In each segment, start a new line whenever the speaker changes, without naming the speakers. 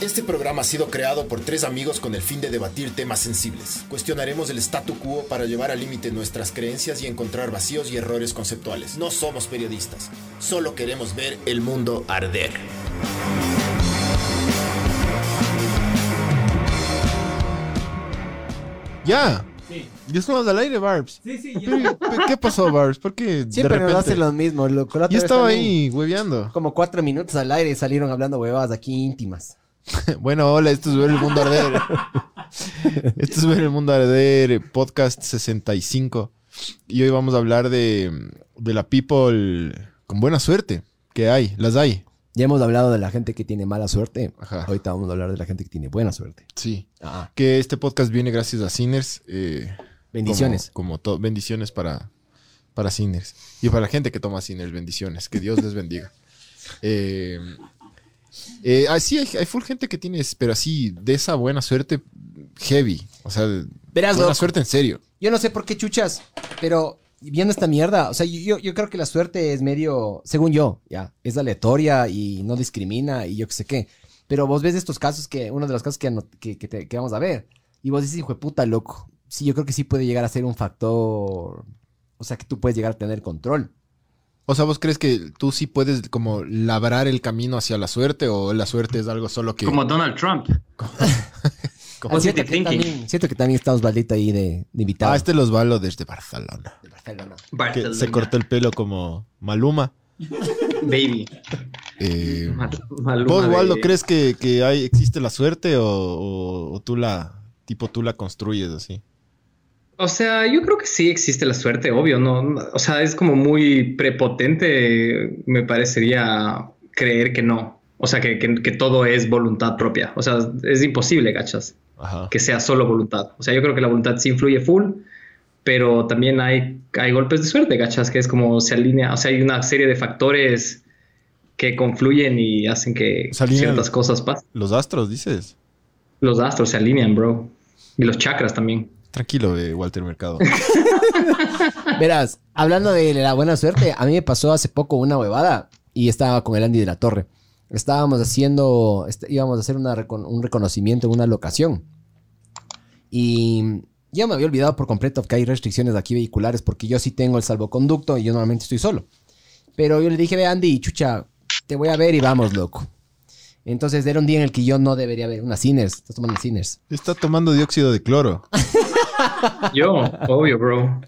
Este programa ha sido creado por tres amigos con el fin de debatir temas sensibles. Cuestionaremos el statu quo para llevar al límite nuestras creencias y encontrar vacíos y errores conceptuales. No somos periodistas, solo queremos ver el mundo arder.
Ya. Ya estamos al aire, Barbs.
Sí, sí,
¿Qué, qué pasó, Barbs? ¿Por qué de
Siempre nos
repente?
hacen lo mismo. Lo, con la otra
Yo
vez
estaba
también,
ahí hueveando.
Como cuatro minutos al aire y salieron hablando huevadas aquí íntimas.
Bueno, hola, esto es Ver el Mundo Arder. esto es Ver el Mundo Arder, podcast 65. Y hoy vamos a hablar de, de la people con buena suerte, que hay, las hay.
Ya hemos hablado de la gente que tiene mala suerte.
Ajá.
Ahorita vamos a hablar de la gente que tiene buena suerte.
Sí.
Ah,
Que este podcast viene gracias a Sinners. eh,
bendiciones.
Como, como todo. Bendiciones para, para Sinners. Y para la gente que toma Sinners, bendiciones. Que Dios les bendiga. Eh, eh, ah, sí, hay, hay full gente que tiene, pero así, de esa buena suerte, heavy. O sea,
Verás,
buena
loco.
suerte en serio.
Yo no sé por qué chuchas, pero viendo esta mierda, o sea, yo- yo, yo creo que la suerte es medio, según yo, ya, es aleatoria y no discrimina y yo qué sé qué. Pero vos ves estos casos que, uno de los casos que, ano- que, que te- que vamos a ver, y vos dices, hijo de puta, loco. Sí, yo creo que sí puede llegar a ser un factor, o sea, que tú puedes llegar a tener control.
O sea, ¿vos crees que tú sí puedes como labrar el camino hacia la suerte o la suerte es algo solo que...
Como Donald Trump.
Ah, Siento
Positive
que,
thinking.
también, siento que también está Osvaldito ahí de, de invitado.
Ah, este los valo desde Barcelona.
de Barcelona.
Que
Barcelona.
se cortó el pelo como Maluma.
Baby.
Eh,
Ma- Maluma
¿Vos,
de-
Waldo, crees que, que hay, existe la suerte o, o- o tú la... Tipo, tú la construyes así?
O sea, yo creo que sí existe la suerte, obvio, ¿no? no, O sea, es como muy prepotente, me parecería creer que no. O sea, que, que- que todo es voluntad propia. O sea, es imposible, gachas,
Ajá.
que sea solo voluntad. O sea, yo creo que la voluntad sí influye full, pero también hay, hay golpes de suerte, gachas, que es como se alinea. O sea, hay una serie de factores que confluyen y hacen que
Se alinean.
ciertas cosas pasen.
Los astros, dices.
Los astros se alinean, bro. Y los chakras también.
Tranquilo, eh, Walter Mercado.
Verás, hablando de la buena suerte, a mí me pasó hace poco una huevada y estaba con el Andy de la Torre. Estábamos haciendo, est- íbamos a hacer una recon- un reconocimiento en una locación. Y yo me había olvidado por completo que hay restricciones aquí vehiculares porque yo sí tengo el salvoconducto y yo normalmente estoy solo. Pero yo le dije, ve Andy, chucha, te voy a ver y vamos, loco. Entonces era un día en el que yo no debería ver una Sinners. Estás tomando Sinners.
Está tomando dióxido de cloro.
Yo, obvio, bro.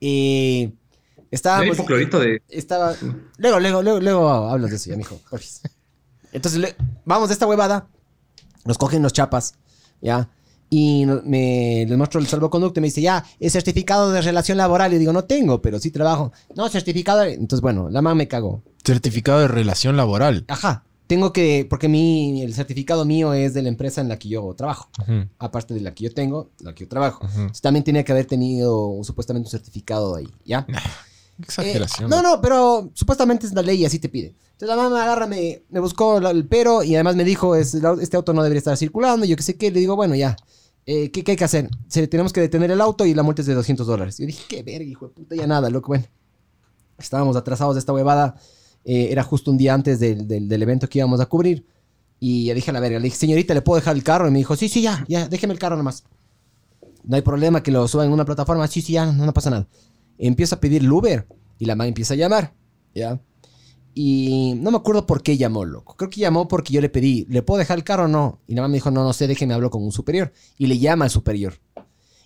Y
Hay
estábamos...
hipoclorito de.
Estaba. Luego, luego, luego, luego hablas de eso ya, mijo. Porfis. Entonces, le- vamos de esta huevada. Nos cogen los chapas, ¿ya? Y no- me, les muestro el salvoconducto y me dice, ya, es certificado de relación laboral. Y digo, no tengo, pero sí trabajo. No, certificado. de-". Entonces, bueno, la mamá me cagó.
Certificado de relación laboral.
Ajá, tengo que, porque mi, el certificado mío es de la empresa en la que yo trabajo.
Ujú,
Aparte de la que yo tengo, la que yo trabajo.
ujú.
Entonces, también tenía que haber tenido supuestamente un certificado ahí, ¿ya?
Exageración.
Eh, no, no, pero supuestamente es la ley y así te pide. Entonces la mamá agarra, me, me buscó la- el pero y además me dijo, es, la- este auto no debería estar circulando, yo qué sé qué. Le digo, bueno, ya, eh, ¿qué, qué hay que hacer? Se, tenemos que detener el auto y la multa es de 200 dólares. Yo dije, qué verga, hijo de puta, ya nada, loco, bueno. Estábamos atrasados de esta huevada. eh, era justo un día antes del, del- del evento que íbamos a cubrir. Y le dije a la verga, le dije, señorita, ¿le puedo dejar el carro? Y me dijo, sí, sí, ya, ya, déjeme el carro nomás. No hay problema que lo suban en una plataforma. Sí, sí, ya, no, no pasa nada. Empiezo a pedir el Uber y la madre empieza a llamar, ¿ya? Y no me acuerdo por qué llamó, loco. Creo que llamó porque yo le pedí, ¿le puedo dejar el carro o no? Y la mamá me dijo, no, no sé, déjeme hablo con un superior. Y le llama al superior.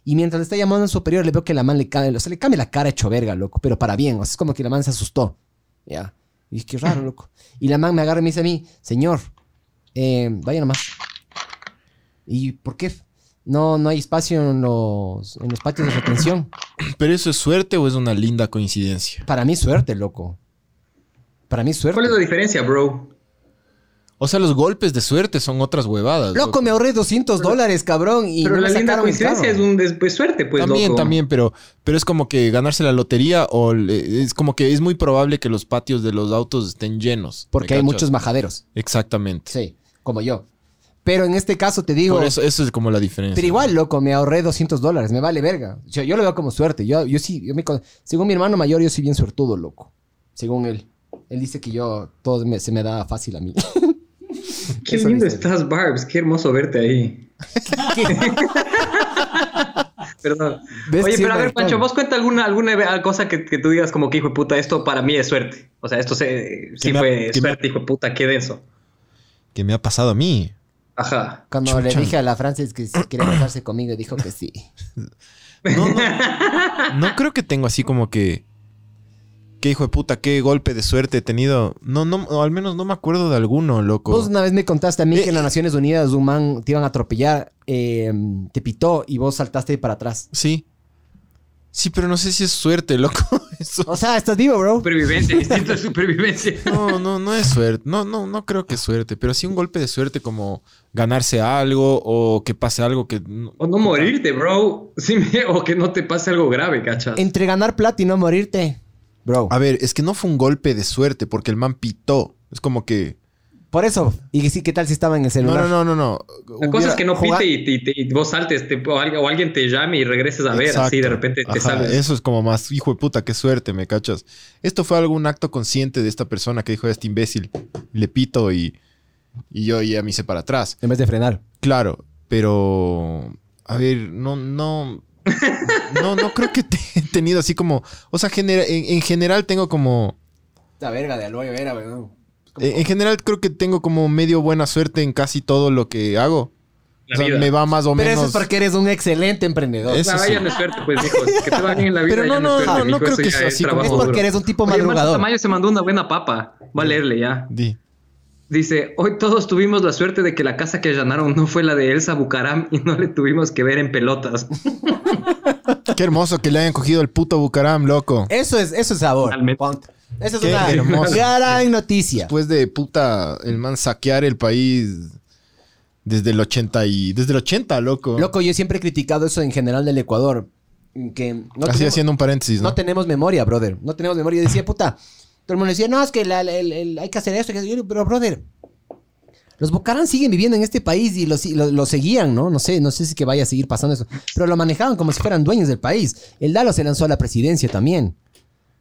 Y mientras le está llamando al superior, le veo que la man le cambia, o sea, le cambia la cara hecho verga, loco, pero para bien. O sea, es como que la man se asustó, ¿ya? Y es que raro, loco. Y la man me agarra y me dice a mí, señor, eh, vaya nomás. ¿Y por qué? No, no hay espacio en los, en los patios de retención.
Pero eso es suerte o es una linda coincidencia.
Para mí suerte, loco. Para mí suerte.
¿Cuál es la diferencia, bro?
O sea, los golpes de suerte son otras huevadas.
Loco, pues, me ahorré 200 dólares, cabrón. Y
Pero
no me
la linda
sacaron el
coincidencia es
carro.
un des- pues, suerte, pues
también,
loco.
también, pero, pero es como que ganarse la lotería o le- es como que es muy probable que los patios de los autos estén llenos.
Porque
¿me
hay
cachas?
muchos majaderos.
Exactamente.
Sí, como yo. Pero en este caso te digo.
Por eso, eso es como la diferencia.
Pero igual, loco, me ahorré 200 dólares. Me vale verga. O sea, yo lo veo como suerte. Yo, yo sí, yo me con- según mi hermano mayor, yo soy bien suertudo, loco. Según él. Él dice que yo todo me- se me da fácil a mí.
Qué
Esa
lindo
vista.
estás, Barbs. Qué hermoso verte ahí. Perdón.
¿Ves que
Oye, pero a
sí,
ver,
maricón?
Pancho, vos cuenta alguna, alguna ve- cosa que, que tú digas como que hijo de puta, esto para mí es suerte. O sea, esto se, sí
me ha-
fue
que me ha-
suerte, hijo de puta, qué denso.
Que me ha pasado a mí.
Ajá.
Cuando le
Chucha.
dije a la Francis que si quería casarse conmigo, dijo que sí.
No, no, no creo que tengo así como que. Qué hijo de puta, qué golpe de suerte he tenido. No, no, o al menos no me acuerdo de alguno, loco.
Vos una vez me contaste a mí
Eh,
que en las Naciones Unidas un man te iban a atropellar, eh, te pitó y vos saltaste para atrás.
Sí. Sí, pero no sé si es suerte, loco. Eso.
O sea, estás vivo, bro.
Supervivencia, instinto de supervivencia.
No, no, no es suerte. No, no, no creo que es suerte. Pero sí un golpe de suerte como ganarse algo o que pase algo que. no-
O no morirte, bro. Sí, me- o que no te pase algo grave, cachas.
Entre ganar plata y no morirte. Bro.
A ver, es que no fue un golpe de suerte porque el man pitó. Es como que.
Por eso. Y que sí, ¿qué tal si estaba en el
No,
celular?
no, no, no, no.
La cosa es que no
Hubiera
pite y, te- y te- vos saltes te- o, al- o alguien te llame y regreses a ver, así de
Exacto.
repente te
Ajá,
sales.
Eso es como más, hijo de puta, qué suerte, ¿me cachas? Esto fue algún acto consciente de esta persona que dijo, este imbécil, le pito y, y yo ya me hice para atrás.
En vez de frenar.
Claro, pero... A ver, no, no... No, no creo que te he tenido así como... O sea, genera- en, en general tengo como...
La verga de Aloy Vera, weón.
En en general creo que tengo como medio buena suerte en casi todo lo que hago.
La
O sea,
vida.
me va más o
Pero
menos...
eso es porque eres un excelente emprendedor.
Es-
La
eso
vida
sí.
no es suerte, pues, hijo. Que te va bien en la vida.
Pero no,
ya
no,
es suerte,
no, no
mijo,
creo
eso
que
ya
sea
es
así como-
trabajo
Es
duro.
porque eres un tipo
Oye, Marta
madrugador.
Tamayo se mandó una buena papa. Va a leerle ya.
Di.
Dice, hoy todos tuvimos la suerte de que la casa que allanaron no fue la de Elsa Bucaram y no le tuvimos que ver en pelotas.
Qué hermoso que le hayan cogido el puto Bucaram, loco.
Eso es, eso es sabor.
Totalmente.
Ponte. Eso es
Qué
una
hermoso.
gran noticia.
Después de puta, el man saquear el país desde el 80 y... Desde el 80, loco.
Loco, yo siempre he criticado eso en general del Ecuador. Que no
Así
tenemos-
haciendo un paréntesis,
No
¿no?
tenemos memoria, brother. No tenemos memoria. Yo decía, puta. Todo el mundo decía, no, es que la- la- el- el- hay que hacer esto. hay que hacer- yo, Pero, brother, los Bucaran siguen viviendo en este país y lo, si- lo- lo seguían, ¿no? No sé, no sé si que vaya a seguir pasando eso. Pero lo manejaban como si fueran dueños del país. El Dalo se lanzó a la presidencia también.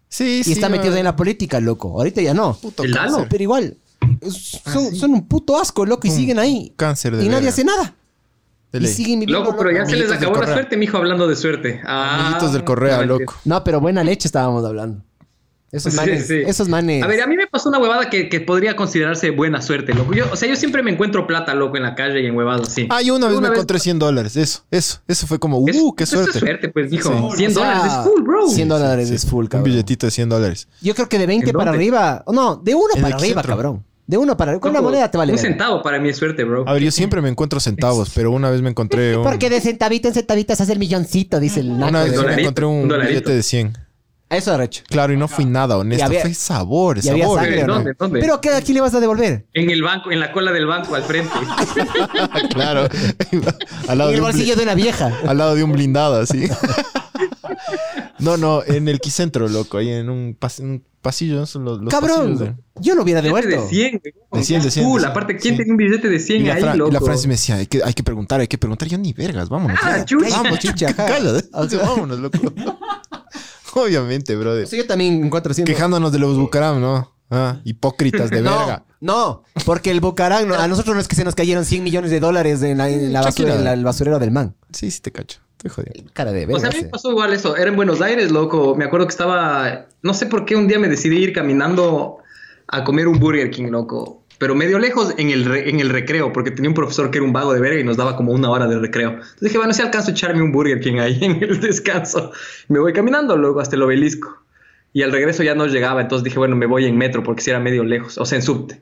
sí,
Y está metido en la política, loco. Ahorita ya no.
Puto
El
cáncer.
Lalo.
Pero igual, es- son, son un puto asco, loco, y
Ah, Un
siguen ahí.
Cáncer de
Y nadie
verga.
hace nada.
De
Y
ley.
siguen viviendo.
Loco, pero ya se
Amiguitos
les
del
acabó la
Correa.
suerte, mijo, hablando de suerte. Ah,
Amiguitos del Correa,
no,
loco.
No, pero buena leche estábamos hablando. Esos
Sí,
manes.
sí.
Esos manes.
A ver, a mí me pasó una huevada que, que podría considerarse buena suerte, loco. Yo, o sea, yo siempre me encuentro plata, loco, en la calle y en huevadas así.
Ah, yo una vez me encontré 100 dólares. Eso, eso. Eso fue como, uh,
Es-
qué
eso es
suerte.
suerte, pues, hijo.
Sí.
100
O sea,
dólares es full, bro.
100 dólares es full,
Un
cabrón.
billetito de 100 dólares.
Yo creo que de 20
¿En
para
dónde?
arriba. No, de uno
En
para
el
arriba,
centro.
cabrón. De uno para arriba. Con una
Loco,
moneda te vale.
pues, Un
verga.
centavo para mí es suerte, bro.
A ver, yo siempre me encuentro centavos, pero una vez me encontré un...
Porque de centavito en centavito se hace el milloncito, dice el naco.
Una
de-
vez
dolarito,
me encontré
un
un
dolarito.
billete de 100.
Eso era hecho.
Claro, y no fui nada honesto.
había-
fue sabor,
Y había
sabor.
sangre, ¿o no?
¿Dónde? ¿Dónde?
Pero ¿qué, ¿a quién le vas a devolver?
En el banco, en la cola del banco, al frente.
claro. Al
En
lado
el
de un bli-
bolsillo de una vieja.
Al lado de un blindado, así. no, no, en el Quicentro, loco. Ahí en un, pas- un pasillo. ¿no? Son los, los pasillos de-
Cabrón, yo lo hubiera
Billete
devuelto.
de 100,
De 100, de 100,
Full,
de 100.
aparte, ¿quién
Sí.
tenía un billete de
Y
100
la,
ahí,
Fran- y la
loco?
Francis me decía, hay que, hay que preguntar, hay que preguntar. Yo ni vergas, vámonos.
Ah,
ya.
chucha.
Vamos, chucha,
Chucha,
cállate.
ajá.
Sí, vámonos, loco. Obviamente, brother.
O sea, yo también en 400.
Quejándonos de los Bucaram, ¿no? Ah, hipócritas de verga.
No, no, porque el Bucarán, no- a nosotros no es que se nos cayeron 100 millones de dólares en la, en la basura,
Shakira.
en la- el basurero del man.
Sí, sí te cacho. Estoy jodiendo.
Cara de
O
verga.
sea, Pues a mí me
ese.
pasó igual eso. Era en Buenos Aires, loco. Me acuerdo que estaba. No sé por qué un día me decidí ir caminando a comer un Burger King, loco. Pero medio lejos en el, re- en el recreo, porque tenía un profesor que era un vago de verga y nos daba como una hora de recreo. Entonces dije, bueno, si alcanzo a echarme un Burger King ahí en el descanso. Me voy caminando, loco, hasta el obelisco. Y al regreso ya no llegaba, entonces dije, bueno, me voy en metro porque si era medio lejos, o sea, en subte.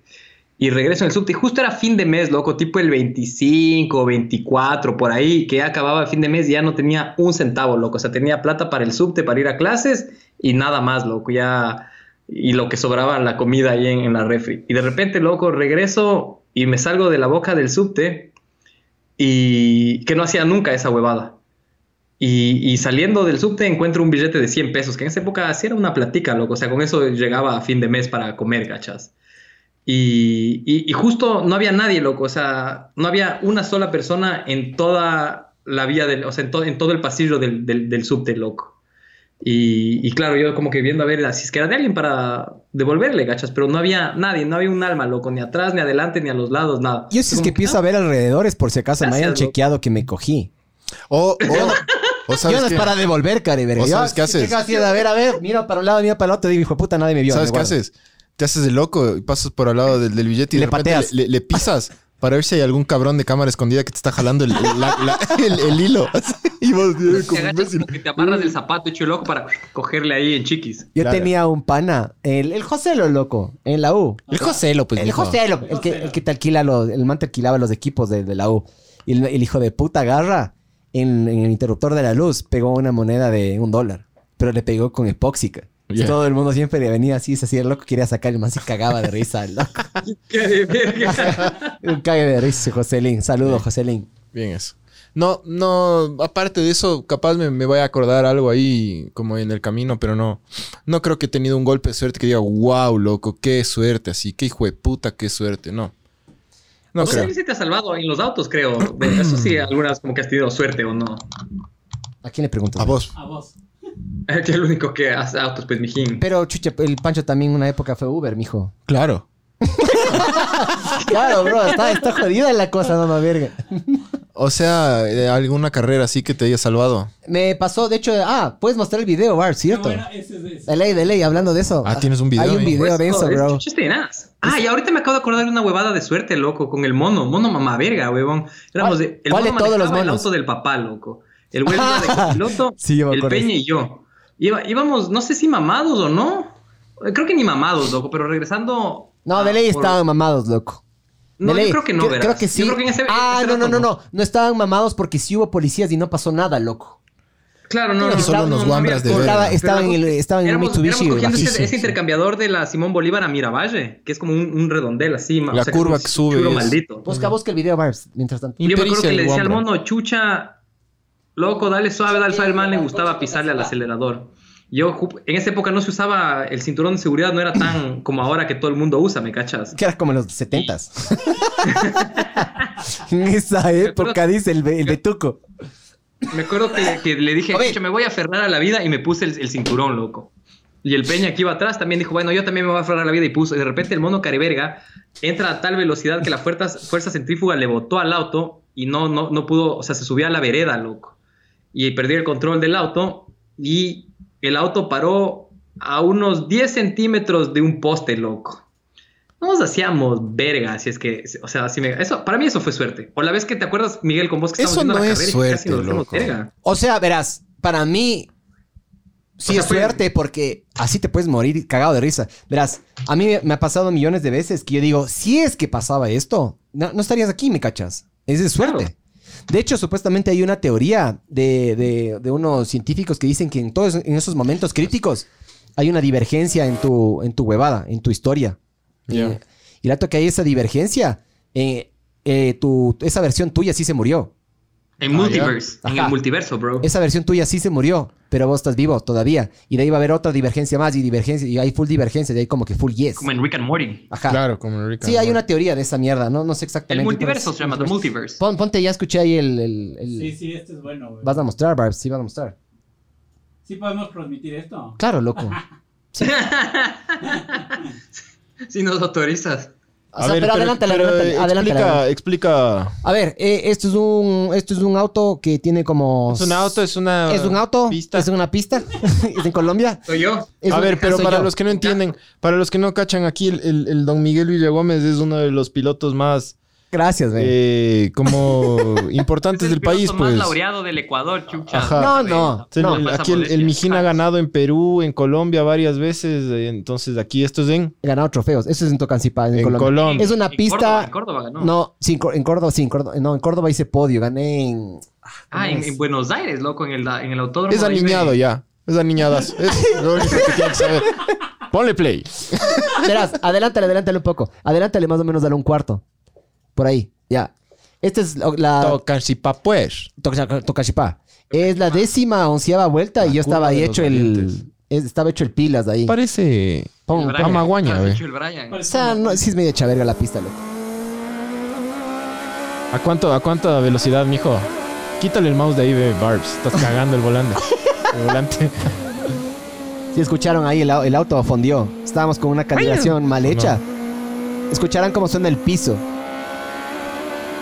Y regreso en el subte, y justo era fin de mes, loco, tipo el 25, 24, por ahí, que ya acababa el fin de mes y ya no tenía un centavo, loco. O sea, tenía plata para el subte, para ir a clases y nada más, loco, ya. Y lo que sobraba la comida ahí en, en la refri. Y de repente, loco, regreso y me salgo de la boca del subte y que no hacía nunca esa huevada. Y, y saliendo del subte encuentro un billete de 100 pesos, que en esa época sí era una platica, loco. O sea, con eso llegaba a fin de mes para comer, gachas. Y, y- y justo no había nadie, loco. O sea, no había una sola persona en toda la vía del, o sea, en, to- en todo el pasillo del, del- del subte, loco. Y, y claro, yo como que viendo a ver la- si es que era de alguien para devolverle, gachas, pero no había nadie, no había un alma, loco, ni atrás, ni adelante, ni a los lados, nada.
Yo si es
Como
que empiezo a ver alrededores por si acaso me
Gracias,
hayan
loco.
chequeado que me cogí.
O, o, o
Yo
sabes
no es
qué?
para devolver, careverga.
¿O
Yo
sabes qué
si
haces?
llego así de, a ver, a ver, mira para un lado, mira para el otro, digo, hijo de puta, nadie me vio.
¿Sabes
me
qué
guardo".
haces? Te haces de loco y pasas por al lado del, del billete y
Le
de repente
pateas.
Le, le- le pisas para ver si hay algún cabrón de cámara escondida que te está jalando el, el- la- la- el- el hilo. Y vos, eh,
Te
como
agachas
imbécil.
como que te amarras del zapato hecho loco para cogerle ahí en chiquis.
Yo
Claro.
tenía un pana, el, el Joselo, loco, en la U.
El Joselo, pues.
El
mijo.
Joselo, el que, el que te alquila los, el man te alquilaba los equipos de, de la U. Y el, el hijo de puta agarra en, en el interruptor de la luz, pegó una moneda de un dólar, pero le pegó con epóxica. Y
Ya.
Todo el mundo siempre le venía así, se hacía el loco, quería sacar el man se cagaba de risa, el loco. Un cague de risa, Joselín. Saludos, Joselín.
Bien eso. No, no, aparte de eso, capaz me, me voy a acordar algo ahí como en el camino, pero no, no creo que he tenido un golpe de suerte que diga, wow, loco, qué suerte, así, qué hijo de puta, qué suerte, no. No
No
creo.
sé si te has salvado en los autos, creo. De- Eso sí, algunas como que has tenido suerte o no.
¿A quién le preguntas?
A vos.
A vos.
Que el único que hace autos, pues, mijín.
Pero, chucha, el Pancho también una época fue Uber, mijo.
Claro.
Claro, bro, está, está jodida la cosa, no más verga.
O sea, eh, alguna carrera así que te haya salvado.
Me pasó, de hecho, ah, puedes mostrar el video, Bar, ¿cierto?
Qué buena, Ah, ese es ese.
De ley, de ley, hablando de eso.
Ah, ¿tienes un video
Hay un
ahí?
video de eso,
Esto Pues, es
bro.
chiste de nas. Ah, y ahorita me acabo de acordar de una huevada de suerte, loco, con el mono. Mono mamá verga, huevón. Éramos de, el
¿Cuál de
mono
todos los
manejaba el
monos?
auto del papá, loco. El güey iba de copiloto,
Sí, yo me
el
acuerdo.
Peña y yo. Iba- íbamos, no sé si mamados o no. Creo que ni mamados, loco, pero regresando...
No,
a-
de ley
Ah, por-
estaban mamados, loco.
No,
De ley.
yo creo que no, verás.
Creo que sí.
Yo creo que en ese-
ah,
ese
no, no,
rato
no, no. No estaban mamados porque sí hubo policías y no pasó nada, loco.
Claro, no, no, no,
solo
no,
nos
no, no había
guambras de
alcohol.
Estaba,
verga.
estaba en
Pero
el, estaba en un
éramos,
Mitsubishi.
éramos cogiendo ese,
bajísimo.
ese intercambiador de la Simón Bolívar a Miravalle, que es como un, un redondel así. ma-
La curva
como
que
si-
sube
chulo
es-
maldito. Pues,
Busca, busca el video, Barbs, mientras tanto.
Yo me acuerdo
Impericia
que le
el
decía al
Wambra.
mono, chucha, loco, dale suave, dale suave. El man le gustaba pisarle al acelerador. Yo, ju- en esa época no se usaba el cinturón de seguridad, no era tan como ahora que todo el mundo usa, ¿me cachas?
Que era como en los setentas. en esa época, dice el, be- el betuco.
Me acuerdo que, que le dije,
A ver.
"Chucha, me voy a aferrar a la vida y me puse el, el cinturón, loco. Y el Peña que iba atrás también dijo, bueno, yo también me voy a aferrar a la vida y puso. Y de repente el mono cariberga entra a tal velocidad que la fuerza, fuerza centrífuga le botó al auto y no, no, no pudo, o sea, se subió a la vereda, loco. Y perdió el control del auto y el auto paró a unos 10 centímetros de un poste, loco. Nos hacíamos verga, si es que, o sea, si me, eso, para mí eso fue suerte. O la vez que te acuerdas, Miguel, con vos que
Eso
estábamos viendo
no
la
es
carrera y que
suerte,
casi nos hacemos
loco.
verga.
O sea, verás, para mí sí
O sea,
es
fue-
suerte porque así te puedes morir cagado de risa. Verás, a mí me ha pasado millones de veces que yo digo, si es que pasaba esto, no, no estarías aquí, ¿me cachas? Es de suerte.
Claro.
De hecho, supuestamente hay una teoría de, de- de unos científicos que dicen que en todos en esos momentos críticos hay una divergencia en tu, en tu huevada, en tu historia.
Ya.
Eh, y el rato que hay esa divergencia, eh, eh, tu- esa versión tuya sí se murió.
Ah,
En multiverse, en
Ajá.
el multiverso, bro.
Esa versión tuya sí se murió, pero vos estás vivo todavía. Y de ahí va a haber otra divergencia más y divergencia. Y hay full divergencia, y hay como que full yes.
Como en Rick and Morty.
Ajá.
Claro, como Rick and
Sí, hay
Morty.
una teoría de esa mierda, no, no sé
El
exactamente.
multiverso
pero-
se llama, The Multiverse.
Pon- ponte, ya escuché ahí el... el- el-
Sí, sí, este es bueno, güey.
Vas a mostrar, Barbs, sí vas a mostrar.
Sí podemos transmitir esto.
Claro, loco. O
Si nos autorizas.
A
sea,
ver,
pero adelántala,
pero,
adelántala,
eh,
adelántala, adelántala.
Explica, explica.
A ver, eh, esto, es un, esto es un auto que tiene como...
Es un auto, es una.
Es un auto,
pista.
es una pista, es en Colombia.
Soy yo.
Es
a
un-
ver, pero
soy
para
yo.
los que no entienden, para los que no cachan aquí, el, el- el don Miguel Villagómez es uno de los pilotos más
Gracias, güey.
eh, como
Es
importantes
el
del país,
piloto más
pues.
laureado del Ecuador, chucha. pues,
Ajá.
No, no,
O sea,
no.
el-
Falsa
aquí el, el
modestia.
Mijín ha ganado en Perú, en Colombia varias veces, eh, entonces aquí esto es en,
He ganado trofeos. Eso es en Tocancipá, en,
en
Colombia.
Colombia.
Es una
En
pista-
Córdoba, en Córdoba ganó.
No, sí, en Cor- en Córdoba, sí, en Córdoba, no, en Córdoba hice podio, gané en...
ah, en, en Buenos Aires, loco, en el, en el autódromo.
Es
de ahí de-
aniñado ya, es aniñadas, es lo único que tienen que saber. Ponle play.
Verás, adelántale, adelántale un poco, adelántale más o menos, dale un cuarto, por ahí, ya. Esta es lo- la
Tocancipá, pues.
Toca- Tocachipá, es la décima onceava vuelta y yo estaba
de
ahí
los
hecho el...
valientes.
es- estaba hecho el pilas ahí.
Parece
Pon-
el Brian.
pon-
Amaguaña,
Ah,
güey.
sí, el Brian.
o sea, no, sí es media chaverga la pista, loco.
¿A cuánto, a cuánta velocidad, mijo? Quítale el mouse de ahí, ve, Barbs. Estás cagando el volante. El volante.
Si escucharon ahí, el, au- el auto fondió. Estábamos con una calibración mal hecha. Escucharán cómo suena el piso.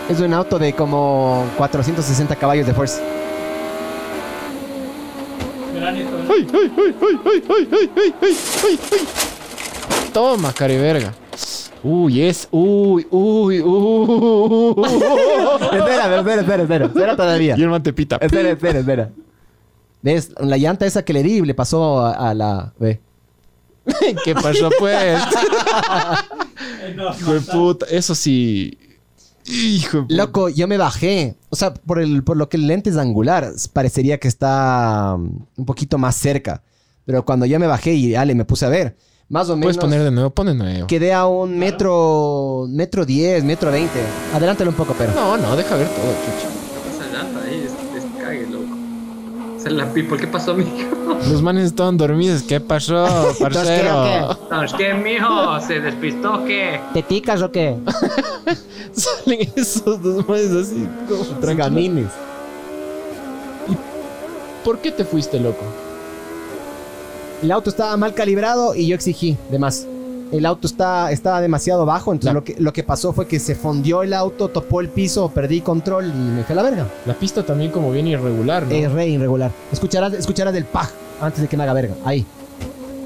Es un auto de como 460 caballos de fuerza.
Verán esto. ¿verdad?
Toma, cariverga. Uy, es. Uy, uy, uy.
espera, espera, espera, espera. Espera todavía.
y el man te pita.
Espera, espera, espera. ¿Ves? La llanta esa que le di le pasó a, a la... Ve.
¿Qué pasó, pues?
Eh, no,
Hijo de
no,
puta. Eso sí. Hijo de puta.
Loco, yo me bajé. O sea, por, el, por lo que el lente es angular, parecería que está um, un poquito más cerca. Pero cuando yo me bajé y Ale me puse a ver, más o
Puedes
menos...
poner de nuevo, pon de nuevo.
Quedé a un metro, metro 10, metro 20. Adelántalo un poco, pero.
No, no, deja ver todo, chucha.
Esa llanta ahí es, es cague, loco. O sea, la people, ¿qué pasó, mijo?
Los manes estaban dormidos. ¿Qué pasó, parcero?
¿Sabes qué, mijo? ¿Se despistó qué?
¿Te ticas o qué?
Salen esos dos manes así como tranquilos.
Gamines.
¿Por qué te fuiste, loco?
El auto estaba mal calibrado y yo exigí de más. El auto está, estaba demasiado bajo, entonces
Claro.
lo que, lo que pasó fue que se fondió el auto, topó el piso, perdí control y me fue a la verga.
La pista también como bien irregular, ¿no?
Es Eh, re irregular. Escucharás, escucharás del paj antes de que me haga verga. Ahí.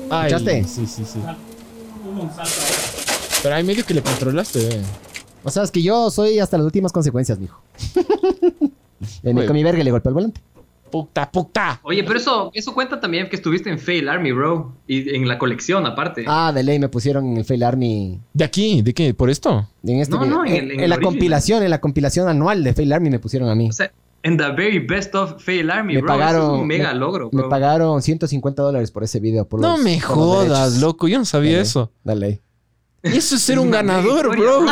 Ay,
¿escuchaste?
Sí, sí, sí.
Hubo un salto ¿eh? ahí.
Pero hay medio que le controlaste, eh.
O sea, es que yo soy hasta las últimas consecuencias, mijo. Le metí con mi verga y le golpeó el volante.
Puta, puta.
Oye, pero eso, eso cuenta también que estuviste en Fail Army, bro. Y en la colección, aparte.
Ah, de ley me pusieron en el Fail Army.
¿De aquí? ¿De qué? ¿Por esto?
En este
No, no, en
en,
el- en
en
el
la
original.
compilación, en la compilación anual de Fail Army me pusieron a mí.
O sea, en the very best of Fail Army,
me
bro. eso
pagaron.
es un mega
me,
logro,
me
bro.
pagaron 150 dólares por ese video. por
No
los-
me
por los
jodas,
derechos. Eh.
loco. Yo no sabía
Dale,
eso.
Dale.
Eso es ser un
Una
ganador,
victoria,
bro.
bro.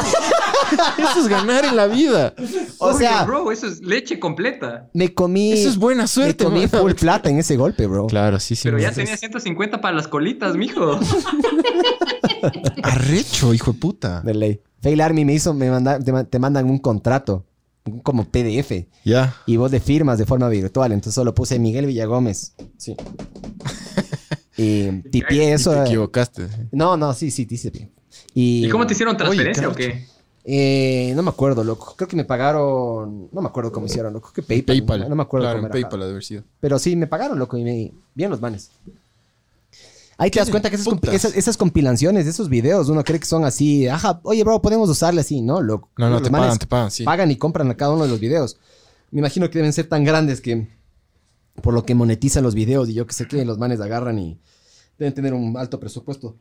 Eso es ganar en la vida.
O
Oye,
sea,
bro, eso es leche completa.
me comí.
Eso es buena
me
suerte,
comí
man.
full plata en ese golpe, bro.
Claro, sí, sí.
Pero
man.
ya tenía 150 para las colitas, mijo.
Arrecho, hijo de puta.
De ley. Fail Army me hizo, me manda- te, ma- te mandan un contrato, un- como PDF,
Ya.
y vos de firmas de forma virtual. Entonces solo puse Miguel Villagómez. Sí. y
Y
tipié
te
eso. eh.
equivocaste.
No, no, sí, sí, dice bien. Y,
¿Y cómo te hicieron transferencia
Oye,
o qué?
Eh, no me acuerdo, loco. Creo que me pagaron. No me acuerdo cómo hicieron, loco. Que PayPal.
PayPal.
No me acuerdo
Claro,
cómo
en
era.
PayPal ha de haber sido.
Pero sí, me pagaron, loco. Y me. Bien los manes. Ahí te das cuenta que esas, compi-
putas?
esas, esas compilaciones, esos videos, uno cree que son así. Ajá, oye, bro, podemos usarle así, ¿no, loco?
No, no,
Los
te
manes
pagan, te pagan, sí.
Pagan y compran a cada uno de los videos. Me imagino que deben ser tan grandes que. Por lo que monetizan los videos y yo que sé qué, los manes agarran y. Deben tener un alto presupuesto.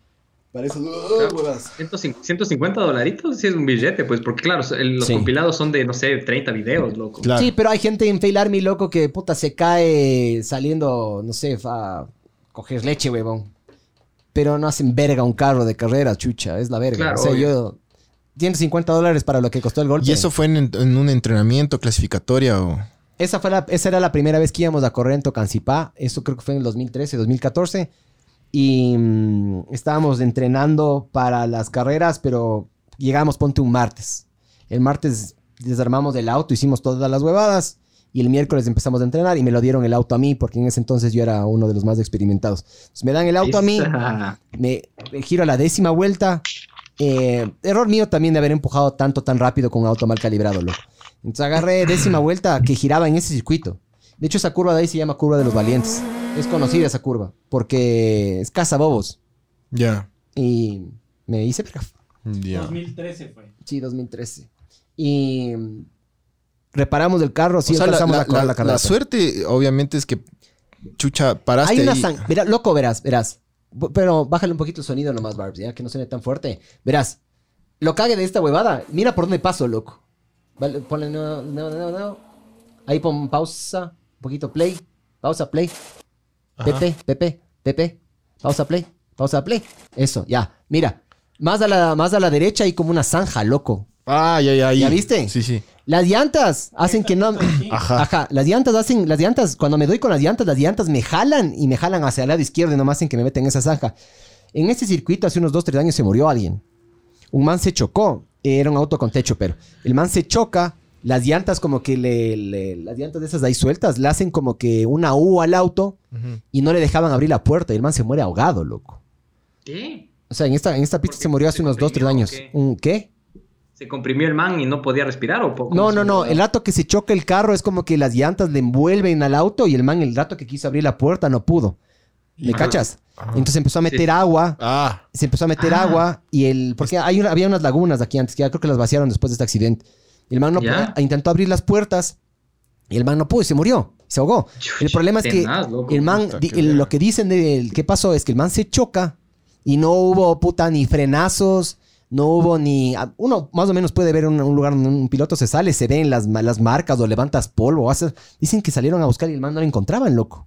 Para eso. huevas.
150 150 dolaritos sí es un billete, pues, porque claro, el- los
Sí.
compilados son de, no sé, 30 videos, loco.
Claro.
Sí, pero hay gente en Fail Army, loco, que puta se cae saliendo, no sé, a coger leche, huevón. Pero no hacen verga un carro de carrera, chucha, es la verga.
Claro,
o sea,
obvio.
yo. 150 dólares para lo que costó el golpe.
¿Y eso fue en, en un entrenamiento clasificatoria o...?
Esa, fue la, esa era la primera vez que íbamos a correr en Tocancipá. Eso creo que fue en el 2013, 2014. Y mm, estábamos entrenando para las carreras, pero llegamos, ponte un martes. El martes desarmamos el auto, hicimos todas las huevadas. Y el miércoles empezamos a entrenar y me lo dieron el auto a mí, porque en ese entonces yo era uno de los más experimentados. Entonces, me dan el auto a mí
Esa-
me, me giro a la décima vuelta. Eh, error mío también de haber empujado tanto tan rápido con un auto mal calibrado, loco. Entonces agarré décima vuelta que giraba en ese circuito. De hecho, esa curva de ahí se llama curva de los valientes. Es conocida esa curva porque es cazabobos.
Ya.
Y me hice verga.
Ya.
2013 fue.
Sí, 2013. Y mm, reparamos el carro, sí
o sea, la,
alcanzamos
la-
a correr la
la-
carrera.
la suerte, obviamente, es que... Chucha, paraste
Hay una
ahí.
sangre. Verá, loco, verás, verás. Bu- Pero bájale un poquito el sonido nomás, Barbs, ya que no suene tan fuerte. Verás, lo cague de esta huevada. Mira por dónde paso, loco. Vale, ponle no, no, no, no. Ahí pon pausa, un poquito play, pausa, play. Pepe, Pepe, Pepe, pausa, play, pausa, play. Eso, ya. Mira, más a la, más a la derecha hay como una zanja, loco.
Ah, ya, ya. ahí.
¿Ya viste?
Sí, sí.
Las llantas hacen que no.
Ajá.
Ajá, las llantas hacen, las llantas, cuando me doy con las llantas, las llantas me jalan y me jalan hacia el lado izquierdo y nomás en que me meten en esa zanja. En este circuito hace unos 2, 3 años se murió alguien. Un man se chocó, era un auto con techo, pero el man se choca las llantas como que le, le- las llantas de esas ahí sueltas le hacen como que una U al auto y no le dejaban abrir la puerta y el man se muere ahogado, loco.
¿Qué?
O sea, en esta, en esta pista
Porque
se murió hace
se
unos 2, 3
comprimió,
años.
¿o qué?
¿Un qué?
¿Se comprimió el man y no podía respirar o
No,
po- cómo
no,
se-
no. El rato que se choca el carro es como que las llantas le envuelven al auto y el man, el rato que quiso abrir la puerta, no pudo. ¿Me
Ajá.
cachas? Entonces empezó a meter
Ah, Sí.
agua.
Ah,
Se empezó a meter
Ah.
agua y el. Porque hay una- había unas lagunas aquí antes que ya creo que las vaciaron después de este accidente. Y el man no
Ya.
pudo- intentó abrir las puertas y el man no pudo y se murió. Se ahogó.
Chuch,
El problema es que
tenaz, loco.
el man,
Puta,
di-
qué
el-
verga.
lo que dicen de el- qué pasó es que el man se choca y no hubo puta ni frenazos, no hubo ni... a- Uno más o menos puede ver un, un lugar donde un piloto se sale, se ven las, ma- las marcas o levantas polvo. o haces- dicen que salieron a buscar y el man no lo encontraban, loco.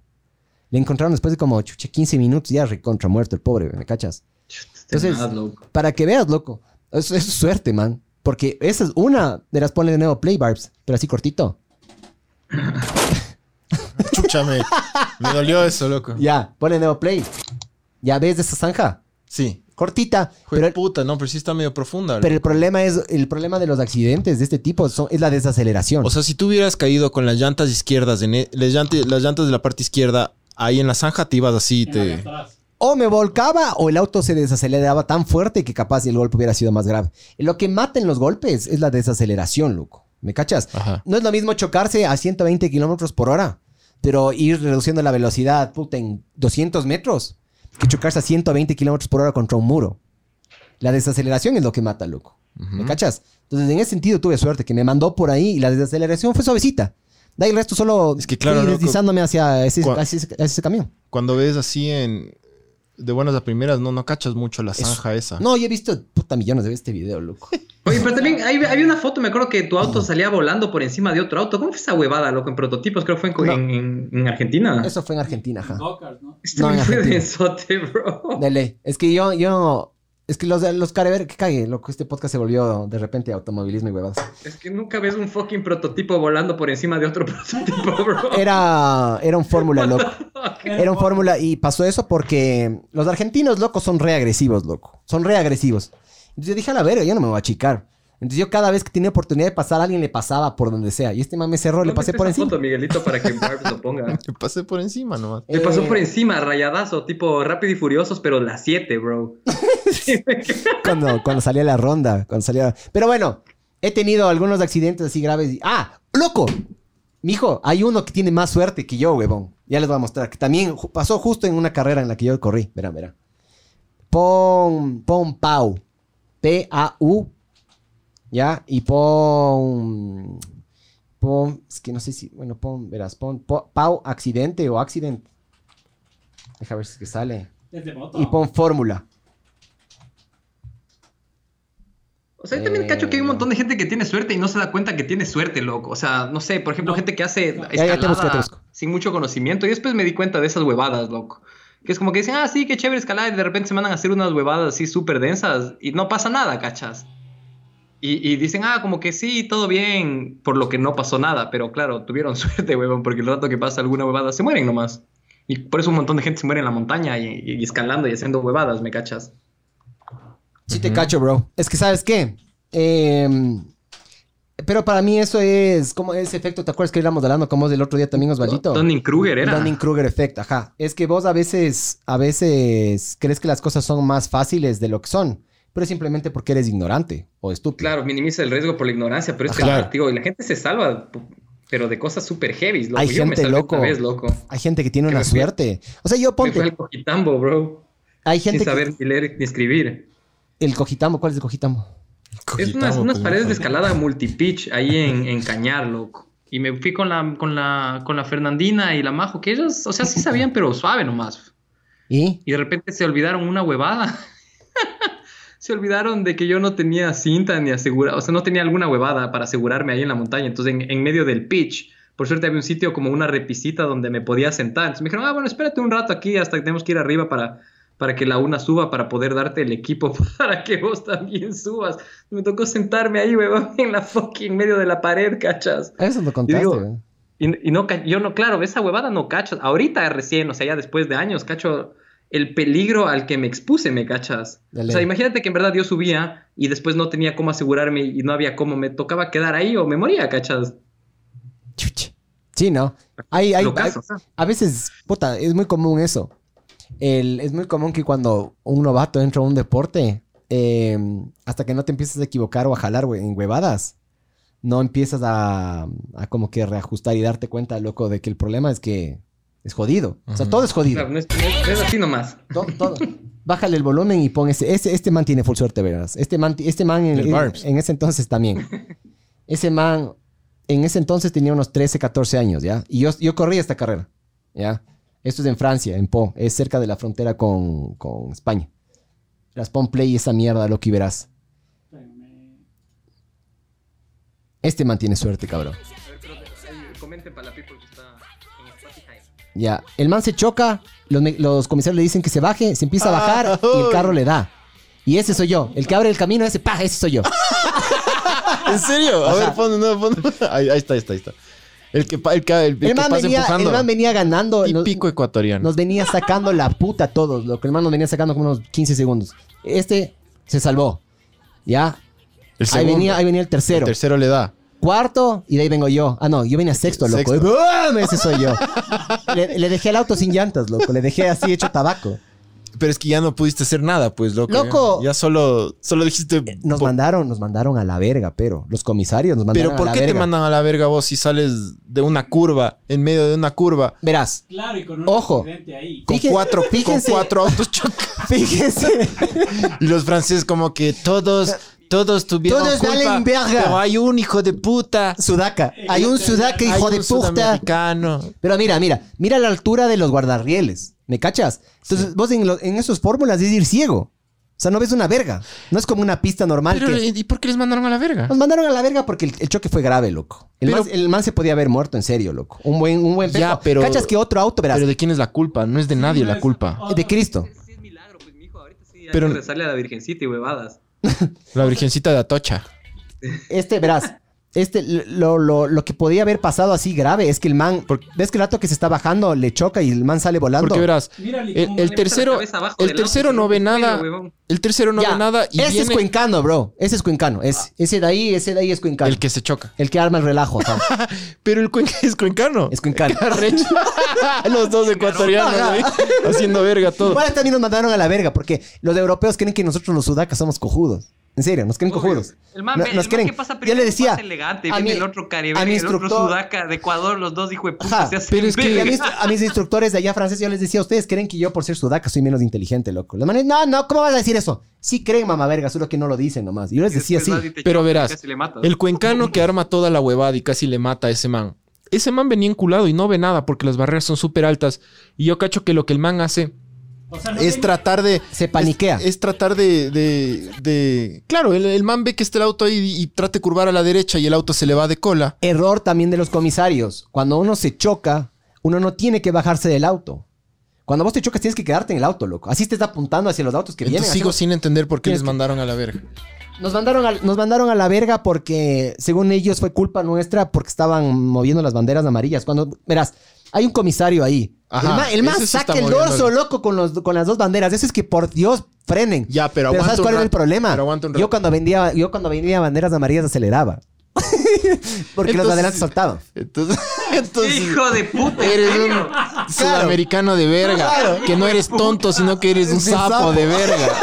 Le encontraron después de como chuche 15 minutos, ya recontra muerto el pobre, ¿me cachas?
Chuch, tenaz,
entonces-
loco.
Para que veas, loco. Eso eso es suerte, man. Porque esa es una de las ponle de nuevo play barbs, pero así cortito.
chúchame. Me dolió eso, loco.
Ya, ponle de nuevo play. ¿Ya ves de esa zanja?
Sí.
Cortita, pero
Pero, puta, no, pero sí está medio profunda.
Pero el problema es el problema de los accidentes de este tipo son- es la desaceleración.
O sea, si tú hubieras caído con las llantas izquierdas, en e- las, llantas, las llantas de la parte izquierda, ahí en la zanja te ibas así,
En la de
te...
atrás.
o me volcaba o el auto se desaceleraba tan fuerte que capaz el golpe hubiera sido más grave. Lo que mata en los golpes es la desaceleración, loco. ¿Me cachas?
Ajá.
No es lo mismo chocarse a 120 kilómetros por hora, pero ir reduciendo la velocidad puta, en 200 metros que chocarse a 120 kilómetros por hora contra un muro. La desaceleración es lo que mata, loco. ¿Me cachas? Entonces, en ese sentido tuve suerte, que me mandó por ahí y la desaceleración fue suavecita. De ahí el resto solo
Es que claro,
fui
loco,
deslizándome hacia ese,
cua-
hacia ese- hacia ese camión.
Cuando ves así en... De buenas a primeras, no, no cachas mucho la
Eso.
zanja esa.
No, yo he visto puta millones de veces este video, loco.
Oye, pero también hay- había una foto, me acuerdo que tu auto salía volando por encima de otro auto. ¿Cómo fue esa huevada, loco? En prototipos, creo que fue en, co-
No.
en- en- en
Ah.
Argentina.
Eso fue en Argentina, ajá.
Dockers, ¿no?
Este
no, en
me fue
Argentina.
densote, bro.
Dale. Es que yo, yo, es que los, los carever, que cague, loco, este podcast se volvió de repente automovilismo y huevadas.
Es que nunca ves un fucking prototipo volando por encima de otro prototipo, bro.
Era, era un fórmula, loco. Era un
Pero-
fórmula y pasó eso porque los argentinos, locos son reagresivos, loco. Son reagresivos. Entonces yo dije, a la verga, yo no me voy a achicar. Entonces yo cada vez que tenía oportunidad de pasar, alguien le pasaba por donde sea. Y este man me cerró, le
¿No
pasé
viste
por
esa
encima.
foto, Miguelito, para que Barbs lo ponga.
Me pasé por encima nomás.
Le pasó
Eh,
por encima, rayadazo, tipo rápido y furiosos, pero las 7, bro.
cuando, cuando salía la ronda. Cuando salía... Pero bueno, he tenido algunos accidentes así graves. y- ¡Ah! ¡Loco! Mijo, hay uno que tiene más suerte que yo, huevón. Ya les voy a mostrar. Que también ju- pasó justo en una carrera en la que yo corrí. Verán, verán. Pon, pon Pau. P-A-U. ¿Ya? Y pon... Pon... Es que no sé si... Bueno, pon... Verás, pon... po- Pau accidente o accident. Deja ver si es que sale.
Desde moto.
Y pon fórmula.
O sea, yo también
Eh,
cacho que hay un montón de gente que tiene suerte y no se da cuenta que tiene suerte, loco. O sea, no sé, por ejemplo,
No.
gente que hace
Ya, ya
te
escalada
busco, ya te busco.
sin mucho conocimiento. Y después me di cuenta de esas huevadas, loco. Que es como que dicen, ah, sí, qué chévere escalada. Y de repente se mandan a hacer unas huevadas así súper densas y no pasa nada, cachas. Y, y dicen, ah, como que sí, todo bien, por lo que no pasó nada. Pero claro, tuvieron suerte, huevón, porque el rato que pasa alguna huevada se mueren nomás. Y por eso un montón de gente se muere en la montaña y, y- y escalando y haciendo huevadas, ¿me cachas?
Sí te cacho, bro. Es que, ¿sabes qué? Em, pero para mí eso es como ese efecto, ¿te acuerdas que íbamos hablando como es del otro día también, Osvaldito?
Donning Kruger era.
Dunning-Kruger effect, ajá. Es que vos a veces, a veces crees que las cosas son más fáciles de lo que son, pero es simplemente porque eres ignorante o estúpido.
Claro, minimiza el riesgo por la ignorancia, pero es que
Ajá.
la- digo, y la gente se salva, p- pero de cosas súper heavy. Loco.
Hay
Yo me
gente
salvé
loco.
una vez, loco.
Hay gente que tiene
Que
una
me fui-
suerte. O sea, yo
Me fue
ponte,
al cojitambo, bro.
hay gente
Sin
que...
saber ni leer ni escribir.
El cojitambo, ¿cuál es el cojitambo? pues,
es unas, unas
pues,
paredes de escalada multipitch ahí en, en Cañar, loco. Y me fui con la, con la, con la Fernandina y la Majo, que ellas, o sea, sí sabían, pero suave nomás.
¿Y?
Y de repente se olvidaron una huevada. se olvidaron de que yo no tenía cinta ni asegura, o sea, no tenía alguna huevada para asegurarme ahí en la montaña. Entonces, en, en medio del pitch, por suerte había un sitio como una repisita donde me podía sentar. Entonces me dijeron, ah, bueno, espérate un rato aquí hasta que tenemos que ir arriba para, para que la una suba, para poder darte el equipo para que vos también subas. Me tocó sentarme ahí, huevón, en la fucking medio de la pared, cachas.
Eso lo contaste,
digo-
güey.
Y, y no, ca- yo no, claro, esa huevada no cacho. Ahorita recién, o sea, ya después de años, cacho
el peligro al que me expuse, ¿me cachas?
Dale.
O sea, imagínate que en verdad yo subía y después no tenía cómo asegurarme y no había cómo, me tocaba quedar ahí o me moría, ¿cachas?
Chucha.
Sí, ¿no? Hay, hay,
Lo
hay-
caso, o sea.
a veces, puta, es muy común eso. El- es muy común que cuando un novato entra a un deporte, eh, hasta que no te empieces a equivocar o a jalar hue- en huevadas, no empiezas a, a como que reajustar y darte cuenta, loco, de que el problema es que es jodido. O sea, todo es jodido.
Claro, no es, no es- es así nomás.
Todo, todo. Bájale el volumen y pon ese. Este, este man tiene full suerte, verás. Este man, ti- este man en,
El
en-
Barbs.
en ese entonces también. Ese man en ese entonces tenía unos 13, 14 años, ¿ya? Y yo, yo corrí esta carrera, ¿ya? Esto es en Francia, en Po. Es cerca de la frontera con, con España. Las pon play y esa mierda, lo que verás. Este man tiene suerte, cabrón.
Comenten para la people que está en Spotify.
Ya, el man se choca, los, me- los comisarios le dicen que se baje, se empieza a bajar y el carro le da. Y ese soy yo, el que abre el camino, ese, pa, ese soy yo.
¿En serio? A ver, pon, no, pon. Ahí, ahí está, ahí está, ahí está. El que, pa- el que, el, el que
El man,
pasa
venía, el
empujando.
man venía ganando, nos,
Típico ecuatoriano.
nos venía sacando la puta a todos, lo que el man nos venía sacando como unos 15 segundos. Este se salvó, ya.
el
Ahí
segundo,
venía, ahí venía el
el
tercero,
tercero le da.
cuarto y de ahí vengo yo. Ah, no, yo venía sexto, loco. Ah,
Sexto.
¡Bum! Ese soy yo. le, le dejé el auto sin llantas, loco, le dejé así hecho tabaco.
Pero es que ya no pudiste hacer nada, pues, loco.
Loco. Eh,
Ya, Ya solo, solo dijiste.
Nos
"Po-
mandaron, nos mandaron a la verga, pero los comisarios nos mandaron
Pero
a
¿por
la
qué te
verga.
mandan a la verga vos si sales de una curva, en medio de una curva,
Verás,
Claro, y con un
Ojo.
accidente ahí.
con
Fíjense-
cuatro, con
fíjense.
cuatro autos chocados?
fíjense,
Y los franceses como que todos, todos tuvieron
Todos
culpa,
valen verga.
Pero hay un hijo de puta.
Sudaca, hay un Sudaca,
hay
hijo
un
de puta.
sudamericano.
Pero mira, mira, mira la altura de los guardarrieles, ¿me cachas? Entonces, vos en, lo- en esas fórmulas es ir ciego. O sea, no ves una verga. No es como una pista normal
Pero,
que...
¿Y por qué les mandaron a la verga?
Nos mandaron a la verga porque el, el choque fue grave, loco. El,
Pero-
man, el man se podía haber muerto, en serio, loco. Un buen, un buen
Ya,
pejo.
pero-
¿Cachas que otro auto, verás?
Pero ¿de quién es la culpa? No es de nadie la culpa.
de Cristo.
Sí, es milagro, pues, mijo. Ahorita sí hay
Pero-
que rezarle a la Virgencita y huevadas.
La virgencita de Atocha.
Este, verás, este, lo, lo- lo que podía haber pasado así grave es que el man, ves que el rato que se está bajando le choca y el man sale volando.
Porque verás,
Mira,
el, el tercero, el tercero no ve nada. El tercero no
Ya,
ve nada y
ese es
viene Ah.
cuencano, bro. Ese es cuencano. Ese, ese de ahí, ese de ahí es cuencano.
el que se choca.
El que arma el relajo, ajá.
Pero el cuenca es cuencano.
es cuencano.
Arrecho. Los dos ecuatorianos
Ajá.
ahí, haciendo verga todo.
Igual también nos mandaron a la verga porque los europeos creen que nosotros los sudacas somos cojudos. En serio, nos creen cojudos.
El man,
No-
el
nos
man
creen.
que pasa
Yo
primero
le decía,
pasa elegante,
a
viene
mi-
el otro
a
caribeño,
mi
el otro
instructor-
sudaca de Ecuador, los dos hijo de puta
Ajá,
se hacen
pero es que-
Y a mis,
verga.
a mis instructores de allá franceses yo les decía, ustedes creen que yo por ser sudaca soy menos inteligente, loco. Los manes, no, no, ¿cómo vas a decir eso? Sí creen, mamá verga, solo que no lo dicen nomás. Yo les
Y
decía
después
así.
vas y te
Pero
chocas y
verás,
casi le matas.
El cuencano que arma toda la huevada y casi le mata a ese man. Ese man venía enculado y no ve nada porque las barreras son súper altas. Y yo cacho que lo que el man hace es tratar de...
Se paniquea.
Es, es tratar de... de- de- Claro, el, el man ve que está el auto ahí y, y trata de curvar a la derecha y el auto se le va de cola.
Error también de los comisarios. Cuando uno se choca, uno no tiene que bajarse del auto. Cuando vos te chocas, tienes que quedarte en el auto, loco. Así te está apuntando hacia los autos que
Entonces
vienen.
sigo
así-
sin entender por qué
Tienes
les
que-
mandaron a la verga.
Nos, mandaron a, nos mandaron a la verga porque, según ellos, fue culpa nuestra porque estaban moviendo las banderas amarillas. Cuando, verás, hay un comisario ahí.
Ajá,
el man, el man
ese sí está
saca el
moviendo
dorso,
el-
loco, con, los, con las dos banderas. Eso es que, por Dios, frenen.
Ya, pero
Pero
aguanta
¿sabes
un
cuál era el
rato,
problema?
pero aguanta un
Yo
rato.
cuando vendía, yo cuando vendía banderas amarillas aceleraba. Porque los
Entonces-
adelantos saltaban.
Entonces, entonces
Hijo de puta, ¿en
eres
serio?
un sudamericano de verga.
Claro.
Que no eres tonto, sino que eres un
Eres un
sapo,
sapo.
de verga.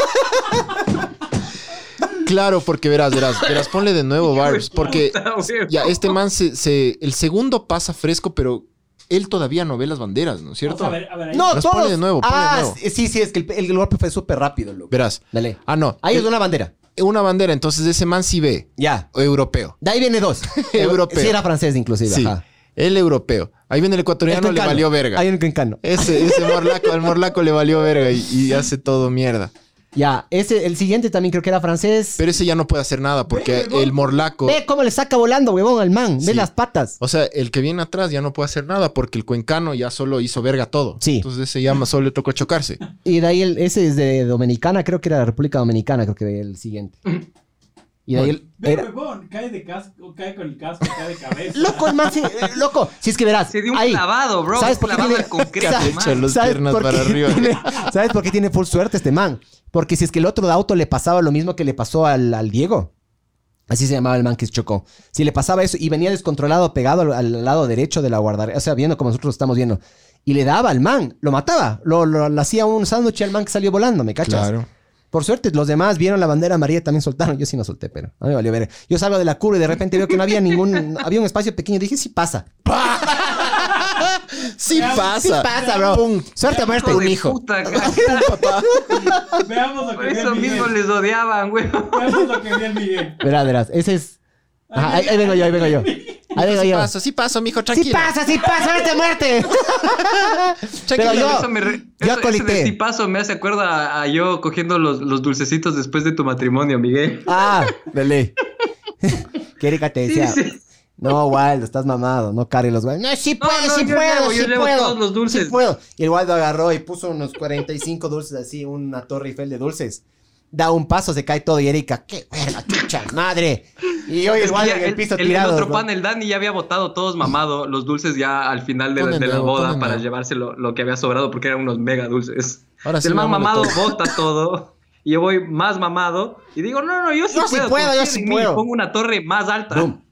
Claro, porque verás, verás, verás, ponle de nuevo, Barbs, porque
Puta, güey.
ya este man se, se- el segundo pasa fresco, pero él todavía no ve las banderas, ¿no es cierto?
A ver, a ver, ahí.
No,
Las
todos.
pone de nuevo, pone de
ah,
nuevo.
sí, sí, es que el, el golpe fue súper rápido, loco.
Verás.
Dale.
Ah, no.
Ahí es una bandera.
Una bandera, entonces ese man sí ve
Ya.
europeo.
De ahí viene dos.
Europeo.
Sí, era francés, inclusive.
Sí.
Ajá.
El europeo. Ahí viene el ecuatoriano, le
cuencano.
valió verga.
Hay un cuencano.
Ese, ese morlaco, al morlaco le valió verga y, y hace todo mierda.
Ya. Ese, el siguiente también creo que era francés.
Pero ese ya no puede hacer nada porque el morlaco,
Ve cómo le saca volando, huevón, al man. Ve
Sí.
las patas.
o sea, el que viene atrás ya no puede hacer nada porque el cuencano ya solo hizo verga todo.
Sí.
Entonces ese ya más solo le tocó chocarse.
Y de ahí el, ese es de Dominicana, creo que era la República Dominicana, creo que el siguiente. Y de ahí el-
Ve,
era-
huevón, cae de casco, cae con el casco, cae de cabeza.
Loco, el man se- eh, loco, si es que verás.
Se dio un
ahí.
clavado, bro.
¿Sabes por qué
clavado
tiene-
al concreto,
¿Sabes-
man.
Echa los
¿sabes
piernas
por
para
qué
arriba.
tiene- ¿Sabes por qué tiene full suerte este man? Porque si es que el otro de auto le pasaba lo mismo que le pasó al, al Diego. Así se llamaba el man que se chocó. Si le pasaba eso y venía descontrolado, pegado al, al lado derecho de la guardarraya, o sea, viendo como nosotros estamos viendo, y le daba al man, lo mataba, lo, lo- le hacía un sándwich al man que salió volando, ¿me cachas?
Claro.
Por suerte, los demás vieron la bandera amarilla, también soltaron. Yo sí no solté, pero a mí me valió ver. Yo salgo de la curva y de repente veo que no había ningún. Había un espacio pequeño. Dije, sí pasa.
Sí pasa.
Sí pasa, bro. Suerte a muerte.
Hijo
Un
de
hijo.
puta, cara.
Veamos lo
Por
que ve
eso
el
mismo
Miguel.
les odiaban, güey.
Veamos lo que ve el Miguel.
Verás, verás. Ese es. Ajá, ahí, ahí vengo yo, ahí vengo yo. Ahí vengo yo.
sí paso, mijo,
Sí pasa, sí pasa, suerte a muerte. Pero
Eso-
yo.
eso me re-
yo
eso- eso
colité.
de sí paso me hace acuerdo a, a yo cogiendo los, los dulcecitos después de tu matrimonio, Miguel.
Ah, de ley. Qué rica te decía. No, Waldo, estás mamado, no cargues los Waldo. No, sí
No,
puedo,
no,
sí
yo
puedo,
llevo,
sí
yo llevo
puedo.
todos los dulces.
Sí puedo. Y el Waldo agarró y puso unos 45 dulces así, una torre Eiffel de dulces. Da un paso, se cae todo y Erika, qué verga, chucha madre. Y hoy el
Es que
Waldo
ya
en el
el-
piso
el- el
tirado.
otro
¿no?
pan, el Dani, ya había botado todos mamado los dulces ya al final de, la-
Ponen
de la
nuevo,
boda
ponen
para
nuevo.
llevarse lo, lo que había sobrado porque eran unos mega dulces.
Ahora sí
el man
vamos de
mamado
todo.
bota todo y yo voy más mamado y digo, no, no, yo sí
Yo sí
puedo.
puedo, yo
confíen
sí
en mí",
puedo.
Pongo una torre más alta.
Boom.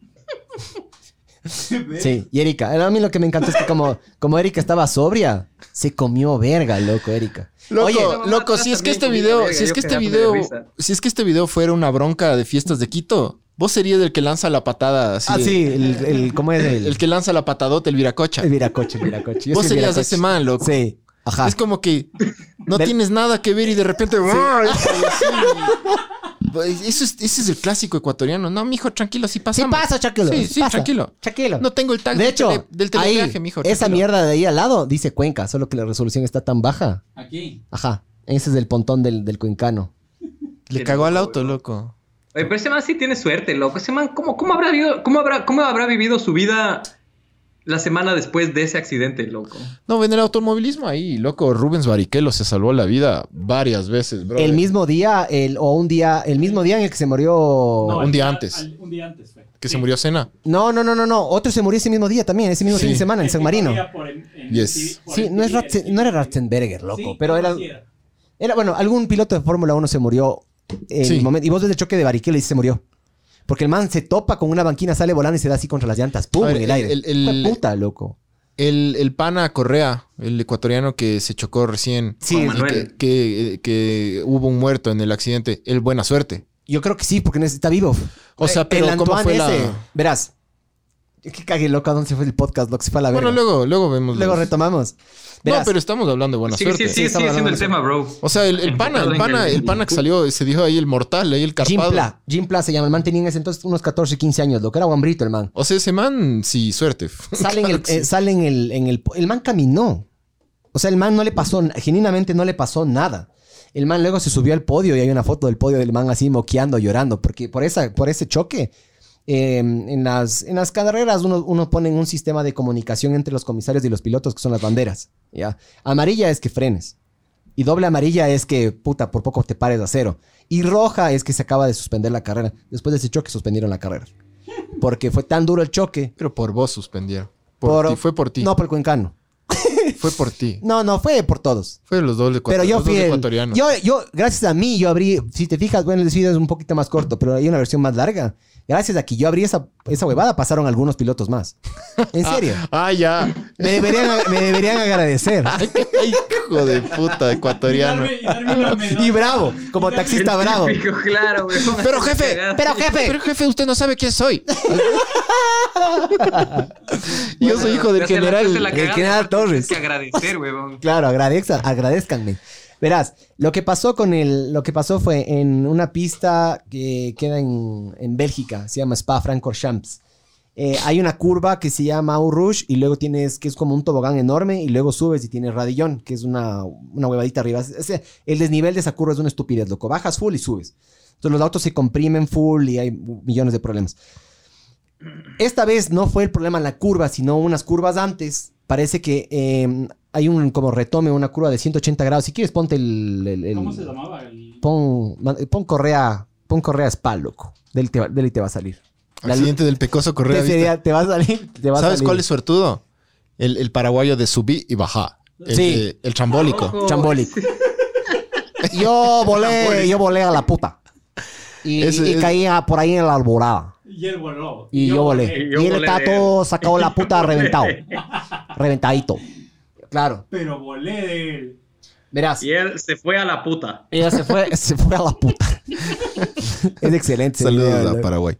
Sí, y Erika, Eh, a mí lo que me encantó es que como, como Erika estaba sobria, se comió verga, loco, Erika.
Loco,
Oye,
no,
loco,
atrás
si es que
también
este
comida
video,
verga,
si es
yo
que este
cagándome de
video,
risa.
si es que este video fuera una bronca de fiestas de Quito, vos serías el que lanza la patada así.
Ah, sí, el, el- ¿cómo es el?
El que lanza la patadota, el viracocha.
El viracoche, el viracoche. Yo
vos
soy el
serías
viracoche.
ese man, loco.
Sí, ajá.
Es como que no
Del-
tienes nada que ver y de repente. ¡ah! Pues, Eso es, ese es el clásico ecuatoriano. No, mijo, tranquilo, sí
Sí
pasamos.
pasa, Chaquilo.
Sí, sí,
pasa.
tranquilo.
Chaquilo.
No tengo el tag
de
del
hecho,
tele- del
ahí,
telepeaje, mijo.
esa
tranquilo.
mierda de ahí al lado dice Cuenca, solo que la resolución está tan baja.
Aquí.
Ajá, ese es el pontón del, del cuencano.
Le cagó al auto, loco.
Oye, pero ese man sí tiene suerte, loco. Ese man, ¿cómo, cómo, habrá, vivido, cómo, habrá, ¿cómo habrá vivido su vida la semana después de ese accidente, loco?
No, en el automovilismo ahí, loco, Rubens Barrichello se salvó la vida varias veces, bro.
El mismo día, el, o un día, el mismo día en el que se murió...
No,
No,
un
al-
día
al-
antes.
al- un día antes fue.
Que
Sí.
se murió cena.
no, no, no, no, Otro se murió ese mismo día también, ese mismo
Sí.
fin de semana, Ah, en San
Ese
Marino.
día por el- en-
Yes.
sí, por
Sí,
el-
no, es
el-
Ratze- no era Ratzenberger, loco,
Sí,
pero era,
sí era.
era... Bueno, algún piloto de Fórmula 1 se murió en
Sí.
el momento... Y vos desde el choque de Barrichello y se murió. Porque el man se topa con una banquina, sale volando y se da así contra las llantas. ¡Pum!
A ver,
en el aire.
el- el-
Fue puta, loco.
El, el pana Correa, el ecuatoriano que se chocó recién.
Sí,
Y
Manuel.
que, que, que hubo un muerto en el accidente. El buena suerte.
Yo creo que sí, porque no está vivo.
O sea,
Eh,
pero
el
¿cómo fue
Antoine
la-
ese, verás. Yo Qué cague loco, ¿a dónde se fue el podcast? Lo que se fue a la verga.
Bueno, luego, luego vemos.
Luego
los-
retomamos.
No,
Verás,
pero estamos hablando de buena
Sí,
suerte.
sí, sí,
estaba
sigue
hablando
siendo el
de eso.
tema, bro.
O sea, el, el pana, el pana, el pana que salió, se dijo ahí el mortal, ahí el carpado.
Jimpla, Jimpla se llama. El man tenía en ese entonces unos 14, 15 años, lo que era guambrito el man.
O sea, ese man, sí, suerte.
Sale, en,
Claro
el,
que sí.
eh, sale en, el, en el... El man caminó. O sea, el man no le pasó... na- Genuinamente no le pasó nada. El man luego se subió al podio y hay una foto del podio del man así moqueando, llorando. Porque por, esa, por ese choque... eh, en, las, en las carreras uno, uno pone un sistema de comunicación entre los comisarios y los pilotos que son las banderas. ¿ya? Amarilla es que frenes. Y doble amarilla es que, puta, por poco te pares a cero. Y roja es que se acaba de suspender la carrera. Después de ese choque suspendieron la carrera. Porque fue tan duro el choque.
Pero por vos suspendieron. Por,
Por-
ti, fue por ti.
No, por el cuencano.
Fue por ti.
No, no, fue por todos.
Fue los dobles
Pero yo
los dos
fui el-
ecuatorianos.
yo, yo, gracias a mí, yo abrí, si te fijas, bueno, el video es un poquito más corto, pero hay una versión más larga. Gracias a que yo abrí esa, esa huevada, pasaron algunos pilotos más. En serio.
Ah, ya.
Me deberían, me deberían agradecer.
Ay, qué- ay, hijo de puta,
Y
ecuatoriano.
darme- y darme una medalla.
Y bravo, como taxista bravo.
Típico, claro, güey.
Pero jefe,
Pero jefe,
Pero jefe, usted no sabe quién soy. yo soy hijo del
Ya se la-
general.
ya se la
del
cagaste,
general
aparte tienes
Torres.
Que agradecer, huevón.
Claro, agradezca, agradezcanme. Verás, lo que pasó con el, lo que pasó fue en una pista que queda en, en Bélgica, se llama Spa Francorchamps. Eh, hay una curva que se llama Eau Rouge y luego tienes, que es como un tobogán enorme y luego subes y tienes Radillón, que es una, una huevadita arriba. O sea, el desnivel de esa curva es una estupidez, loco. Bajas full y subes. Entonces los autos se comprimen full y hay millones de problemas. Esta vez no fue el problema la curva, sino unas curvas antes. Parece que eh, hay un como retome, una curva de 180 grados. Si quieres, ponte el. el- el-
¿Cómo se llamaba? El...
pon, man- pon correa pon correas pa, loco. De él te va, de él te va a salir. La-
Accidente del pecoso correa.
te,
¿viste?
sería- te va a salir. Te va a
¿Sabes
salir.
cuál es suertudo? El, el paraguayo de subí y bajá. El,
Sí.
de- el chambólico.
Chambolic. yo volé, yo volé a la puta. Y,
Ese
y
es-
caí a- por ahí en la alborada.
Y él voló.
Y yo, volé.
yo
y el
volé
tato sacó la puta reventado. Reventadito. Claro,
Pero volé de él.
verás.
Y él se fue a la puta.
Ella se fue, se fue a la puta. es excelente.
Saludos a Paraguay.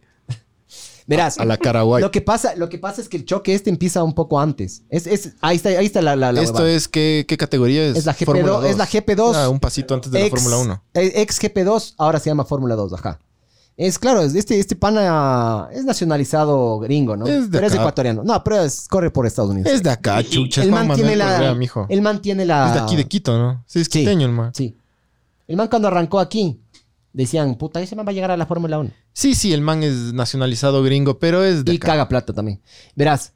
Verás,
A la Caraguay.
lo que, pasa, lo que pasa es que el choque este empieza un poco antes. Es, es, ahí está, ahí está la, la, la
¿Esto
huevada.
es qué, qué categoría es?
Es la
Fórmula
GP2,
2.
es la GP2.
Ah, un pasito antes de la Fórmula 1.
eh, Ex GP2, ahora se llama Fórmula 2, ajá. Es claro, es- este, este pana es nacionalizado gringo, ¿no?
Es de
pero es
acá.
ecuatoriano. No, pero es- corre por Estados Unidos.
Es de acá, Ah, chucha.
el
Juan
man tiene
Manuel
la.
Correa, mijo.
El man tiene la.
Es de aquí, de Quito, ¿no? Sí, es
Sí.
quiteño el man.
Sí. El man cuando arrancó aquí, decían, puta, ese man va a llegar a la Fórmula 1.
Sí, sí, el man es nacionalizado gringo, pero es de
Y
acá.
caga plata también. Verás,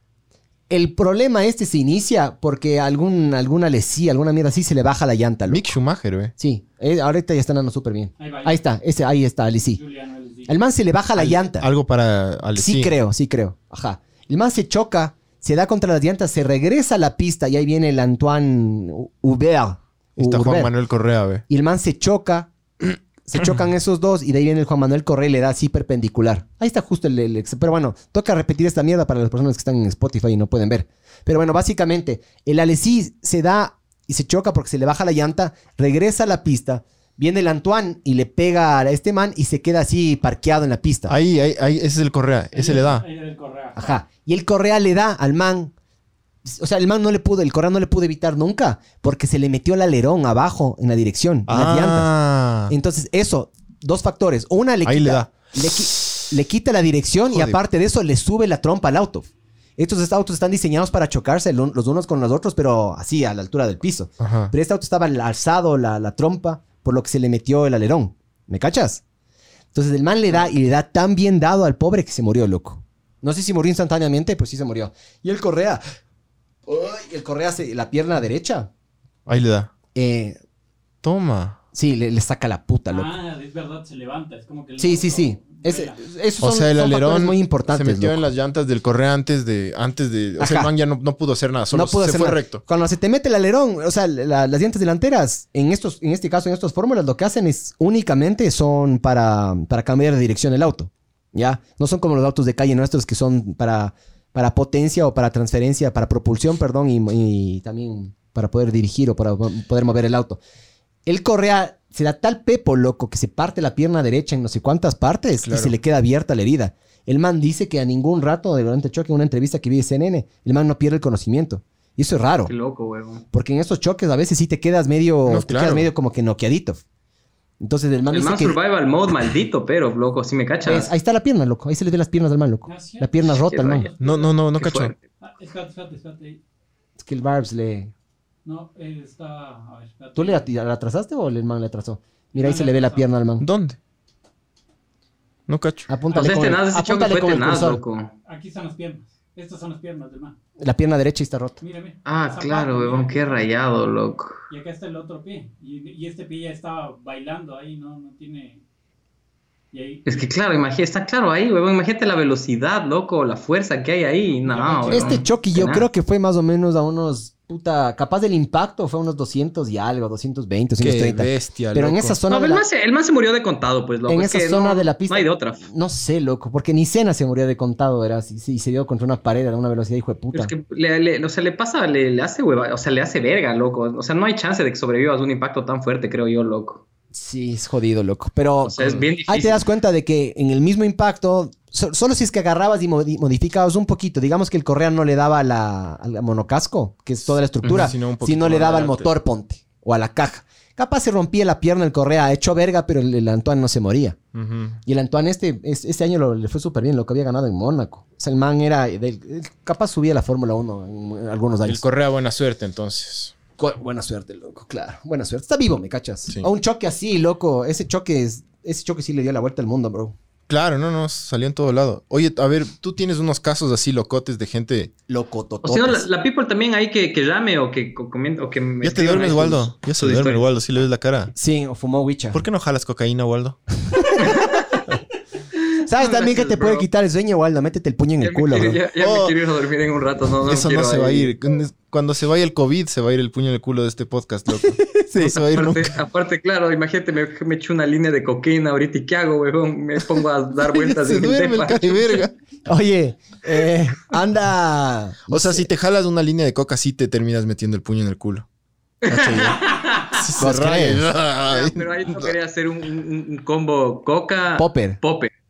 el problema este se inicia porque algún, alguna lesía, alguna mierda así, se le baja la llanta. loco.
Mick Schumacher, güey.
Sí, eh, ahorita ya están andando súper bien.
Ahí va.
Ahí está, ese, ahí está, Alessi.
Juliano les dijo.
El man se le baja la llanta.
Algo para Alex.
Sí, creo, sí creo. Ajá. El man se choca, se da contra las llantas, se regresa a la pista y ahí viene el Antoine Hubert.
Está Juan
Hubert.
Manuel Correa, güey.
Y el man se choca, se chocan esos dos y de ahí viene el Juan Manuel Correa y le da así perpendicular. Ahí está justo el, el ex- Pero bueno, toca repetir esta mierda para las personas que están en Spotify y no pueden ver. Pero bueno, básicamente, el Alessi se da y se choca porque se le baja la llanta, regresa a la pista, viene el Antoine y le pega a este man y se queda así parqueado en la pista.
Ahí, ahí, ahí, ese es el Correa, ese le da.
Ahí era el correa.
Ajá. Y el Correa le da al man. O sea, el man no le pudo, el Correa no le pudo evitar nunca porque se le metió el alerón abajo en la dirección, en las llantas.
Ah,
Entonces, eso, dos factores. Una le
Ahí le
quita,
da.
le qui- le quita la dirección
Joder.
y aparte de eso le sube la trompa al auto. Estos est- autos están diseñados para chocarse el un- los unos con los otros, pero así a la altura del piso.
ajá.
Pero este auto estaba al- alzado la, la trompa, por lo que se le metió el alerón. ¿Me cachas? Entonces el man le da y le da tan bien dado al pobre que se murió, loco. No sé si murió instantáneamente, pero sí se murió. Y el Correa. ¡Ay! el Correa, se- la pierna derecha.
Ahí le da.
eh,
Toma.
sí, le, le saca la puta, loco.
Ah, es verdad, se levanta. Es como que el
Sí, sí,
auto
sí. Es-
vuela.
esos
O
son-
sea, el
son factores
alerón
muy importantes.
se metió
loco.
en las llantas del Correa antes de. Antes de o sea,
Ajá.
el man ya no, no pudo hacer nada, solo
no pudo
se
hacer
fue
nada.
recto.
Cuando se te mete el alerón, o sea, la- las dientes delanteras, en estos, en este caso, en estas fórmulas, lo que hacen es únicamente son para, para cambiar de dirección el auto. ¿Ya? No son como los autos de calle nuestros que son para, para potencia o para transferencia, para propulsión, perdón, y, y también para poder dirigir o para poder mover el auto. El Correa se da tal pepo, loco, que se parte la pierna derecha en no sé cuántas partes
Claro.
y se le queda abierta la herida. El man dice que a ningún rato durante el choque, en una entrevista que vi de CNN, el man no pierde el conocimiento. Y eso es raro,
Qué loco, huevón.
porque en estos choques a veces sí te quedas medio,
No,
te
claro.
quedas medio como que noqueadito. Entonces el man
El
dice
man
que...
survival mode, maldito, pero, loco, si me
Pues,
cachas.
ahí está la pierna, loco. Ahí se le ve las piernas del man, loco.
Ah, sí.
La pierna
Qué
rota, el man.
raya.
No, no, no, no
Qué
cachó.
fuerte.
Ah, espérate, espérate, espérate.
Es que el Barbs le...
No, él está. A ver, espérate.
¿Tú le at- la atrasaste o el man le atrasó? Mira, ahí
No,
se le
le
ve la
atrasó.
pierna al man.
¿Dónde? No cacho.
O
Apúntale
sea,
con
este
el-
nada, ese choque
apúntale
fue
con el
tenaz,
cursor.
loco.
Aquí están las piernas. Estas son las piernas del man.
La pierna derecha ahí está rota.
Mírame.
Ah, claro, huevón,
weón,
qué rayado, loco.
Y acá está el otro pie. Y, y este pie ya estaba bailando ahí, ¿no? No tiene. Y ahí.
Es que claro, imagínate, está claro ahí, huevón. Imagínate la velocidad, loco, la fuerza que hay ahí. No, huevón.
Este choque yo
Tenaz.
creo que fue más o menos a unos, puta, capaz del impacto fue a unos 200 y algo, 220,
Qué
230.
bestia,
Pero en
loco.
esa zona
No,
de
el,
la,
man se, el man se murió de contado, pues, loco.
en
Es
esa
que
zona
no-
de la pista.
No hay de otra.
No sé, loco, porque ni Cena se murió de contado, era así, sí, se dio contra una pared a una velocidad hijo de puta.
Es que le, le- o sea, le pasa, le, le hace hueva, o sea, le hace verga, loco. O sea, no hay chance de que sobrevivas a un impacto tan fuerte, creo yo, loco.
Sí, es jodido, loco, pero
O sea, es bien difícil.
ahí te das cuenta de que en el mismo impacto so- solo si es que agarrabas y modi- modificabas un poquito, digamos que el correa no le daba la, al monocasco, que es toda la estructura,
Ujú, sino un
si
poquito
no le
más
daba al
adelante.
motor ponte o a la caja. Capaz se rompía la pierna el correa, hecho verga, pero el, el Antoine no se moría.
Ujú.
Y el Antoine este, es- este año lo- le fue súper bien, lo que había ganado en Mónaco. O sea, el man era... del- el- capaz subía la Fórmula 1 en, en algunos
El
años.
Correa, buena suerte, entonces.
Co- buena suerte, loco, claro. Buena suerte. Está vivo, me cachas.
Sí.
A un choque así, loco. Ese choque, es- ese choque sí le dio la vuelta al mundo, bro.
Claro, no, no, salió en todo lado. Oye, a ver, tú tienes unos casos así locotes de gente.
Loco,
O sea, no, la, la people también hay que, que llame o que co- comente o que me
Ya te
escriban
duermes,
ahí sus-
Waldo. Ya
sus
se duerme,
historias.
Waldo, sí le ves la cara.
Sí, o fumó Wicha.
¿Por qué no jalas cocaína, Waldo?
¿Sabes también que te puede quitar el sueño, Waldo? Métete el puño en
Ya
el
me
culo,
quiero-
bro.
Ya, ya
Oh.
me quiero ir a dormir en un rato. No, no
Eso no
quiero
se va a
ahí.
ir. Cuando se vaya el COVID, se va a ir el puño en el culo de este podcast, loco. No se va a ir
Aparte,
nunca.
aparte, claro, imagínate, me, me echo una línea de cocaína ahorita y ¿qué hago, weón? Me pongo a dar vueltas
se
en el
duerme el
depa.
cariberga.
Oye, eh, anda.
O sea, si te jalas una línea de coca, sí te terminas metiendo el puño en el culo. Sí, se
¿Vos
raya.
crees?
Ay,
Pero ahí no quería hacer un, un- un combo coca...
Popper.
Popper.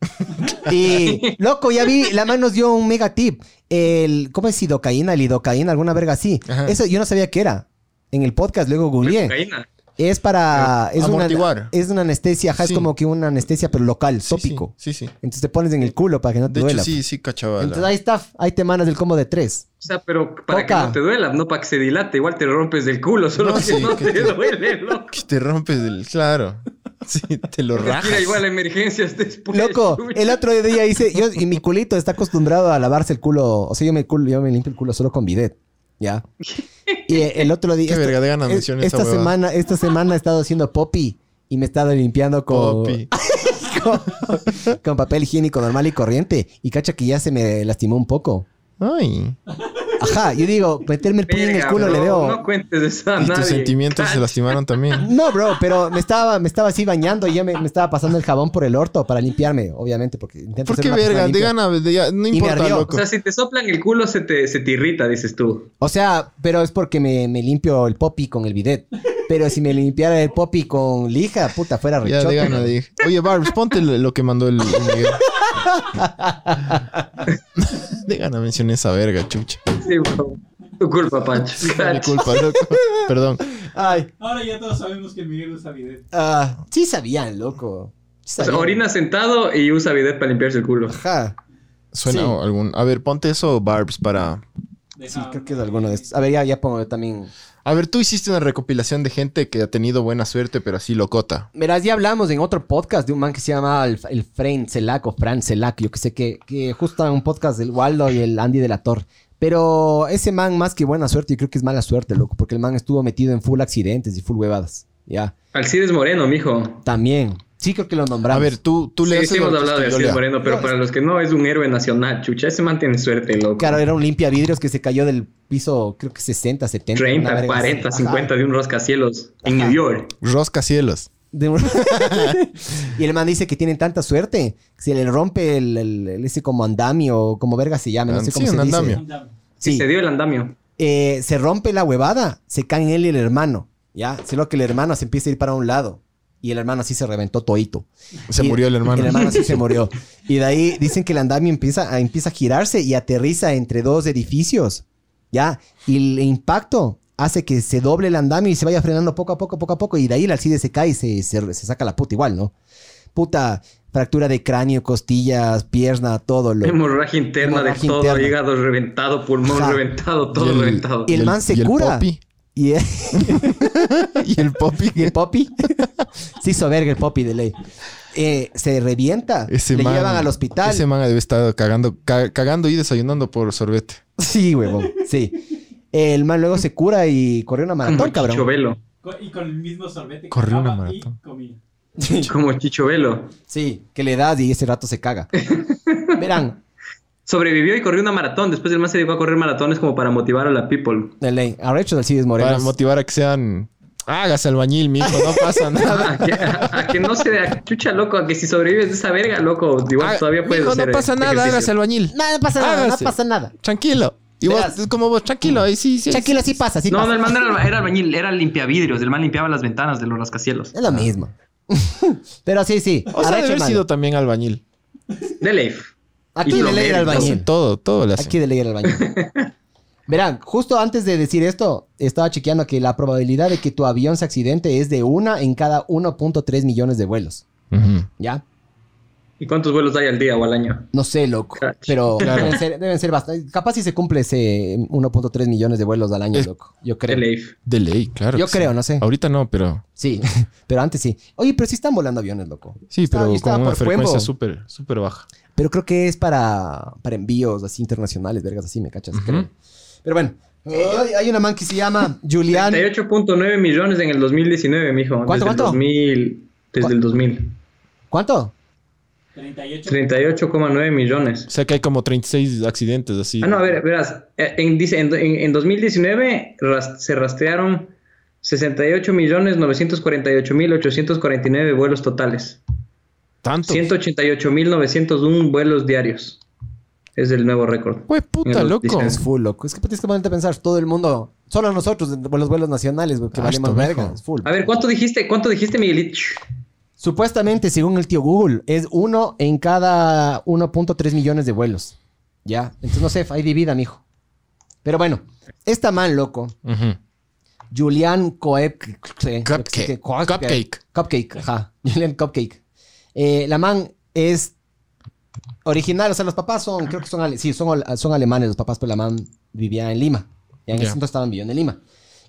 Y, loco, ya vi, la man nos dio un mega tip. El, ¿Cómo es lidocaína, lidocaína, alguna verga así?
Ajá.
Eso yo no sabía qué era. En el podcast luego googleé.
Cocaína.
Es para... Es una,
Eh, amortiguar.
es una anestesia, ajá,
Sí.
es como que una anestesia, pero local,
sí,
tópico.
Sí, sí. sí.
Entonces te pones en el culo para que no te
De hecho,
duela.
sí, sí, cachaba. la-
Entonces ahí está, ahí te manas del combo de tres.
O sea, pero para
Coca.
que no te duela, no para que se dilate. Igual te rompes del culo, solo
No,
que
sí,
no
que
te
te-
duele, loco.
Que te rompes del. Claro. Sí, te lo
Tienes que ir
rajas.
igual a emergencias después.
Loco,
chucha.
el otro día hice, yo y mi culito está acostumbrado a lavarse el culo, o sea, yo me culo, yo me limpio el culo solo con bidet, ¿ya? Y eh, el otro día
Qué verga de ganas
es-
mención esa
esta
huevada.
semana, esta semana he estado haciendo poppy y me he estado limpiando con
Popi.
con, con papel higiénico normal y corriente y cacha que ya se me lastimó un poco.
Ay.
Ajá, yo digo, meterme el puño en el
Verga,
culo le
bro,
veo.
No cuentes eso a
Y
nadie. Ah,
tus sentimientos se lastimaron también.
No, bro, pero me estaba, me estaba así bañando y ya me, me estaba pasando el jabón por el orto para limpiarme, obviamente, porque intento
¿Por
ser
qué
una persona
verga? De
limpia.
ganas. de- ya, no
me
importa,
ardió.
O
loco.
sea, si te soplan el culo se te, se te irrita, dices tú.
O sea, pero es porque me, me limpio el popi con el bidet. Pero si me limpiara el popi con lija, puta, fuera
Ya
rechote.
de gana dije. Oye, Barbs, ponte lo lo que mandó el el Miguel. de gana mencioné esa verga, chucha.
Sí, bro. Tu culpa, Pancho.
Mi culpa, loco. Perdón.
Ay,
Ahora ya todos sabemos que el Miguel usa bidet.
ah, sí sabían, loco. Sí
O sea,
sabían.
orina sentado y usa bidet para limpiarse el culo.
Ajá.
Suena
Sí.
algún. A ver, ponte eso, Barbs, para.
Sí, creo que es alguno de estos. A ver, ya, ya pongo yo también.
A ver, tú hiciste una recopilación de gente que ha tenido buena suerte, pero así locota.
Verás, ya hablamos en otro podcast de un man que se llama el, el Fran Celac o Fran Celac, yo que sé que, que justo en un podcast del Waldo y el Andy de la Torre. Pero ese man, más que buena suerte, yo creo que es mala suerte, loco, porque el man estuvo metido en full accidentes y full huevadas. Ya,
Alcides Moreno, mijo.
también. Sí, creo que lo nombramos.
A ver, tú, tú le
Sí,
haces
sí
lo
hemos
que
hablado de
yo
Alcides
le-
Moreno, pero para los que no, es un héroe nacional, chucha. Ese man tiene suerte, loco.
Claro, era un limpia vidrios que se cayó del piso, creo que 60, 70. una
30,
verga así.
40,
Ajá.
50 de un rascacielos en
Ajá.
New York.
Roscacielos.
De un- y el man dice que tienen tanta suerte que se le rompe el, el- el- ese como andamio o como verga se llama, no sé
Sí,
cómo
un
se dice.
andamio.
Sí,
Sí.
se dio el andamio.
Eh, se rompe la huevada, se caen él y el hermano, ¿ya? Solo que el hermano se empieza a ir para un lado y el hermano así se reventó toito.
Se
Y-
murió el hermano.
El hermano sí se murió. Y de ahí dicen que el andamio empieza a, empieza a girarse y aterriza entre dos edificios. ¿Ya? Y el impacto hace que se doble el andamio y se vaya frenando poco a poco, poco a poco. Y de ahí el alcide se cae y se, se- se saca la puta igual, ¿no? Puta, fractura de cráneo, costillas, pierna, todo lo.
Hemorragia interna de
Hemorragia
todo,
interna.
hígado reventado, pulmón
Ajá.
reventado, todo
el-
reventado.
Y el man se
y
cura.
El popi.
Y el,
Y el popi.
y el popi. se hizo verga el popi de ley. Eh, se revienta.
Ese
le
man-
llevan al hospital.
Ese man debe estar cagando, ca- cagando y desayunando por sorbete.
Sí, huevón. Sí. El man luego se cura y corrió una maratón,
Como
cabrón.
chichovelo.
Y con el mismo sorbete que
Corrió una
daba y
maratón.
comía.
Como chichovelo.
Sí, que le das y ese rato se caga. Verán,
Sobrevivió y corrió una maratón. Después el man se dedicó a correr maratones como para motivar a la people.
de ley. Ahora hecho del Cides
Para
Morelos.
motivar a que sean. Hágase albañil, mijo, no pasa nada.
A que, a- a que no se a- chucha, loco, a que si sobrevives de esa verga, loco, igual
Ah,
todavía puedes
mijo,
hacer
no pasa
eh,
nada,
ejercicio.
hágase albañil.
No, no pasa nada,
Hágase.
no pasa nada.
Tranquilo. Y vos,
Verás.
como vos, tranquilo, ahí sí, sí.
Tranquilo, sí pasa, sí
No,
pasa.
no, el man era, era albañil, era limpiavidrios, el man limpiaba las ventanas de los rascacielos.
Es lo mismo. Pero sí, sí.
O sea, debe
arrecho,
haber
hermano.
sido también albañil.
De Leif.
Aquí de ley era
plomero y
albañil.
Todo, todo le hace.
Aquí de ley era albañil. Verán, justo antes de decir esto, estaba chequeando que la probabilidad de que tu avión se accidente es de una en cada 1.3 millones de vuelos.
Ujú.
¿Ya?
¿Y cuántos vuelos hay al día o al año?
No sé, loco.
Cacho.
Pero deben ser, deben ser bastante. Capaz si se cumple ese 1.3 millones de vuelos al año,
Es-
loco. Yo
De
creo.
Leif.
De ley, claro.
Yo
que sí.
creo, no sé.
Ahorita no, pero.
Sí, pero antes sí. Oye, pero sí están volando aviones, loco.
Sí,
Estaba-
pero
yo estaba
con una
por Cuembo,
frecuencia súper súper baja.
Pero creo que es para, para envíos así internacionales, vergas así, ¿me cachas? Creo. Pero bueno, ay, hay una man que se llama Julián.
38.9 millones en el 2019, mijo.
¿Cuánto,
desde
cuánto?
El 2000, desde
¿Cuá-
el 2000.
¿Cuánto?
38.
38,9 millones.
O sea que hay como 36 accidentes así.
Ah, no, a ver, verás. eh, En, dice, en, en- en 2019 ras- se rastrearon 68 millones 948 mil 849 vuelos totales.
Tanto.
188 mil 901 vuelos diarios. Es el nuevo récord.
Pues
Güey, puta,
Mira,
loco.
dicen-
Es full, loco. Es que tienes que ponerte a pensar, todo el mundo, solo nosotros, en los vuelos nacionales, güey, que
Ah,
vale más
esto,
verga.
mijo.
Es full.
A ver, ¿cuánto dijiste? ¿Cuánto dijiste, Miguelito?
Supuestamente, según el tío Google, es uno en cada 1.3 millones de vuelos. Ya. Entonces, no sé, ahí divida, mijo. Pero bueno, está mal, loco.
Ujú.
Julian Coep...
Cupcake. Cupcake.
Cupcake, ajá. Julian Cupcake. Eh, la man es original, o sea, los papás son, creo que son, ale- sí, son, al- son alemanes, los papás, pero la man vivía en Lima. Ya en
Ya.
ese entonces estaban viviendo en Lima.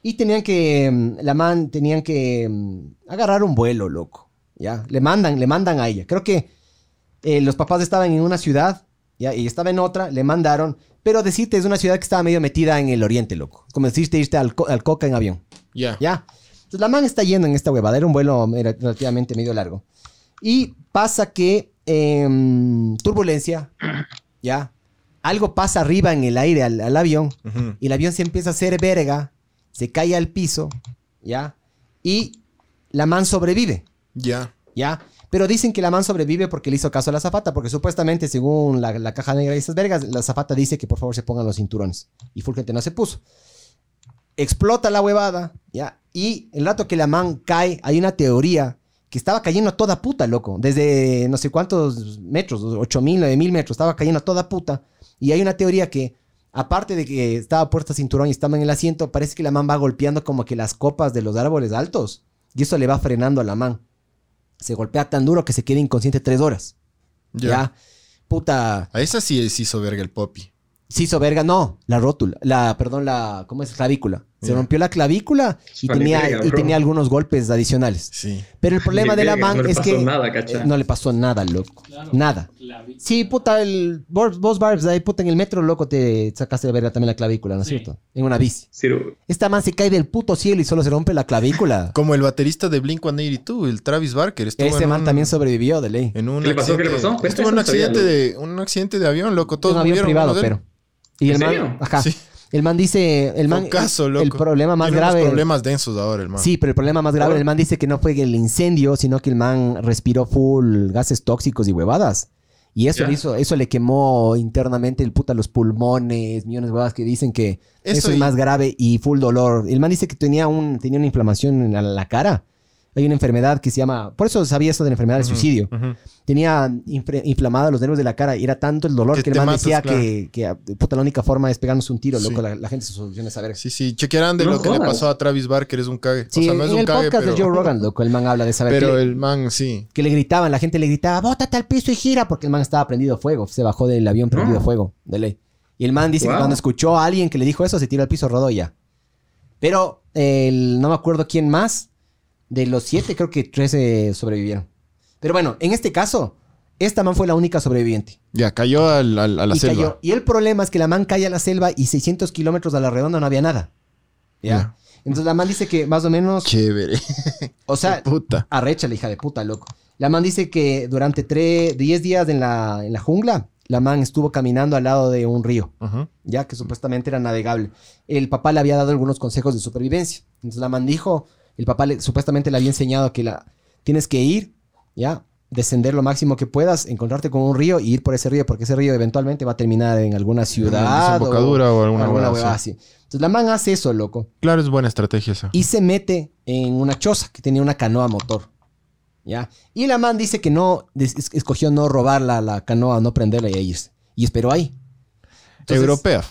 Y tenían que, mm, la man, tenían que mm, agarrar un vuelo, loco. Ya, le mandan, le mandan a ella. Creo que eh, los papás estaban en una ciudad, ya, y estaba en otra, le mandaron. Pero decirte, es una ciudad que estaba medio metida en el oriente, loco. Como decirte irte al, co- al Coca en avión.
Ya.
Ya. Entonces la man está yendo en esta huevada. Era un vuelo era relativamente medio largo. Y pasa que em, turbulencia, ya. Algo pasa arriba en el aire al, al avión.
Ujú.
Y el avión se empieza a hacer verga. Se cae al piso, ya. Y la man sobrevive.
Ya.
¿ya? Pero dicen que la man sobrevive porque le hizo caso a la zapata, porque supuestamente, según la, la caja negra de esas vergas, la zapata dice que por favor se pongan los cinturones. Y Fulgente no se puso. Explota la huevada, ¿ya? Y el rato que la man cae, hay una teoría que estaba cayendo a toda puta, loco. Desde no sé cuántos metros, 8000, 9000 metros, estaba cayendo a toda puta. Y hay una teoría que, aparte de que estaba puesta cinturón y estaba en el asiento, parece que la man va golpeando como que las copas de los árboles altos. Y eso le va frenando a la man se golpea tan duro que se queda inconsciente tres horas. Ya. Puta,
A esa sí se hizo verga el Poppy.
se hizo verga, no, la rótula, la, perdón, la, ¿cómo es? Clavícula. Se
Ya.
rompió la clavícula y,
Vale,
tenía,
verga,
y
bro.
tenía algunos golpes adicionales.
Sí.
Pero el problema de la
verga,
man
no le
es
pasó
que
nada, cacha.
eh, no le pasó nada, loco.
Claro.
Nada.
Clavícula.
Sí, puta, el, vos, vos, Barbs, ahí, puta, en el metro, loco, te sacaste de verga también la clavícula, ¿no es
Sí.
cierto? En una bici.
Ciro-
Esta man se cae del puto cielo y solo se rompe la clavícula.
Como el baterista de Blink 182, el Travis Barker. Estuvo
Ese
en
man
un- Eh,
también sobrevivió de ley.
en un
¿Qué le pasó? ¿Qué le
accidente-
pasó? Cuenta
Estuvo en un
eso, sabía,
accidente, de, un accidente de avión, loco. Todos
un avión
murieron,
privado,
menos él.
pero. Y
¿En
el man,
serio?
ajá.
Sí.
El man dice, el man,
Un caso, loco.
el problema más
Tiene unos
grave.
problemas densos ahora, hermano.
Sí, pero el problema más grave,
Ahora-
el man dice que no fue el incendio, sino que el man respiró full gases tóxicos y huevadas. Y eso
Ya.
le hizo, eso le quemó internamente el puta los pulmones, millones de huevadas que dicen que eso,
Eso
es
y-
más grave y full dolor. El man dice que tenía un, tenía una inflamación en la, la cara. Hay una enfermedad que se llama, por eso sabía eso de la enfermedad del suicidio. Tenía infre- inflamados los nervios de la cara y era tanto el dolor que,
Que
el
te
man
matas,
decía
claro.
que, que, puta la única forma es pegarnos un tiro,
Sí.
loco. La, la gente se soluciona esa verga.
Sí, sí. Chequearán de
No
lo que le
jodas.
pasó a Travis Barker. Es un cague.
Sí,
o sea, no es
en
un
el
cague,
podcast
pero,
de Joe Rogan, loco, el man habla de esa verga.
pero
que, le-
el man sí.
que le gritaban, la gente le gritaba, bótate al piso y gira, porque el man estaba prendido fuego, se bajó del avión prendido
No.
fuego, de ley. Y el man dice que
Wow.
cuando escuchó a alguien que le dijo eso, se tiró al piso, rodó y ya. Pero el- no me acuerdo quién más, de los siete creo que tres eh, sobrevivieron. Pero bueno, en este caso, esta man fue la única sobreviviente.
Ya, cayó al- al- a la
y,
selva.
cayó. y el problema es que la man cae a la selva y 600 kilómetros a la redonda no había nada. ¿Ya?
Ya.
Entonces la man dice que más o menos,
Chévere.
o sea,
Puta.
Arrecha la hija de puta, loco. La man dice que durante 10 días en la, en la jungla, la man estuvo caminando al lado de un río,
Ajá.
ya que supuestamente era navegable. El papá le había dado algunos consejos de supervivencia. Entonces la man dijo, el papá le- supuestamente le había enseñado que la, tienes que ir, ya, descender lo máximo que puedas, encontrarte con un río y ir por ese río, porque ese río eventualmente va a terminar en alguna ciudad. o-
Desembocadura o
o
alguna,
alguna
hueá
huevada
así.
así. Entonces la man hace eso, loco
Claro, es buena estrategia esa.
y se mete en una choza que tenía una canoa a motor. ¿Ya? Y la man dice que no, des- es- escogió no robar la, la canoa, no prenderla y irse. Y esperó ahí. Entonces,
Europea.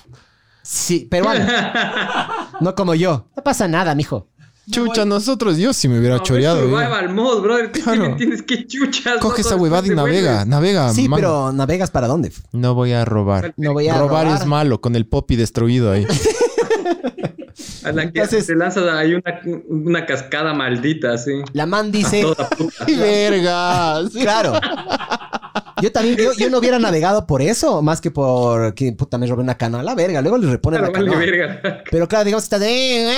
Sí, peruana. no como yo. No pasa nada, mijo.
Chucha, nosotros, yo si me hubiera
eh.
pues,
choreado. güey.
Survival mode, brother. ¿Tú
Claro.
me entiendes? ¿Qué chuchas?
Coge
loco?
esa huevada y
Te vuelves.
navega, navega.
Sí,
man.
pero ¿navegas para dónde? f-?
No voy a robar.
No voy a robar.
robar, es malo, con el popi destruido ahí.
A la que
Entonces-
se lanza ahí una, una cascada maldita, así.
La man dice...
Toda puta.
¡Vergas!
Claro. Yo también, yo, yo no hubiera navegado por eso, más que por que puta me robé una canoa. La verga, luego le reponen
Claro,
la canoa.
Ah, vale, verga.
Pero claro, digamos que estás de...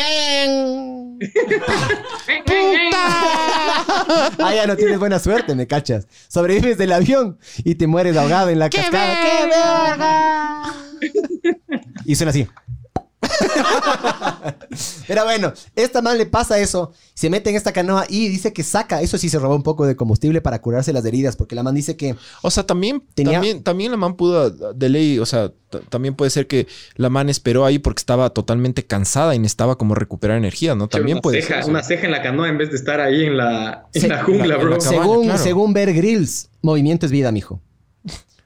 Ah, ya no tienes buena suerte, me cachas. Sobrevives del avión y te mueres ahogado en la cascada. ¡Qué verga! Y suena así. Pero bueno, esta man le pasa eso, se mete en esta canoa y dice que saca, eso sí se robó un poco de combustible para curarse las heridas, porque la man dice que
O sea, también,
Tenía-
también, también la man pudo, de ley, o sea, t- también puede ser que la man esperó ahí porque estaba totalmente cansada y necesitaba como recuperar energía, ¿no? También
una
puede
ceja,
ser. eso.
una ceja en la canoa en vez de estar ahí en la, en
Sí,
la jungla,
en la- en
bro.
la cama.
según,
claro.
según Bear Grylls, movimiento es vida, mijo.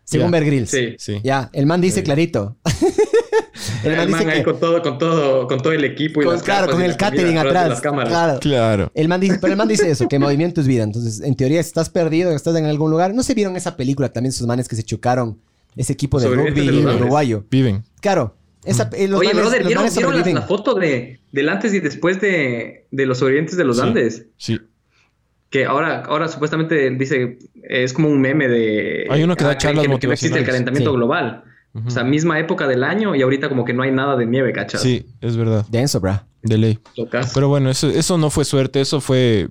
Según
Ya.
Bear Grylls.
Sí.
Sí.
Ya, el man dice clarito. el man
El man
dice
ahí
que,
con todo, con todo, con todo el equipo y
con-
las
claro,
carpas
con
y
el
la comida
catering
atrás de
atrás.
las cámaras.
Claro.
Claro.
El man dice, pero el man dice eso, que movimiento es vida. Entonces, en teoría, si estás perdido, estás en algún lugar. ¿No se vieron esa película también, esos manes que se chocaron? Ese equipo de
Sobrevivientes
rugby
este de los
uruguayo.
Viven.
Claro. Esa, eh, los
Oye,
manes-
brother,
los
¿vieron,
manes
vieron la,
sobreviven.
la foto de, del antes y después de, de los sobrevivientes de los
Sí.
Andes?
Sí.
Que ahora, ahora supuestamente dice, es como un meme de... "Ah,
Hay uno que da charlas
que, que no existe el
motivacionales.
calentamiento
Sí.
global. O sea, misma época del año y ahorita como que no hay nada de nieve, ¿cachas?
Sí, es verdad.
Denso, bra.
De ley.
Locas.
Pero bueno, eso, eso no fue suerte, eso fue.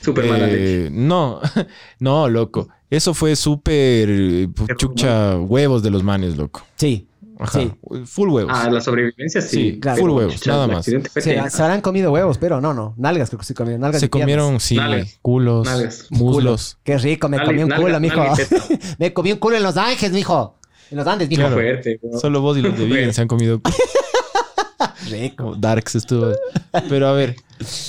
Súper mala
eh,
leche.
no, no, loco. Eso fue súper eh, chucha huevos de los manes, loco.
Sí.
Ajá.
Sí.
Full huevos.
Ah, la sobrevivencia sí.
Sí,
pero,
full huevos, nada
el
más.
accidente fue
Se,
tenaz.
se habrán comido huevos, pero no, no. Nalgas, creo que se comieron. Nalgas y
Se
piernas.
comieron, sí,
Nalgas.
culos,
Nalgas.
muslos.
Qué rico, me
Nalgas,
comí un
nalgas,
culo, mijo.
nalgas y teta.
me comí un culo en Los Ángeles, mijo. En Los Andes, mijo.
Claro.
Fuerte, bro.
Solo vos y los de Viven se han comido.
Rico.
Como Darks estuvo. Pero a ver,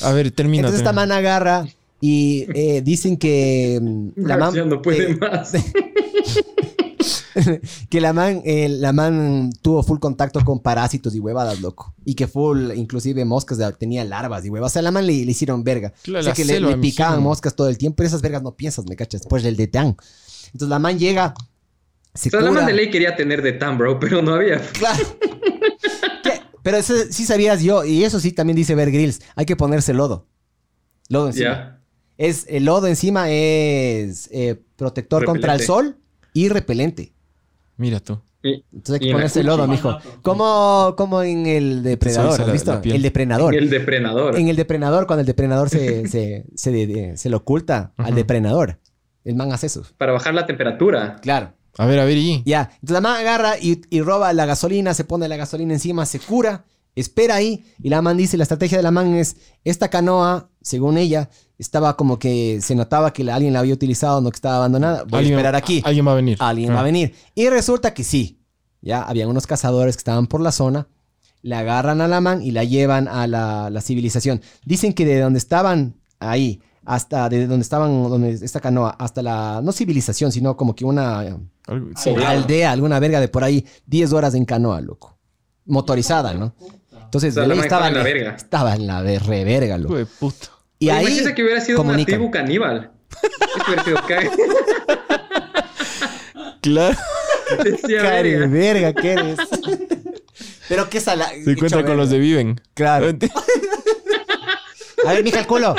a ver, termina.
Entonces esta
termina.
man agarra y eh, dicen que mm, la man...
Ya no puede
eh,
más.
que la man, eh, la man tuvo full contacto con parásitos y huevadas, loco. Y que full, inclusive moscas, de- tenía larvas y huevas. O sea, la man le, le hicieron verga.
Claro,
o sea,
la
que le-
selva,
le, picaban
imagino.
moscas todo el tiempo. Pero esas vergas no piensas, ¿me cachas? Pues del detán. Entonces la man llega, se
O sea, la
cura.
man de ley quería tener de tan, bro, pero no había.
Claro. ¿Qué? Pero eso sí sabías yo. Y eso sí también dice Bear Grylls. Hay que ponerse lodo. Lodo
Ya.
encima. Es, el lodo encima es eh, protector contra el
Repelente.
sol y repelente.
Mira tú.
Y-
Entonces hay
Y
que
en la
ponerse lodo, mijo.
Panato.
Como, como en el depredador,
desliza
¿has
la-
visto?
la piel.
el depredador.
y el depredador.
En el depredador, cuando el depredador se, se, se, de- de- se le oculta al
Ujú.
depredador. El man hace eso.
Para bajar la temperatura.
Claro.
A ver, a ver, y.
Ya. Entonces la man agarra y, y roba la gasolina, se pone la gasolina encima, se cura, espera ahí. Y la man dice, la estrategia de la man es, esta canoa, según ella, estaba como que se notaba que la- alguien la había utilizado, no que estaba abandonada. Voy a esperar aquí.
Alguien va a venir.
Alguien va a
Ah,
venir. Y resulta que sí. Ya habían unos cazadores que estaban por la zona. Le agarran a la man y la llevan a la, la civilización. Dicen que de donde estaban ahí, hasta de donde estaban, donde esta canoa, hasta la, no civilización, sino como que una eh,
algo- sí.
Sí. Poblado.
aldea, alguna verga de por ahí, 10 horas en canoa, loco. Motorizada, ¿no? Entonces,
O sea,
de
la
ahí
man
estaba,
estaba
en la
verga.
Estaba en la de reverga,
Hijo
loco.
de puta.
Y
Oye,
ahí,
imagínate que hubiera sido
comunican.
una tribu caníbal. Eso hubiera sido ca-
Claro.
decía,
cari,
verga.
verga, ¿qué eres? Pero qué sala.
Se encuentra con los de Viven.
Claro. A ver, mija, el culo.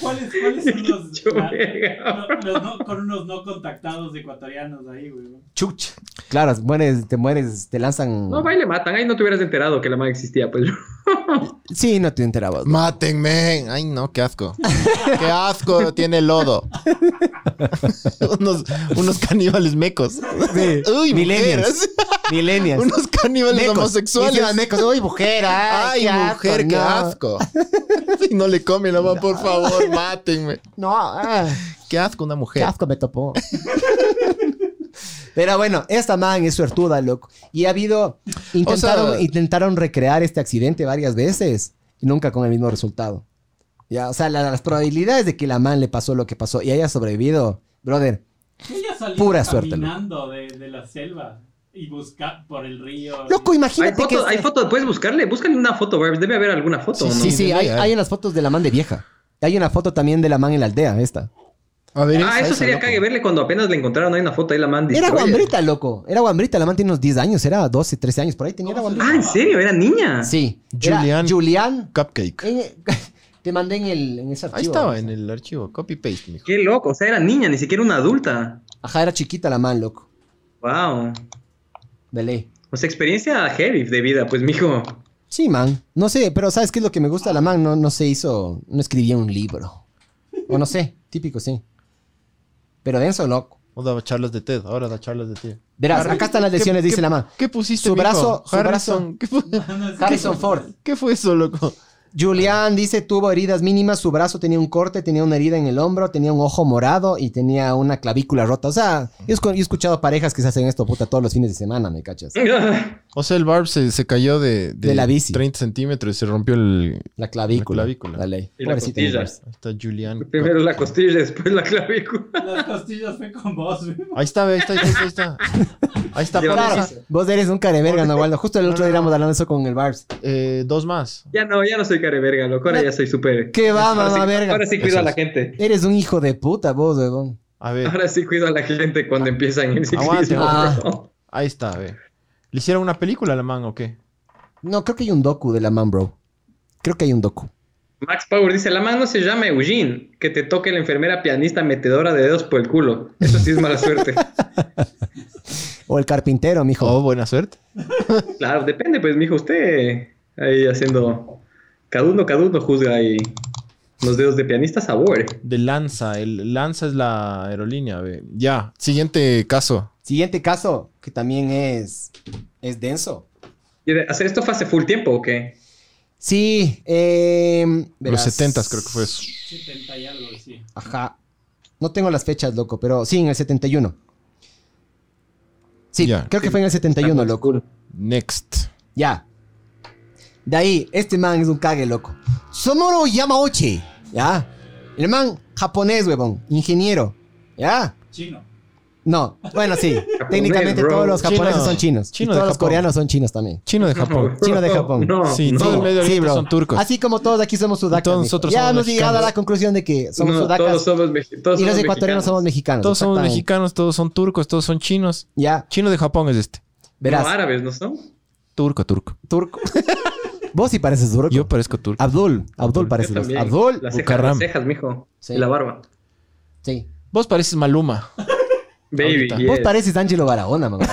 ¿Cuáles, cuáles son los,
Yo,
la-
verga.
lo- los no- con unos no contactados ecuatorianos ahí, güey? ¿no?
Chuch. Claro, mueres, te mueres, te lanzan.
No, va y le matan. Ahí no te hubieras enterado que la man existía, pues.
sí, no te enterabas. ¿no?
Mátenme. Ay, no, qué asco. Qué asco tiene el lodo.
unos, unos caníbales mecos.
Sí.
Uy,
Millennials. Millennials.
Unos caníbales
Mecos. Y
homosexuales.
encima mecos. Uy, mujer.
Ay,
Ay, qué asco,
mujer, qué
no.
asco. Y no le come la mamá, por favor, mátenme.
No, ah,
Qué asco una
qué
mujer.
asco me topó. Pero bueno, esta man es suertuda, loco. Y ha habido. Intentaron,
sea-
intentaron recrear este accidente varias veces. Y nunca con el mismo resultado. Ya, o sea, la- las probabilidades de que la man le pasó lo que pasó y haya sobrevivido, brother.
Ella salió
Pura suerte, loco.
caminando de, de la selva y buscar por el río.
Loco,
Hay
imagínate que. este-
fotos, hay fotos. Puedes buscarle. Búscale una foto, Barbs. Debe haber alguna foto, ¿no?
Sí, sí,
de
hay,
ley,
hay unas fotos de la man de vieja. Hay una foto también de la man en la aldea, esta.
A ver,
Ah, eso sería cague verle cuando apenas le encontraron. Hay una foto ahí la man
Era
destroyer.
guambrita, loco. Era guambrita. La man tiene unos 10 años. Era 12, 13 años. Por ahí tenía. Era
¿Cómo se
guambrita.
Ah, ¿en serio? ¿Era niña?
Sí.
Julián.
Julián.
Cupcake.
Te mandé en, el, en ese archivo.
Ahí estaba en el archivo. Copy paste, mijo.
Qué loco. O sea, era niña, ni siquiera una adulta.
Ajá, era chiquita la man, loco.
Wow.
De ley.
O sea, experiencia heavy de vida, pues, mijo.
Sí, man. No sé, pero ¿sabes qué es lo que me gusta de la man? No, no se hizo. No escribía un libro. O no sé, típico, sí. Pero denso, loco.
O daba charlas de TED, ahora da charlas de TED.
Verás, acá están las lesiones, dice la mamá.
¿Qué pusiste,
Su
mijo?
brazo- su
Harrison, ¿qué, pu-
Harrison Ford.
qué fue eso, loco?
Julián dice, tuvo heridas mínimas, su brazo tenía un corte, tenía una herida en el hombro, tenía un ojo morado y tenía una clavícula rota. O sea, yo he escu- yo he escuchado parejas que se hacen esto, puta, todos los fines de semana, ¿me cachas?
O sea, el Barb se, se cayó de,
De la bici.
30 centímetros y se rompió el...
La clavícula.
La clavícula.
La ley.
Y la
Pobrecito,
costilla.
Nicolás.
Hasta Julián.
Primero la costilla, después la clavícula.
Las costillas fue con vos, güey.
Ahí está, ve, ahí está, ahí está. Ahí está, ahí está
Lleva
Pablo.
Claro,
Sí, sí.
vos eres un careverga, Nahualdo. Justo el otro día éramos hablando de eso con el Barbs.
Eh, dos más.
Ya no, ya no soy careverga, loco. Ahora ya soy súper.
¿Qué va,
Ahora sí-
mamá verga?
Ahora sí
Eso
cuido a la
es.
gente.
Eres un hijo de puta, vos, huevón.
A ver,
Ahora sí cuido a la gente cuando empiezan el ciclismo.
Aguante,
Ah, aguante.
bro.
ahí está, ve. ¿Le hicieron una película a la man o qué?
No, creo que hay un docu de la man, bro. Creo que hay un docu.
Max Power dice, la mano se llama Eugene, que te toque la enfermera pianista metedora de dedos por el culo. Eso sí es mala suerte.
O el carpintero, mijo.
Oh, buena suerte.
Claro, depende, pues, mijo, usted ahí haciendo... Cada uno, cada uno juzga ahí los dedos de pianista sabor.
De Lanza. El Lanza es la aerolínea, ve. Ya, siguiente caso.
Siguiente caso, que también es, es denso.
¿Quiere ¿Hacer esto fue hace full tiempo o qué?
Sí, eh,
Los 70 creo que fue eso.
70 y algo, sí.
Ajá. No tengo las fechas, loco, pero sí, en el 71. Sí,
Ya.
creo que fue en el 71, loco.
Next.
Ya. De ahí, este man es un cague, loco. Somoro Yamauchi. Ya. El man japonés, huevón. Ingeniero. Ya.
Chino.
No, bueno, sí. Técnicamente
bro.
todos los japoneses
Chino.
son chinos.
Chino
y
de
todos los
Japón.
coreanos son chinos también.
Chino
Pues
de Japón.
Chino de Japón.
No,
Sí,
no.
todo el Medio
Sí,
Oriente
bro.
son turcos.
Así como todos aquí somos sudacas.
Todos
mijo.
nosotros
ya
somos
hemos llegado a la
mexicanos.
conclusión de que somos
No,
sudacas
todos somos, mexi- todos
y los
somos
ecuatorianos
mexicanos.
somos mexicanos.
Todos somos
exactamente.
mexicanos, todos son turcos, todos son chinos.
Ya,
Chino de Japón es este.
verás.
No, árabes, ¿no son?
Turco, turco.
turco. Vos sí pareces turco.
Yo parezco turco.
Abdul. Abdul
Yo
parece.
también.
Abdul.
Las cejas,
Bucaram.
las cejas, mijo.
Sí.
Y la barba.
Sí.
Vos pareces Maluma.
Baby,
Ahorita.
yes.
Vos pareces Angelo Barahona, mamá.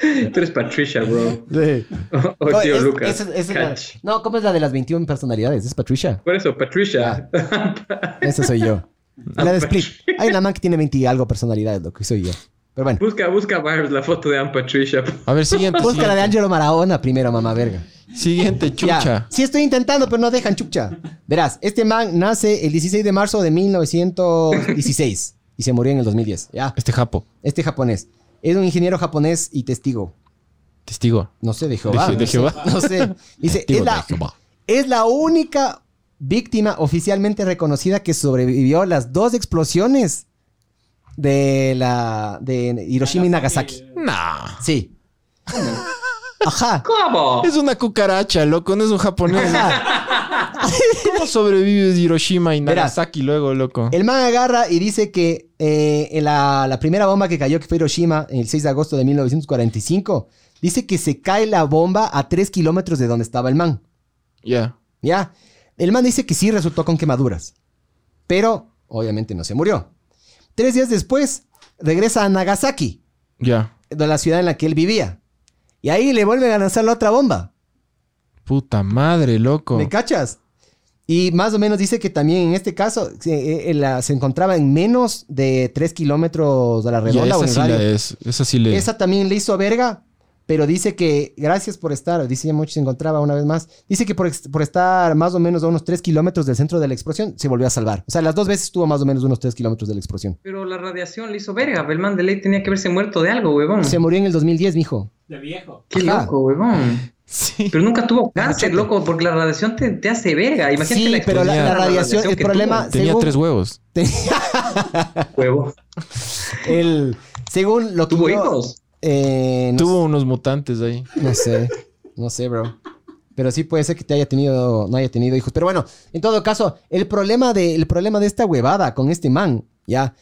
Tú eres Patricia, bro. O
No,
Oh, tío
es-
Lucas.
es- es la-
Catch.
no, ¿cómo es la de las 21 personalidades? Es Patricia.
Por eso, Patricia.
Esa soy yo. La
Ah, pues.
de Split. Hay una man que tiene 20 y algo personalidades, lo que soy yo. Pero bueno.
busca, busca Barbs la foto de Ann Patricia.
A ver, siguiente.
Busca la de Angelo Barahona primero, mamá verga.
Siguiente, chucha.
Ya. Sí, estoy intentando, pero no dejan chucha. Verás, este man nace el 16 de marzo de 1916 y se murió en el 2010. Ya.
Este japo.
Este japonés. Es un ingeniero japonés y testigo.
Testigo.
No sé, de Jehová.
De Je- de
no sé,
Jehová.
No sé. Dice,
Testigo
es la,
de Jehová.
es la única víctima oficialmente reconocida que sobrevivió a las dos explosiones de la de Hiroshima y Nagasaki.
eh,
Nah.
Sí. Ajá.
¿Cómo?
Es una cucaracha, loco. No es un japonés.
Ajá.
¿Cómo sobrevives Hiroshima y
Verás.
Nagasaki luego, loco?
El man agarra y dice que eh, en la, la primera bomba que cayó, que fue Hiroshima, el 6 de agosto de 1945, dice que se cae la bomba a 3 kilómetros de donde estaba el man.
Ya.
¿Ya? El man dice que sí resultó con quemaduras. Pero, obviamente, no se murió. Tres días después, regresa a Nagasaki,
Ya.
de la ciudad en la que él vivía. Y ahí le vuelven a lanzar la otra bomba.
Puta madre, loco.
¿Me cachas? Y más o menos dice que también en este caso se, eh, eh, la- se encontraba en menos de 3 kilómetros de la
Ya,
redonda
esa
o en
sí
radio.
la es. Esa sí le.
Esa también le hizo verga, pero dice que gracias por estar, dice mucho se encontraba una vez más, dice que por, ex- por estar más o menos a unos 3 kilómetros del centro de la explosión, se volvió a salvar. O sea, las dos veces estuvo más o menos a unos 3 kilómetros de la explosión.
Pero la radiación le hizo verga. Belman de ley tenía que haberse muerto de algo, huevón.
Se murió en el 2010, mijo.
De viejo.
Qué
Ajá.
loco, huevón.
Sí.
Pero nunca tuvo cáncer, loco, porque la radiación te, te hace verga. Imagínate
Sí,
la
pero la,
exposición
la
a
radiación, el
que
problema,
Tenía
según,
tres huevos.
tuvo, huevo.
el- según lo que
¿Tuvo
yo-
hijos?
eh, no,
Tuvo unos mutantes ahí.
no sé, no sé, bro. Pero sí puede ser que te haya tenido, no haya tenido hijos. Pero bueno, en todo caso, el problema de, el problema de esta huevada con este man, ya,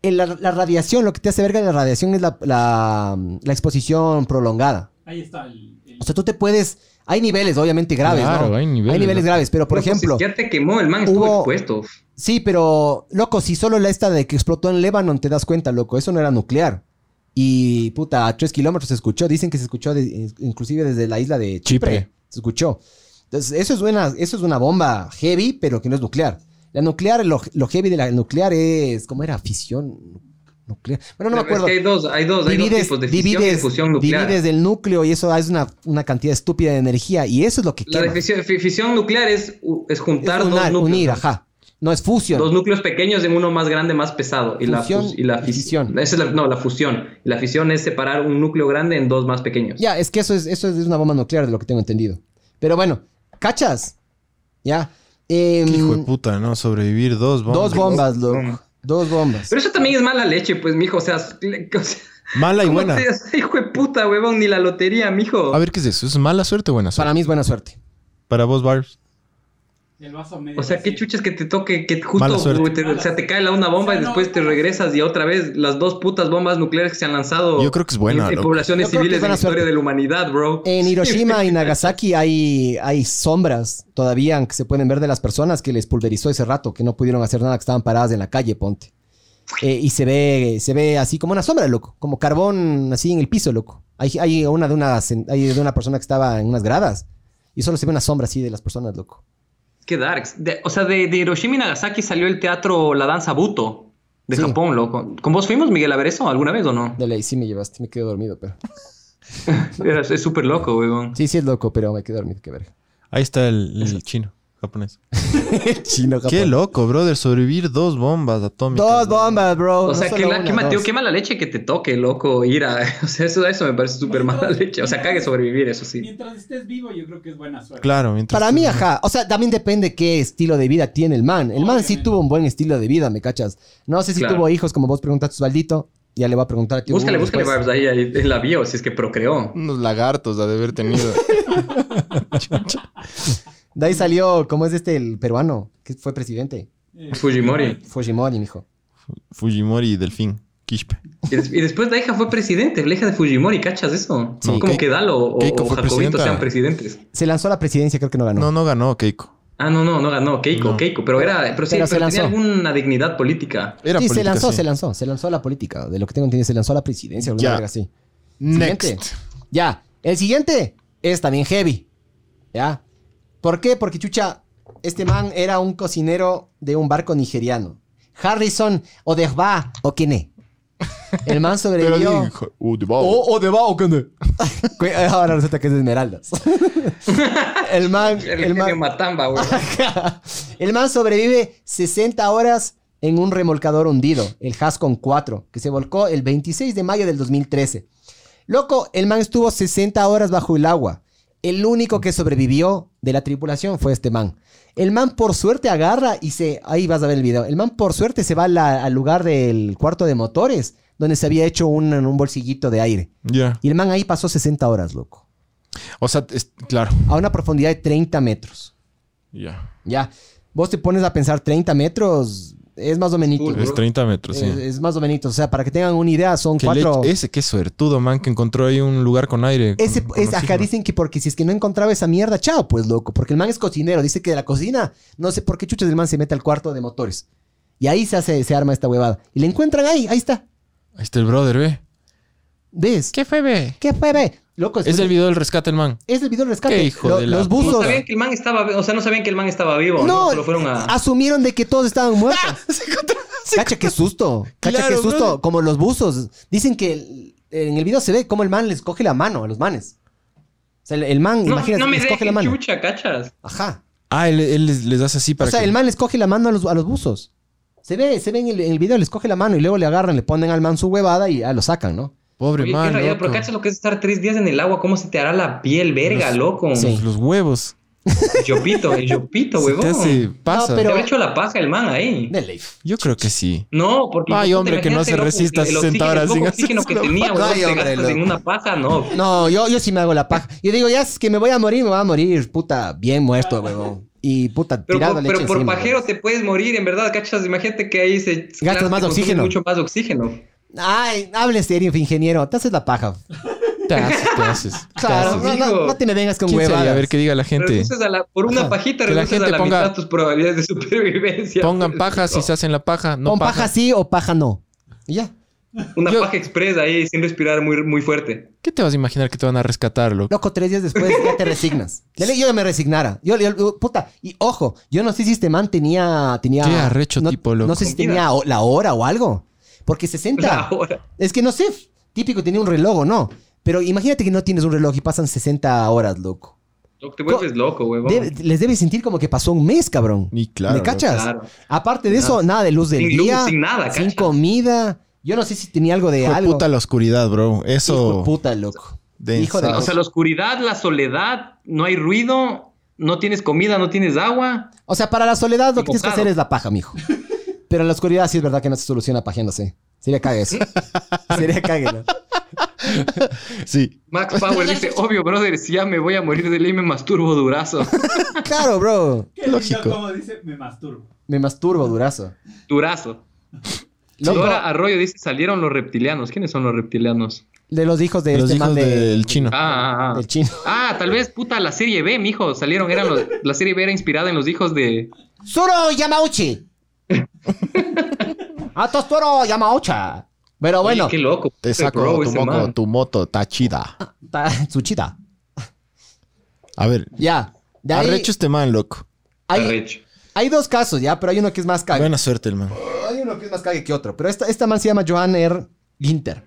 el- la, la radiación, lo que te hace verga de la radiación es la, la- la exposición prolongada.
Ahí está el. el-
O sea, tú te puedes. Hay niveles, obviamente, graves,
Claro,
¿no?
hay niveles,
Hay niveles
loco.
graves, pero por
Loco,
ejemplo.
pues, Si ya te quemó, el man estuvo
hubo-
expuesto.
Sí, pero, loco, si solo la esta de que explotó en Lebanon te das cuenta, loco, eso no era nuclear. Y, puta, a tres kilómetros se escuchó. Dicen que se escuchó de- inclusive desde la isla de Chipre.
Chipre.
Se escuchó. Entonces, eso es una, eso es una bomba heavy, pero que no es nuclear. La nuclear, lo, lo heavy de la nuclear es, ¿cómo era? Fisión nuclear. Bueno, no me
Pero es
acuerdo.
que hay dos, hay dos, hay dos
Divides,
tipos de fisión y
divides,
fusión nuclear.
divides del núcleo y eso es una, una cantidad estúpida de energía. Y eso es lo que
la de
quema.
fisión, fi- fisión nuclear es, u- es juntar
Es
dos
unar,
núcleos.
unir, ajá. No es fusión.
Dos núcleos pequeños en uno más grande, más pesado. Y
Fusión
la, fus- y la
y
fis-
fisión.
Esa es la- no, la fusión. Y la fisión es separar un núcleo grande en dos más pequeños.
Ya, es que eso es, eso es una bomba nuclear, de lo que tengo entendido. Pero bueno, cachas. Ya. Em,
Qué hijo de puta, ¿no? Sobrevivir dos bombas.
dos bombas, loco. Dos bombas.
Pero eso también es mala leche, pues, mijo. O sea, le- o sea,
Mala y
¿cómo
buena.
te- o sea, hijo de puta, huevón, ni la lotería, mijo.
A ver, ¿qué es eso? ¿Es mala suerte o buena suerte?
Para mí es buena suerte.
Para vos, Barbs.
El vaso medio
o sea, qué
vacío.
chuches que te toque, que
Mala
justo
suerte.
te, o sea, te cae la una bomba
O sea,
y
no,
después te
no.
regresas y otra vez las dos putas bombas nucleares que se han lanzado
Yo creo que es buena,
en, en
loco.
poblaciones
Yo creo que es
civiles en la
buena
historia
suerte.
de la humanidad, bro.
En Hiroshima y Nagasaki hay, hay sombras todavía que se pueden ver de las personas que les pulverizó ese rato, que no pudieron hacer nada, que estaban paradas en la calle, ponte. Eh, y se ve, se ve así como una sombra, loco, como carbón así en el piso, loco. Hay, hay una de una sen- hay de una persona que estaba en unas gradas y solo se ve una sombra así de las personas, loco.
Qué darks. De- o sea, de, de Hiroshima y Nagasaki salió el teatro La Danza Buto de
Sí.
Japón, loco. ¿Con vos fuimos, Miguel, a ver eso alguna vez o no?
De ley, sí me llevaste, me quedé dormido, pero.
Era- es súper loco, weón.
Sí, sí es loco, pero me quedé dormido, qué verga.
Ahí está el, el chino japonés.
Chino, Japón.
Qué loco, brother. Sobrevivir dos bombas atómicas.
Dos bombas, bro.
O
no
sea, qué,
solo
la- qué
una,
mateo,
dos.
qué mala leche que te toque, loco, ir a... O sea, eso, eso me parece súper mala leche. O sea, cague sobrevivir, eso sí.
Mientras estés vivo, yo creo que es buena suerte.
Claro, mientras.
Para mí, ajá. O sea, también depende qué estilo de vida tiene el man. El man sí
Obviamente.
tuvo un buen estilo de vida, ¿me cachas? No sé si
Claro.
tuvo hijos, como vos preguntaste, Osvaldito. Ya le voy a preguntar a ti.
Búscale,
Hugo
búscale
después.
Barbs ahí, ahí en la bio, si es que procreó.
Unos lagartos ha de haber tenido.
De ahí salió, ¿cómo es este el peruano? Que fue presidente.
Eh,
Fujimori.
Fujimori, mijo.
Fujimori y Delfín. Quispe.
Y, des- y después la hija fue presidente, la hija de Fujimori, ¿cachas eso?
Sí.
Como
Ke-
que Dalo o,
Keiko
o
fue
Jacobito
presidenta.
sean presidentes.
Se lanzó a la presidencia, creo que Ah, no ganó.
No, no ganó Keiko.
Ah, no, no, no ganó Keiko,
No.
Keiko. Pero era... Pero sí,
Pero se
pero tenía
lanzó.
alguna dignidad política.
Era
sí, se
política,
lanzó,
sí.
se lanzó. Se lanzó a la política. De lo que tengo entendido, se lanzó a la presidencia. o alguna
Ya.
verga así. Siguiente.
Next.
Ya. El siguiente es también heavy. ¿Ya? ¿Por qué? Porque chucha, este man era un cocinero de un barco nigeriano. Harrison Odegba Okene. El man
Pero
sobrevivió.
dijo, "Uh, de bobo".
O Odegba Okene. Que Ahora resulta que es de esmeraldas. El man,
El,
el
genio
man,
Matamba, güey.
el man sobrevive 60 horas en un remolcador hundido, el Hascon 4, que se volcó el 26 de mayo del 2013. Loco, el man estuvo 60 horas bajo el agua. El único que sobrevivió de la tripulación fue este man. El man por suerte agarra y se... Ahí vas a ver el video. El man por suerte se va a la- al lugar del cuarto de motores, donde se había hecho un, un bolsillito de aire.
Ya.
Y el man ahí pasó 60 horas, loco.
O sea, es- claro.
A una profundidad de 30 metros.
Ya.
Ya, vos te pones a pensar 30 metros, es más o menos.
Full,
Es 30 metros,
es,
sí.
es más o menos. O sea, para que tengan una idea, son
Qué
cuatro.
leche- ese, qué suertudo, man, que encontró ahí un lugar con aire. con-
Ese,
con
es, acá
oxígeno.
dicen que porque si es que no encontraba esa mierda, chao, pues loco. Porque el man es cocinero, dice que de la cocina, no sé por qué chuchas el man se mete al cuarto de motores. Y ahí se hace, se arma esta huevada. Y le encuentran ahí, ahí está.
Ahí está el brother, ve.
¿Ves? ¿Qué,
¿Qué fue, ve?
fue, ve? Loco,
Es el video del rescate, el man.
es el video del rescate.
¿Qué hijo de la
los
No
buzos.
sabían que el man estaba... vi- O sea, no sabían que el man estaba vivo. No,
No,
Solo fueron a...
asumieron de que todos estaban muertos. Cacha, qué susto. Cacha,
Claro,
qué susto.
brother.
Como los buzos. Dicen que el- en el video se ve cómo el man les coge la mano a los manes. O sea, el, el man,
No,
imagínate,
no me
les coge la
dejes
mano.
chucha, ¿cachas?
Ajá.
Ah, él, él les, les hace así
O
para
sea,
que...
el man les coge la mano a los, a los buzos. Se ve, se ve en el, en el video, les coge la mano y luego le agarran, le ponen al man su huevada y ah, lo sacan, ¿no?
Pobre
Oye, qué
man,
rayado,
loco.
pero cachas lo que es estar tres días en el agua, ¿cómo se te hará la piel, verga, loco?
Sí.
Los huevos.
Yopito, el yopito,
Se
huevón.
te hace pasa.
pero-
Te habrá hecho la paja el man ahí.
De ley.
Yo creo que sí.
No, porque.
Ay,
puta,
hombre, que no
imagínate,
se
loco,
resista
el
60
oxígeno-
horas
el poco
sin
oxígeno que
hacerse
tenía,
la
huevón,
paja.
te
Ay, hombre,
gastas en una paja, no.
No, yo, yo sí me hago la paja. Yo digo, ya es que me voy a morir, me voy a morir, puta, bien muerto, huevón. Y puta,
Pero,
tirado
por,
leche
pero por
encima,
pajero
huevón.
te puedes morir, en verdad, cachas. Imagínate que ahí se. Gastas
más oxígeno.
Mucho más oxígeno.
Ay, hable serio, ingeniero. Te haces la paja.
Te haces, te haces.
Claro, no,
Claro,
no-
digo.
no te me vengas con
¿Quién sería?
huevadas.
A ver qué diga la gente.
Reduces a la, por una
Ajá.
pajita
Que la
reduces
gente
a la
ponga-
mitad tus probabilidades de supervivencia.
Pongan paja si se hacen la paja. No
Con paja. sí o paja no. Y ya.
Una
Yo-
paja express ahí sin respirar muy, muy fuerte.
¿Qué te vas a imaginar que te van a rescatar, loco?
Loco, tres días después ya te resignas. Ya le- Yo ya me resignara. Yo, yo- puta, y ojo, yo no sé si este man tenía... tenía
Qué arrecho
no,
tipo, loco.
No sé si tenía o- la hora o algo. Porque 60...
Ahora.
Es que no sé, típico tenía un reloj o no. Pero imagínate que no tienes un reloj y pasan 60 horas, loco.
Loco, Te vuelves loco, huevón.
Debe- les debes sentir como que pasó un mes, cabrón.
Ni claro.
¿Me cachas?
Claro.
Aparte de eso, nada de luz del
Sin luz,
día.
sin nada,
Sin
¿cachas?
comida. Yo no sé si tenía algo de
Hijo de
algo.
puta la oscuridad, bro.
Hijo de
Eso.
puta, loco.
de
hijo de-
O sea, la oscuridad, la soledad, no hay ruido, no tienes comida, no tienes agua.
O sea, para la soledad lo que tienes que
Equivocado.
hacer es la paja, mijo. Pero en la oscuridad sí es verdad que no se soluciona pajeándose. Sería cague eso. Sería cague, ¿no?
Sí.
Max Power dice, obvio, brother, si ya me voy a morir de ley, me masturbo durazo.
Claro, bro.
Qué lindo
Lógico.
como dice, me masturbo.
Me masturbo, durazo.
Durazo.
Loco,
Dora Arroyo dice, salieron los reptilianos. ¿Quiénes son los reptilianos?
de los hijos de
Los
este man
hijos
de-
del chino.
Ah, ah,
del chino.
ah. Ah, tal vez, puta, la serie B, mijo. Salieron, eran los- la serie B era inspirada en los hijos de...
Suro Yamauchi. Atos Toro Yamaucha. Pero
Oye,
bueno,
qué loco.
Te saco
este Bro,
tu,
ese
moco,
man.
tu moto, está chida.
ta- Tsuchida.
A ver,
Ya. De ahí
arrecho este man, loco.
hay,
Arrecho.
hay dos casos, ya, pero hay uno que es más cague.
Buena suerte, el man.
Hay uno que es más cague que otro. Pero esta, esta man se llama Joan R. Ginter.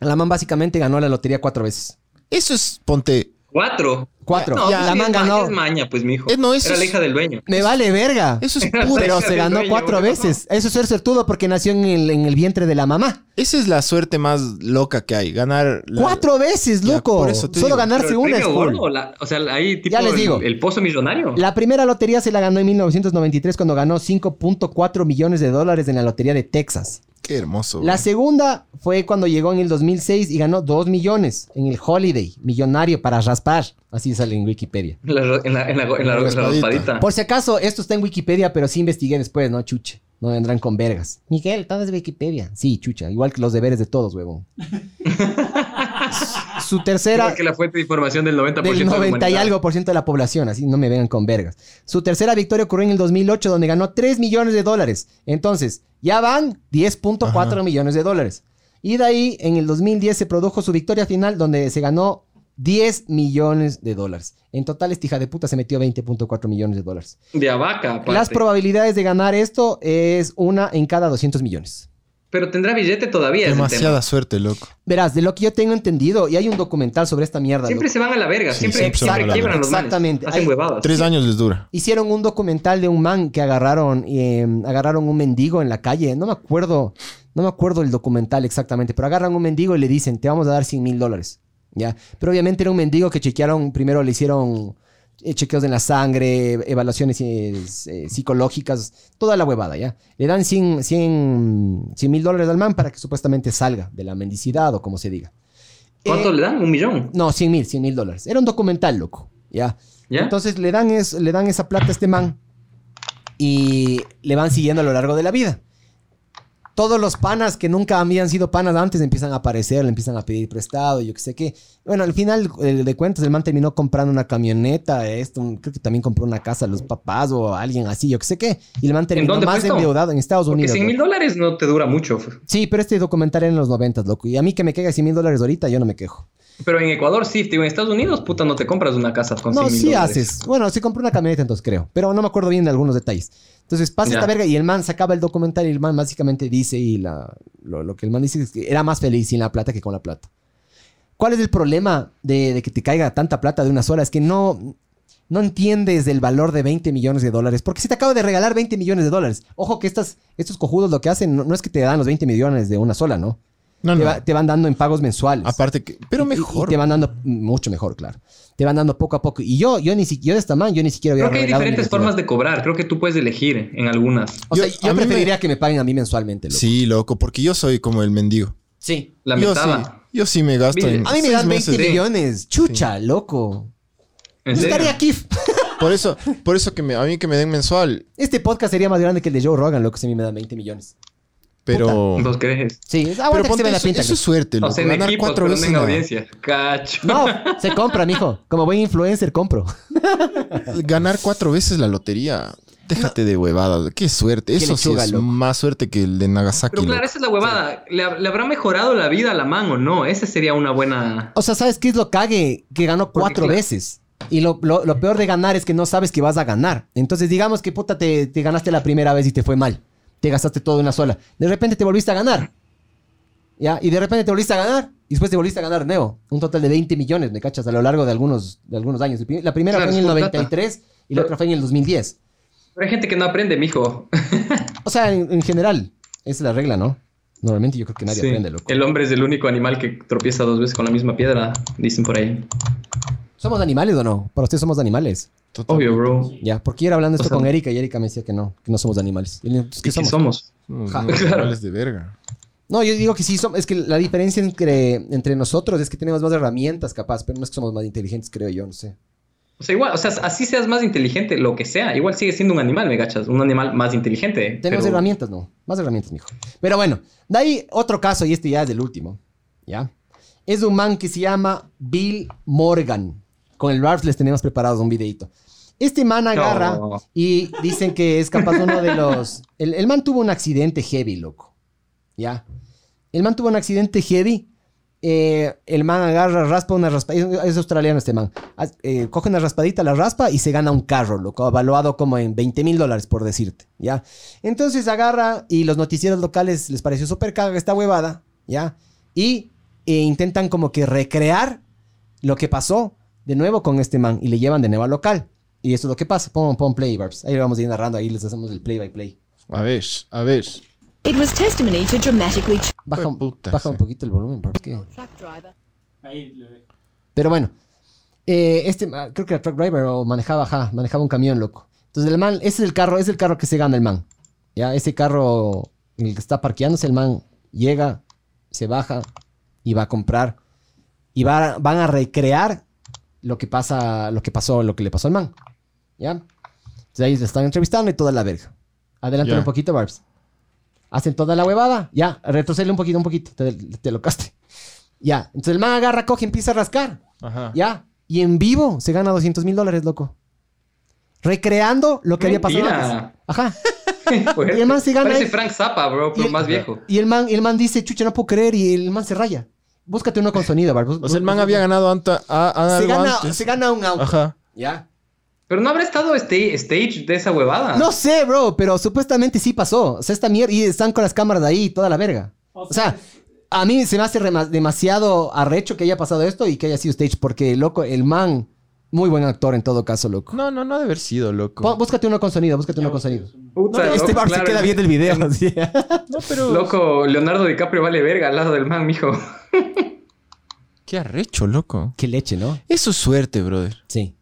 La man básicamente ganó la lotería cuatro veces.
Eso es, ponte.
Cuatro.
Cuatro.
No,
la
sí,
man
es ma-
ganó.
Es maña, pues, mijo.
Eh, no, eso
Era la
es-
hija del dueño.
Me vale verga.
Eso es
Era la
pura.
Pero
hija
se
del
ganó
dueño,
cuatro
¿qué
veces. Eso es ser suertudo porque nació en el, en el vientre de la mamá.
Esa es la suerte más loca que hay. Ganar. la-
cuatro veces,
Ya,
loco.
por eso te digo.
Solo
Pero
ganarse
el
una es
premio
cool.
gordo, la- o sea, ahí tipo
les
el-
digo.
El, pozo millonario.
La primera lotería se la ganó en 1993 cuando ganó 5.4 millones de dólares en la lotería de Texas.
Qué hermoso.
La
bro.
segunda fue cuando llegó en el 2006 y ganó 2 millones en el Holiday, millonario para raspar. Así sale en Wikipedia.
En la, en la, en la, en la- en la
raspadita.
raspadita.
Por si acaso, esto está en Wikipedia, pero sí investigué después, ¿no? Chuche. No vendrán con vergas. Miguel, todo es Wikipedia. Sí, chucha. Igual que los deberes de todos, huevón. Su tercera...
Igual que la fuente de información del
del
90% de la
90 y
humanidad.
algo por ciento de la población, así no me vengan con vergas. Su tercera victoria ocurrió en el 2008, donde ganó 3 millones de dólares. Entonces, ya van 10.4 millones de dólares. Y de ahí, en el 2010 se produjo su victoria final, donde se ganó 10 millones de dólares. En total, esta hija de puta se metió 20.4 millones de dólares.
De a vaca, aparte.
Las probabilidades de ganar esto es una en cada 200 millones.
Pero tendrá billete todavía. ese tema.
Demasiada suerte, loco.
Verás, de lo que yo tengo entendido, y hay un documental sobre esta mierda.
Siempre
loco.
se van a la verga.
Sí,
siempre
siempre se van a
siempre
la
quiebran los manes.
Exactamente.
Hacen
Hay-
huevadas.
Tres años les dura.
Hicieron un documental de un man que agarraron, eh, agarraron un mendigo en la calle. No me acuerdo, no me acuerdo el documental exactamente, pero agarran un mendigo y le dicen, te vamos a dar 100 mil dólares. ¿Ya? Pero obviamente era un mendigo que chequearon, primero le hicieron eh, chequeos en la sangre, evaluaciones eh, eh, psicológicas, toda la huevada, ¿ya? Le dan 100 100 100 mil dólares al man para que supuestamente salga de la mendicidad o como se diga.
¿Cuánto
Eh,
le dan? Un millón.
No, 100 mil, 100 mil dólares. Era un documental, loco, ¿ya?
¿Ya?
Entonces le dan, es, le dan esa plata a este man y le van siguiendo a lo largo de la vida. Todos los panas que nunca habían sido panas antes empiezan a aparecer, le empiezan a pedir prestado, yo qué sé qué. Bueno, al final eh, de cuentas, el man terminó comprando una camioneta, esto, un- creo que también compró una casa a los papás o a alguien así, yo qué sé qué. Y el man terminó
dónde fue
más
esto?
endeudado en Estados
Porque
Unidos.
100 mil
loco.
dólares no te dura mucho.
Sí, pero este documental era en los 90, loco. Y a mí que me caiga 100 mil dólares ahorita, yo no me quejo.
Pero en Ecuador sí, digo, en Estados Unidos, puta, no te compras una casa con
No,
100 mil
sí
dólares.
haces. Bueno, sí compré una camioneta entonces, creo. Pero no me acuerdo bien de algunos detalles. Entonces pasa
Ya.
esta verga y el man sacaba el documental y el man básicamente dice y la, lo, lo que el man dice es que era más feliz sin la plata que con la plata. ¿Cuál es el problema de, de que te caiga tanta plata de una sola? Es que no, no entiendes el valor de 20 millones de dólares. Porque si te acaba de regalar 20 millones de dólares, ojo que estas, estos cojudos lo que hacen no, no es que te dan los 20 millones de una sola, ¿no?
No,
Te,
no.
va- te van dando en pagos mensuales.
Aparte que. Pero
Y- y- y
mejor.
te van dando mucho mejor, claro. Te van dando poco a poco. Y yo, yo ni siquiera, yo de esta man, yo ni siquiera hubiera
Creo que hay
revelado mi
diferentes
identidad.
formas de cobrar. Creo que tú puedes elegir en algunas.
O
Yo-
sea, yo,
a mí me-
preferiría que me paguen a mí mensualmente, loco.
Sí, loco, porque yo soy como el mendigo.
Sí.
La
yo sí,
metada.
yo sí me gasto
Mire,
en
A mí me
seis
dan 20
meses.
millones. Chucha, loco.
¿En
Yo
serio?
estaría aquí.
Por eso, por eso que me, a mí que me den mensual,
Este podcast sería más grande que el de Joe Rogan, loco, si a mí me dan 20 millones.
pero
¿Vos crees?
Sí, es-
pero
aguanta que se
ponte
ve la
eso,
pinta.
eso es suerte,
O
loco.
sea, en
ganar
equipos,
cuatro
pero no
veces
en
nada.
audiencia. Cacho.
No, se compra, mijo. Como buen influencer, compro.
ganar cuatro veces la lotería. Déjate de huevadas. Qué suerte. Eso sí
lechuga,
es
loco.
más suerte que el de Nagasaki.
Pero claro,
loco.
esa es la huevada. ¿Le, le habrá mejorado la vida a la man o no? Esa sería una buena.
O sea, ¿sabes qué es lo cague? Que ganó cuatro
claro.
veces. Y lo, lo- lo peor de ganar es que no sabes que vas a ganar. Entonces, digamos que puta, te, te ganaste la primera vez y te fue mal. Te gastaste todo en una sola. De repente te volviste a ganar. ¿Ya? Y de repente te volviste a ganar. Y después te volviste a ganar de nuevo. Un total de 20 millones, ¿me cachas? A lo largo de algunos, de algunos años. El pri- La primera
Claro,
fue en el
es full plata.
93 y la otra fue en el 2010.
Pero hay gente que no aprende, mijo.
O sea, en, en general, esa es la regla, ¿no? Normalmente yo creo que nadie
Sí.
aprende, loco.
El hombre es el único animal que tropieza dos veces con la misma piedra, dicen por ahí.
¿Somos animales o no? Para ustedes somos animales.
Obvio, bro.
Ya, porque yo era hablando
O
esto
sea,
con Erika y Erika me decía que no, que no somos animales. Y le digo, "Entonces, ¿Qué
¿Y qué
somos?
somos?
Unos-
Ja.
unos
Claro.
animales de verga.
No, yo digo que sí, somos, es que la diferencia entre, entre nosotros es que tenemos más herramientas capaz, pero no es que somos más inteligentes, creo yo, no sé.
O sea, igual, o sea, así seas más inteligente, lo que sea, igual sigue siendo un animal, me gachas, un animal más inteligente.
Tenemos
pero-
herramientas, no, más herramientas, mijo. Pero bueno, de ahí otro caso y este ya es el último, ¿ya? Es de un man que se llama Bill Morgan. Con el Ralph les tenemos preparados un videito. Este man agarra
No.
y dicen que es capaz uno de los... El, el man tuvo un accidente heavy, loco. ¿Ya? El man tuvo un accidente heavy. eh, el man agarra, raspa una raspadita. Es australiano este man. Haz- eh, coge una raspadita, la raspa y se gana un carro, loco. Evaluado como en 20 mil dólares, por decirte. ¿Ya? Entonces agarra y los noticieros locales les pareció súper caga esta huevada. ¿Ya? Y eh, intentan como que recrear lo que pasó de nuevo con este man y le llevan de nuevo al local. Y eso es lo que pasa. Pon, pon play, Barbs. Ahí vamos a ir narrando, ahí les hacemos el play by play.
A ver, a ver.
It was testimony to dramatically. ch-
Baja, un-
Puta, sí.
baja un poquito el volumen, Barbs. ¿qué?
Truck driver.
Ahí lo dejo.
Pero bueno, eh, este, ah, creo que era truck driver o manejaba, ajá, manejaba un camión, loco. Entonces el man, ese es el carro, ese es el carro que se gana el man. Ya, ese carro en el que está parqueándose el man llega, se baja y va a comprar y va, van a recrear lo que pasa, lo que pasó, lo que le pasó al man. ¿Ya? Entonces ahí le están entrevistando y toda la verga. Adelántale
Ya.
un poquito, Barbs. Hacen toda la huevada. Ya, retrocede un poquito, un poquito. Te, te lo caste. Ya. Entonces el man agarra, coge, empieza a rascar.
Ajá.
Ya. Y en vivo se gana 200 mil dólares, loco. Recreando lo que había
Mentira.
pasado antes. Ajá.
Fuerte.
Y el man se gana
Parece
ahí.
Frank Zappa, bro, pero
Y-
más viejo.
Y el man, el man dice, chucha, no puedo creer. Y el man se raya. Búscate uno con sonido, Barbs.
O sea, el man había ganado anta- a- a-
se
algo
gana,
antes.
se gana un auto.
Ajá.
Ya.
Pero no habrá estado este stage de esa huevada.
No sé, bro, pero supuestamente sí pasó. O sea, esta mierda. Y están con las cámaras de ahí y toda la verga. O sea, a mí se me hace rema- demasiado arrecho que haya pasado esto y que haya sido stage. Porque, loco, el man, muy buen actor en todo caso, loco.
No, no, no ha de haber sido, loco.
Pon- Búscate uno con sonido, búscate uno con sonido.
Puta,
este
loco, claro, este
el video.
No, pero.
Loco, Leonardo DiCaprio vale verga al lado del man, mijo.
Qué arrecho, loco.
Qué leche, ¿no?
Eso es suerte, brother.
Sí.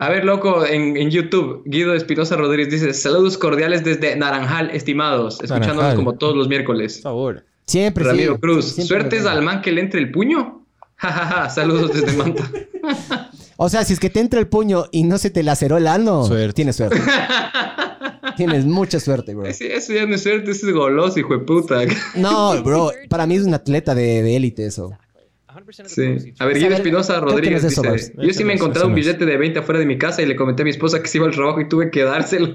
A ver, loco, en, en YouTube, Guido Espinosa Rodríguez dice: Saludos cordiales desde Naranjal, estimados. Escuchándonos
Naranjal.
como todos los miércoles.
Por favor.
Siempre
Ramiro
sí.
Cruz,
Siempre
¿suertes
me-
al man que le entre el puño? Jajaja, saludos desde Manta.
O sea, si es que te entra el puño y no se te laceró el ano,
Suerte.
tienes suerte. tienes mucha suerte, bro.
Ese- eso ya no es suerte, ese es goloso, hijo de puta.
No, bro, para mí es un atleta de de élite eso.
Sí. A ver, Guido
A ver,
Espinosa
creo que
Rodríguez
no es eso,
dice:
Barbs.
Yo sí me he
Eso no es,
encontrado un
eso no es.
billete de 20 afuera de mi casa y le comenté a mi esposa que se iba al trabajo y tuve que dárselo.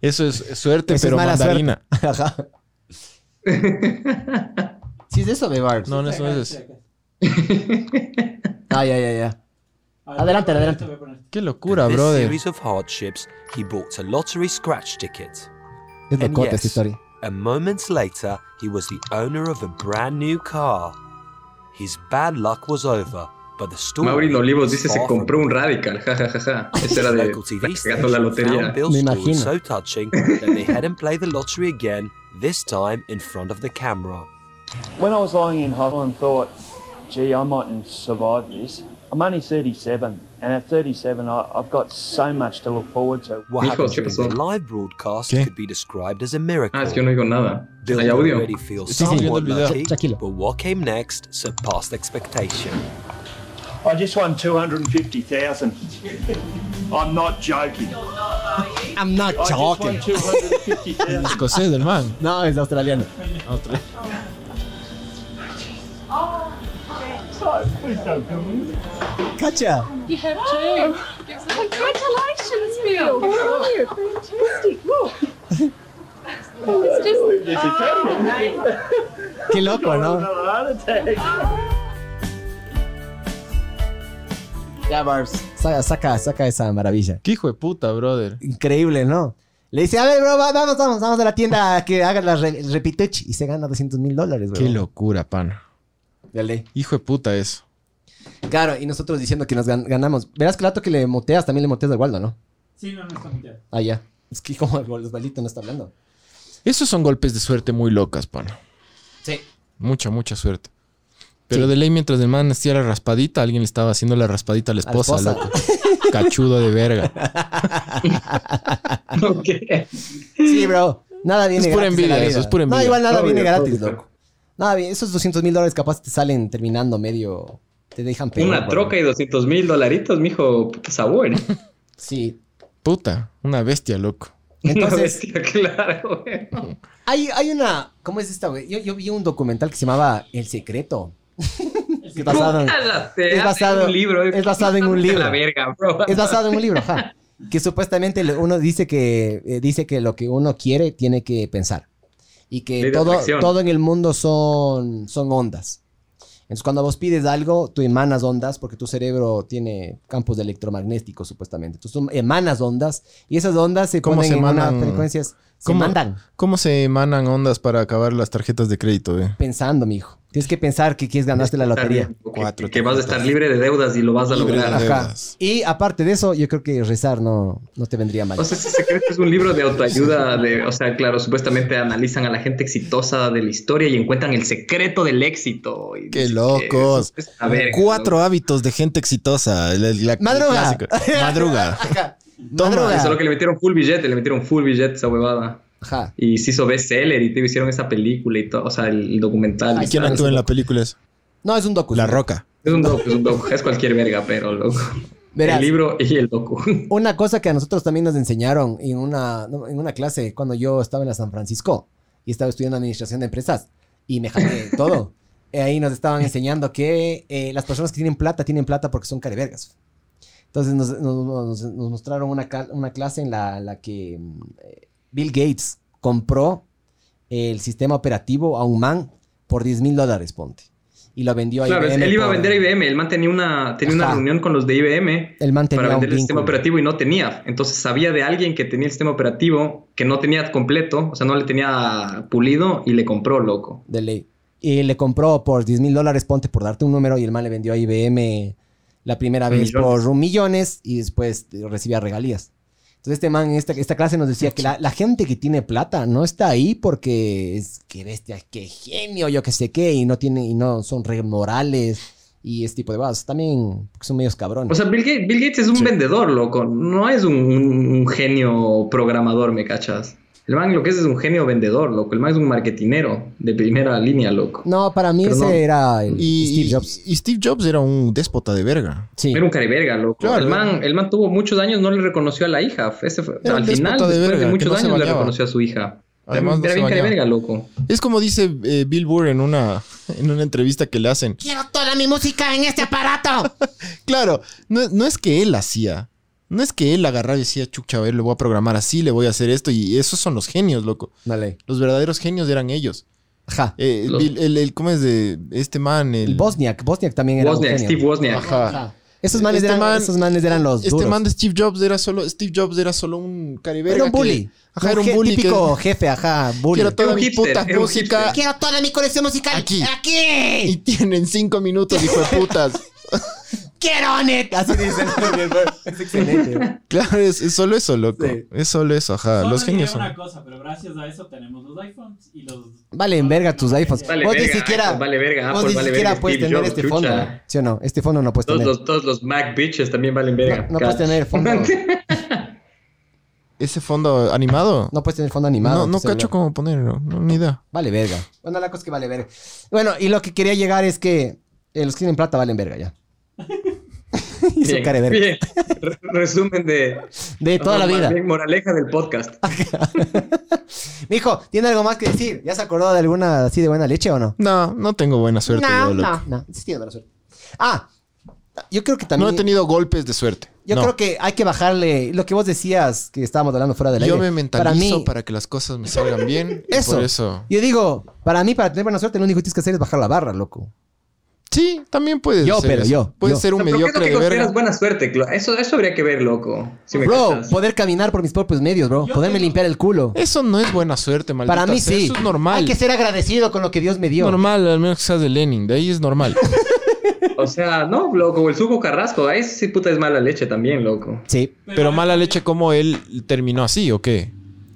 Eso es suerte,
Eso es
pero
mala
mandarina.
Ajá. Sí, es eso de Barbs.
No, no, eso no es.
Acá, acá.
Ay, ay, ay, ay. Adelante,
voy a
adelante.
poner esto, voy a poner esto.
Qué locura,
this
brother.
series of hardships, he bought a lottery scratch ticket.
Es
And
locota
yes,
esta historia.
And moments later, he was the owner of a brand new car. His bad luck was over, but the story.
Maureen Olivos dice:
is
Se
far from
compró un radical. Jajajaja. Esa era de.
local TV
la que ganó la
station
lotería.
found Bill's
Me
story
imagino.
so touching that they had him play the lottery again, this time in front of the camera.
When I was lying in hospital and thought, gee, I mightn't survive this, I'm only 37, and at 37, I, I've got so much to look forward to.
What
Hijo,
happened
¿qué
during
pasó?
the live broadcast
¿Qué?
could be described as a miracle.
Ah, es que yo no digo nada.
Bill
Hay audio.
already feels
Sí, sí, viendo
somewhat
el video.
lucky,
Tranquilo.
but what came next surpassed expectation.
I just won 250,000. I'm not joking.
I'm not
I just won 250,000.
pues.
Escocés del man.
No, es australiano.
Please don't kill me.
Cacha.
You have two. Congratulations,
Oh, How are you? Fantastic. Look. It's just. Oh, nice.
Qué loco, ¿no? Ya, Barbs, saca, saca, saca esa maravilla.
Qué hijo de puta, brother.
Increíble, ¿no? Le dice, a ver, bro, va- vamos, vamos, vamos a la tienda a que haga la re- repitech y se gana 200 mil dólares, güey.
Qué locura, pan.
Dale.
Hijo de puta eso.
Claro, y nosotros diciendo que nos gan- ganamos. Verás que el rato que le moteas, también le moteas al Waldo, ¿no?
Sí, no, no está muteado.
Ah, ya. Es que como el Osvaldito no está hablando.
Esos son golpes de suerte muy locas, pan.
Sí.
Mucha, mucha suerte. Pero de ley, mientras el man hacía la raspadita, alguien le estaba haciendo la raspadita a la
A la
esposa,
esposa.
loco. Cachudo de verga.
Sí, bro. Nada viene
Es pura
gratis en la
envidia eso,
vida.
es pura
No,
envidia.
igual nada viene
Obvio,
gratis,
obvio.
loco. Nada, bien, esos 200 mil dólares capaz te salen terminando medio... Te dejan peor.
Una troca y 200 mil dolaritos, mijo, puta sabor.
Sí.
Puta, una bestia, loco.
Entonces-
Una bestia, claro, güey.
Hay, hay una... ¿Cómo es esta, güey? Yo, yo vi un documental que se llamaba El Secreto. que basado en-
Cállate,
es basado-
en un libro.
es basado en un
Cállate a
libro.
la verga, bro.
Es basado en un libro, ajá. Que supuestamente lo- uno dice que, eh, dice que lo que uno quiere tiene que pensar. Y
Ley
que
de
todo,
atracción.
todo en el mundo son, son ondas. Entonces, cuando vos pides algo, tú emanas ondas porque tu cerebro tiene campos electromagnéticos, supuestamente. Entonces, tú emanas ondas y esas ondas se
¿Cómo
ponen
se
en unas
emanan?
frecuencias. Se
¿Cómo-
mandan
¿Cómo se emanan ondas para acabar las tarjetas de crédito, eh?
pensando, mijo. Tienes que pensar que quieres ganarte la lotería.
Que, que vas a estar libre de deudas y lo vas a
Libre de
lograr.
deudas.
Ajá. Y aparte de eso, yo creo que rezar no, no te vendría mal.
O sea, ese secreto es un libro de autoayuda, de, o sea, claro, supuestamente analizan a la gente exitosa de la historia y encuentran el secreto del éxito. Y
¡Qué
dicen que
locos!
es- es la verga,
Cuatro hábitos de gente exitosa. La, la-
Madruga.
clásica. Madruga.
¿no?
Madruga.
Y Solo que le metieron full billete, le metieron full billete esa huevada.
Ajá.
Y se hizo bestseller y te hicieron esa película y todo, o sea, el, el documental.
¿Y quién actúa en la película? esa?
No, es un docu.
La Roca.
Es un docu, es un docu, es cualquier verga, pero loco.
Verás.
El libro y el docu.
Una cosa que a nosotros también nos enseñaron en una, no, en una clase cuando yo estaba en la San Francisco y estaba estudiando administración de empresas y me jaqué todo. Eh, Ahí nos estaban enseñando que eh, las personas que tienen plata tienen plata porque son carevergas. Entonces nos, nos- nos- nos mostraron una, cal- una clase en la, la que mm, eh, Bill Gates compró el sistema operativo a un man por 10 mil dólares, ponte. Y lo vendió a
Claro,
IBM.
él iba a
por-
vender a IBM, el man tenía una, tenía una
Ajá.
reunión con los de IBM
El man tenía
para
un
vender el sistema
vínculo.
operativo y no tenía. Entonces sabía de alguien que tenía el sistema operativo que no tenía completo, o sea, no le tenía pulido y le compró, loco.
de ley. Y le compró por 10 mil dólares, ponte por darte un número, y el man le vendió a IBM la primera vez
Millones.
por un millones y después eh, recibía regalías. Entonces este man, esta, esta clase nos decía que la, la gente que tiene plata no está ahí porque es que bestia, que genio, yo que sé qué, y no tiene, y no son re morales y ese tipo de cosas. También porque son medios cabrones.
O sea, Bill, Ga- Bill Gates es un vendedor, loco. No es un, un- un genio programador, ¿me cachas? El man lo que es es un genio vendedor, loco. El man es un marketinero de primera línea, loco.
no, para mí
pero
ese
no.
era el
Y
Steve Jobs.
y Steve Jobs era un déspota de verga.
Sí.
Era un cariberga, loco.
Claro,
el, man, el man tuvo muchos años, no le reconoció a la hija. Ese fue-
Era un
al final,
déspota de
después
verga,
de
que
muchos
no se
años, le
bañaba.
reconoció a su hija.
Además, no
era
se
bien
bañaba.
cariberga, loco.
Es como dice eh, Bill Burr en una, en una entrevista que le hacen.
Quiero toda mi música en este aparato.
Claro, no, no es que él hacía. No es que él agarraba y decía, chucha, a ver, le voy a programar así, le voy a hacer esto. Y esos son los genios, loco.
Dale.
Los verdaderos genios eran ellos.
Ajá.
Eh,
Los-
Bill- el, el- ¿Cómo es de este man? El,
Bosniak, Bosniak también era
Wozniak,
un genio.
Steve Wozniak.
Ajá.
Esos manes,
Ah. Este
eran,
man-
esos manes eran los
Este
duros.
man de Steve Jobs era solo... Steve Jobs era solo un cariberga.
Era un
que-
bully.
ajá, era un
je-
bully. que-
Típico jefe, ajá, bully.
Quiero toda
Era un
mi
hipster,
puta
era un
música.
Quiero toda mi colección musical
Aquí. Y
aquí.
tienen cinco minutos, hijo de putas.
Quiero net.
Así dicen. es excelente.
Claro, es, es solo eso, loco.
Sí.
Es solo eso, ajá.
Solo
Ah, los
diré
genios son...
una cosa, pero gracias a eso tenemos los iPhones y los...
Vale, en verga tus iPhones.
Vale.
Vale
Vos ni
verga,
siquiera-
Apple, vale verga,
Vos
Apple,
ni
vale
siquiera
verga,
puedes
Steve
tener
Jobs,
este
chucha.
fondo. ¿no? ¿Sí o no? Este fondo no puedes
Todos
tener.
los, todos los Mac bitches también valen verga.
No, no puedes tener fondo.
Ese fondo animado.
No puedes tener fondo animado. pues,
no,
en
no
tu celular.
cacho cómo ponerlo. No, ni idea.
Vale verga. Bueno, la cosa es que vale verga. Bueno, y lo que quería llegar es que eh, los que tienen plata valen verga ya. y su
Bien,
cara de verga.
bien. Re- Resumen de
De toda la
Más
vida. Ah,
bien, moraleja del podcast.
Mijo, ¿tiene algo más que decir? ¿Ya se acordó de alguna así de buena leche o no?
No, no tengo buena suerte. yo, loco.
No, sí tiene mala suerte. Ah, Yo creo que también.
No he tenido golpes de suerte.
Yo
No.
creo que hay que bajarle lo que vos decías que estábamos hablando fuera del aire.
Yo me mentalizo para,
Para mí,
que las cosas me salgan bien. y
eso.
Por eso.
Yo digo, para mí, para tener buena suerte, lo único que tienes que hacer es bajar la barra, loco.
Sí, también puedes.
Yo,
ser
pero
eso.
yo,
Puedes
yo.
ser un
Pero ¿por qué
mediocre
no te
de verga.
Tienes buena suerte, Clo. Eso, eso habría que ver, loco. Si me
bro, pues-
cachas.
poder caminar por mis propios medios, bro. Poderme limpiar el culo.
Eso no es buena suerte, maldita
Para mí
sea.
sí.
Eso es normal.
Hay que ser agradecido con lo que Dios me dio.
Normal, al menos que seas de Lenin. De ahí es normal.
O sea, no, loco, el suco carrasco. Ahí sí, puta, es mala leche también, loco.
Sí.
Pero mala leche, como él terminó así o qué?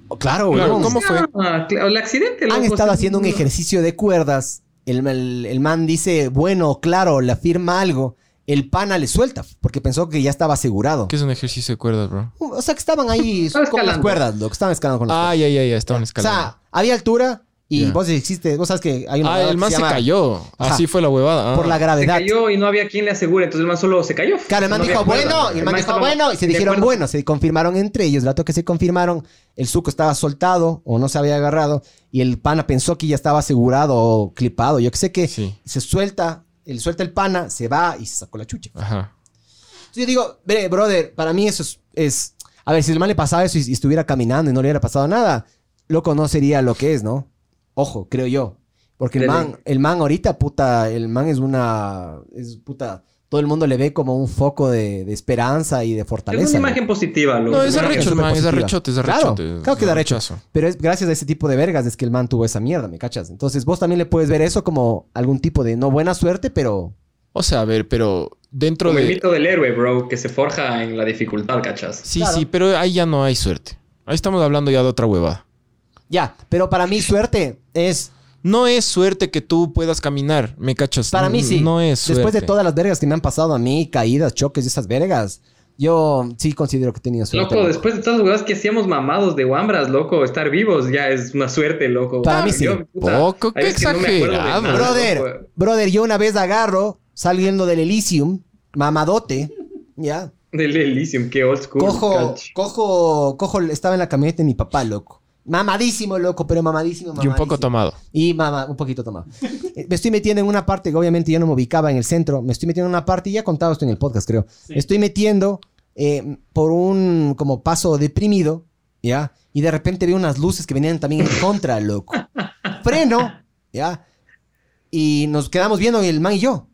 Oh, Claro,
Claro,
weón.
¿cómo fue?
Ah, cl- el accidente, loco.
Han
o
estado
sea,
haciendo un
no-
ejercicio de cuerdas. El, el- el man dice, bueno, claro, le afirma algo. El pana le suelta, porque pensó que ya estaba asegurado.
¿Qué es un ejercicio de cuerdas, bro?
O sea, que estaban ahí con
Estaba
las
escalando.
cuerdas, loco. Estaban escalando con las
Ah, ya, ya, ya. Estaban
cuerdas.
escalando.
O sea, había altura y
Ya.
vos existe, vos sabes que hay una...
ah,
huevada
el
que
man se,
llama-
cayó.
Ajá.
Así fue la huevada. Ah.
Por la
Se
gravedad.
cayó y no había quien le asegure, entonces el man solo se cayó.
Claro, el man
No había
dijo
cuerda.
bueno, y el man dijo
estaba-
bueno, y se
de
dijeron
acuerdo.
bueno, se confirmaron entre ellos. El rato que se confirmaron, el suco estaba soltado o no se había agarrado, y el pana pensó que ya estaba asegurado o clipado. Yo que sé que
Sí.
se suelta, él suelta el pana, se va y se sacó la chucha.
Ajá.
Entonces yo digo, "Bre, brother, para mí eso es, es- A ver, si el man le pasaba eso y, y estuviera caminando y no le hubiera pasado nada, loco no sería lo que es, ¿no? Ojo, creo yo. Porque el
Dele.
man, el man ahorita, puta, el man es una... Es puta... Todo el mundo le ve como un foco de, de esperanza y de fortaleza.
Es una
¿no?
imagen positiva, loco.
No, es
Una imagen
arrecho,
súper
man. Es
positiva.
arrechote, es
Claro,
arrechote.
claro que es arrecho.
arrechazo.
Pero es gracias a ese tipo de vergas es que el man tuvo esa mierda, ¿me cachas? Entonces vos también le puedes ver eso como algún tipo de no buena suerte, pero...
O sea, a ver, pero dentro
Como el
de...
mito del héroe, bro, que se forja en la dificultad, ¿cachas?
Sí,
Claro.
sí, pero ahí ya no hay suerte. Ahí estamos hablando ya de otra huevada.
Ya, pero para mí suerte es...
No es suerte que tú puedas caminar, ¿me cachas?
Para mí sí.
Mm, No es suerte.
Después de todas las vergas que me han pasado a mí, caídas, choques y esas vergas, yo sí considero que he tenido suerte.
Loco,
loco.
después de todas las huevas que hacíamos mamados de guambras, loco, estar vivos ya es una suerte, loco.
Para mí sí.
puta,
Poco, qué
hay veces que no me acuerdo de
exagerado.
nada,
Brother,
loco. eh.
brother, yo una vez agarro, saliendo del Elysium, mamadote, ya,
Del Elysium, qué old school.
cojo,
cach.
cojo, cojo, estaba en la camioneta de mi papá, loco. Mamadísimo, loco, pero
Y
mamadísimo,
un poco
mamadísimo.
tomado.
Y mamá, un poquito tomado. Eh, me estoy metiendo en una parte, que obviamente yo no me ubicaba en el centro, me estoy metiendo en una parte, y ya he contado esto en el podcast, creo.
Sí.
Me estoy metiendo eh, por un como paso deprimido, ¿ya? Y de repente veo unas luces que venían también en contra, loco. Freno, ¿ya? Y nos quedamos viendo el man y yo.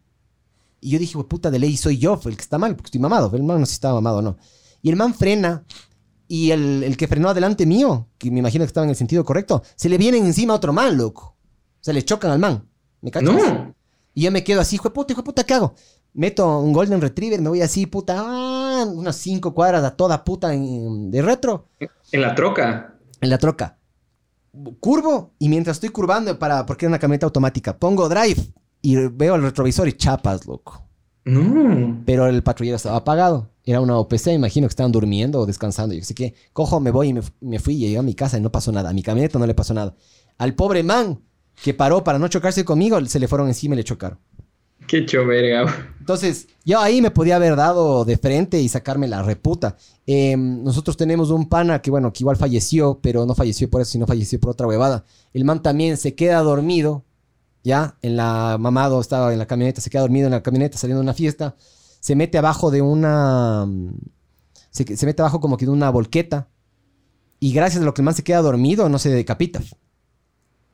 Y yo dije, "Hue puta, de ley soy yo el que está mal, porque estoy mamado. El man no sé si estaba mamado o no. Y el man frena. Y el, el que frenó adelante mío, que me imagino que estaba en el sentido correcto, se le viene encima otro man, loco. O sea, le chocan al man. ¿Me cachas?
No.
Y yo me quedo así, hijo de puta, hijo de puta, ¿qué hago? Meto un Golden Retriever, me voy así, puta, ah, unas cinco cuadras a toda puta en- de retro,
En la troca.
en la troca. Curvo, y mientras estoy curvando, para, porque era una camioneta automática, pongo drive y veo el retrovisor y chapas, loco.
No.
Pero el patrullero estaba apagado. Era una OPC, imagino que estaban durmiendo o descansando. Yo qué sé qué. Cojo, me voy y me, fu- me fui. Llegué a mi casa y no pasó nada. A mi camioneta no le pasó nada. Al pobre man que paró para no chocarse conmigo, se le fueron encima y le chocaron.
Qué choverga. güey.
Entonces, yo ahí me podía haber dado de frente y sacarme la reputa. Eh, nosotros tenemos un pana que, bueno, que igual falleció, pero no falleció por eso, sino falleció por otra huevada. El man también se queda dormido, ya, en la mamado, estaba en la camioneta, se queda dormido en la camioneta saliendo de una fiesta. Se mete abajo de una. mm, Se, se mete abajo como que de una volqueta. Y gracias a lo que el man se queda dormido, no se decapita.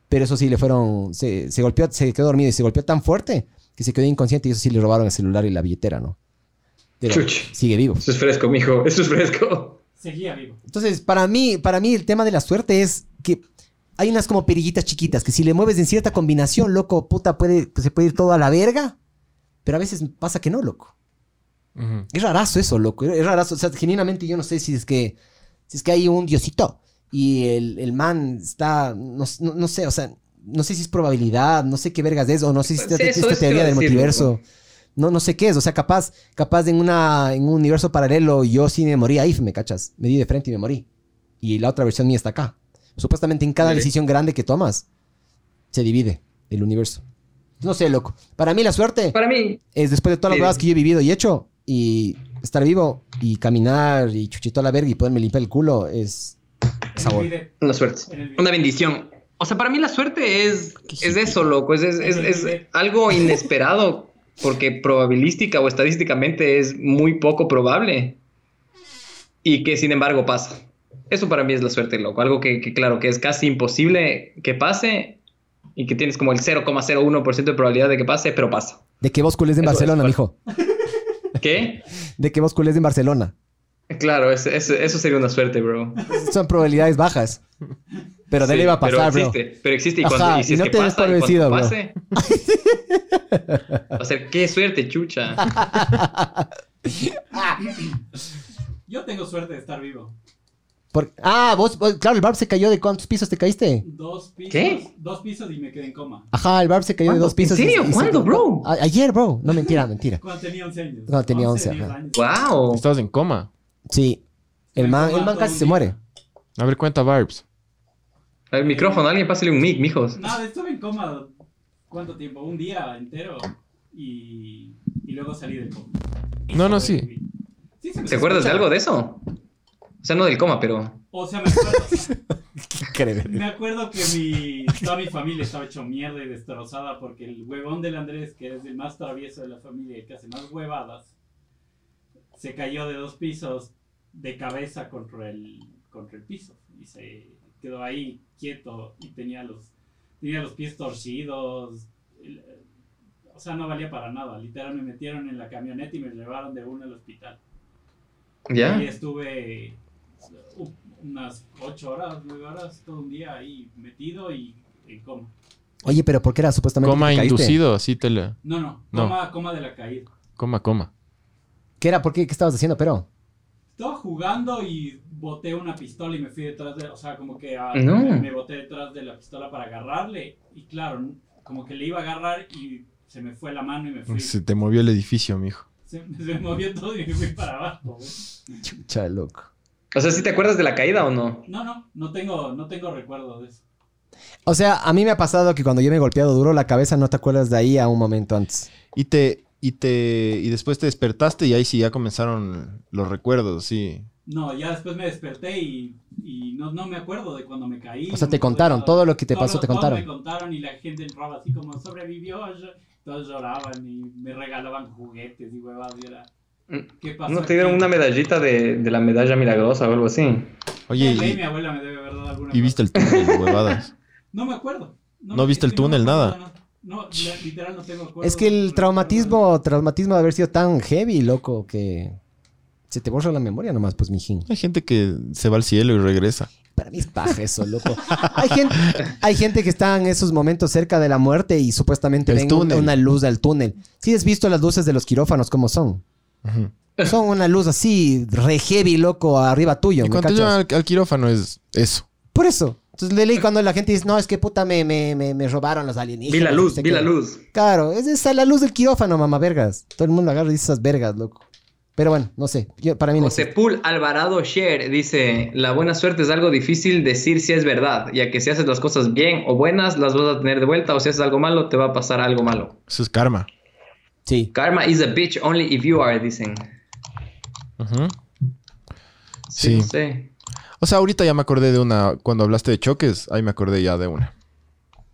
Pero eso sí, le fueron. Se, se golpeó, se quedó dormido y se golpeó tan fuerte que se quedó inconsciente y eso sí le robaron el celular y la billetera, ¿no? Pero
Chuch.
sigue vivo.
Eso es fresco, mijo. Eso es fresco.
Seguía vivo.
Entonces, para mí, para mí el tema de la suerte es que hay unas como perillitas chiquitas que si le mueves en cierta combinación, loco, puta, puede, se puede ir todo a la verga. Pero a veces pasa que no, loco.
Ujú.
Es rarazo eso, loco. Es rarazo. O sea, genuinamente yo no sé si es que, si es que hay un diosito y el, el man está, no, s- no- no sé, o sea, no sé si es probabilidad, no sé qué vergas es, o no sé si
Pues
esta,
eso,
esta
eso
teoría
iba a
del
decir,
multiverso. No, no sé qué es, o sea, capaz, capaz en, una, en un universo paralelo yo sí me morí ahí, me cachas, me di de frente y me morí. Y la otra versión mía está acá. Supuestamente en cada
Dale.
decisión grande que tomas, se divide el universo. No sé, loco. Para mí la suerte
Para mí,
es después de todas las
Sí.
cosas que yo he vivido y hecho y estar vivo y caminar y chuchito a la verga y poderme limpiar el culo es sabor.
En el bidet.
la suerte.
En el bidet.
Una bendición. O sea, para mí la suerte es, es eso, loco. Es, es, es- es
Sí.
algo inesperado porque probabilística o estadísticamente es muy poco probable y que sin embargo pasa. Eso para mí es la suerte, loco. Algo que, que claro, que es casi imposible que pase y que tienes como el 0,01% de probabilidad de que pase, pero pasa.
De que vos culés en
Eso es,
Barcelona,
bueno.
mijo.
¿Qué?
De que vos culés en Barcelona.
Claro, es- es- eso sería una suerte, bro.
Son probabilidades bajas. Pero de él
Sí,
iba a pasar,
pero
bro.
existe, Pero existe y, cuando,
Ajá,
y si
y
es
no
que
te des
pasa,
por
y
vencido,
cuando
bro.
pase, o sea, qué suerte, chucha.
Yo tengo suerte de estar vivo.
Por- Ah, vos, vos- claro, el Barb se cayó de cuántos pisos te caíste.
Dos pisos.
¿Qué?
Dos pisos y me quedé en coma.
Ajá, el Barb se cayó de
¿Cuándo?
dos pisos.
¿En
y-
serio?
y se-
¿Cuándo, bro?
A- ayer, bro. No, mentira, mentira.
Cuando tenía 11 años.
Cuando tenía 11,
años.
ajá.
Wow.
Estabas en coma.
Sí. El man, el man casi se muere.
A ver, cuenta Barbs.
El micrófono, alguien pásale un mic, mijos.
Nada, estuve en coma. ¿Cuánto tiempo? Un día entero. Y, y luego salí del coma.
No, no, sí.
¿Te acuerdas de algo de eso? O sea, no del coma, pero.
O sea, me acuerdo. me acuerdo que mi, toda mi familia estaba hecho mierda y destrozada porque el huevón del Andrés, que es el más travieso de la familia y el que hace más huevadas, se cayó de dos pisos de cabeza contra el, contra el piso y se quedó ahí quieto y tenía los, tenía los pies torcidos. el- o sea, no valía para nada. Literal, me metieron en la camioneta y me llevaron de uno al hospital.
¿Ya?
Y estuve u- unas ocho horas, nueve horas, todo un día ahí metido y en coma.
Oye, pero ¿por qué era supuestamente
Coma
que te caíste?
inducido, así te la.
No, no,
No.
coma, coma de la caída.
Coma, coma.
¿Qué era? ¿Por qué? ¿Qué estabas haciendo, pero?
Estaba jugando y boté una pistola y me fui detrás de, o sea, como que ah,
No.
me, me boté detrás de la pistola para agarrarle y claro, como que le iba a agarrar y se me fue la mano y me fui.
Se te movió el edificio, mijo.
Se, se me movió todo y me fui para abajo. güey.
Chucha, loco.
O sea, ¿sí te acuerdas de la caída o no?
No, no, no tengo, no tengo recuerdo de eso.
O sea, a mí me ha pasado que cuando yo me he golpeado duro la cabeza, no te acuerdas de ahí a un momento antes.
Y te, y te, y después te despertaste y ahí sí ya comenzaron los recuerdos, sí.
No, ya después me desperté y, y no, no me acuerdo de cuando me caí.
O sea,
no
te
me acuerdo
contaron,
nada.
todo lo que te pasó te
todo
contaron.
Me contaron y la gente entraba así como sobrevivió, yo- todos lloraban y me regalaban juguetes y huevadas y era... ¿Qué pasó?
Mm, ¿No te dieron
aquí?
una medallita de, de la medalla milagrosa o algo así?
Oye,
Ley,
y,
mi abuela me debe haber dado alguna
y viste el túnel, huevadas.
No me acuerdo.
¿No viste el
es que no me
túnel,
acuerdo,
nada?
No, no, la- literal no tengo acuerdo.
Es que el traumatismo, traumatismo de haber sido tan heavy, loco, que se te borra la memoria nomás, pues, mijín.
Hay gente que se va al cielo y regresa.
Para mí es paja eso, loco. Hay gente, hay gente que está en esos momentos cerca de la muerte y supuestamente
El
ven un-
túnel.
una luz del túnel. ¿Sí has visto las luces de los quirófanos cómo son? Son una luz así, re heavy, loco, arriba tuyo.
Y
¿me
cuando
cachas?
llegan al, al quirófano es eso.
Por eso. Entonces le leí cuando la gente dice, no, es que puta, me, me, me, me robaron los alienígenas.
Vi la luz,
Este
vi
que-
la luz.
Claro, es esa la luz del quirófano, mamá vergas. Todo el mundo agarra y dice esas vergas, loco. Pero bueno, no sé. Yo, para mí no sé.
Sepul Alvarado Sher dice: La buena suerte es algo difícil decir si es verdad, ya que si haces las cosas bien o buenas, las vas a tener de vuelta, o si haces algo malo, te va a pasar algo malo.
Eso es karma.
Sí.
Karma is a bitch only if you are, dicen.
Sí.
no sé.
O sea, ahorita ya me acordé de una. Cuando hablaste de choques, ahí me acordé ya de una.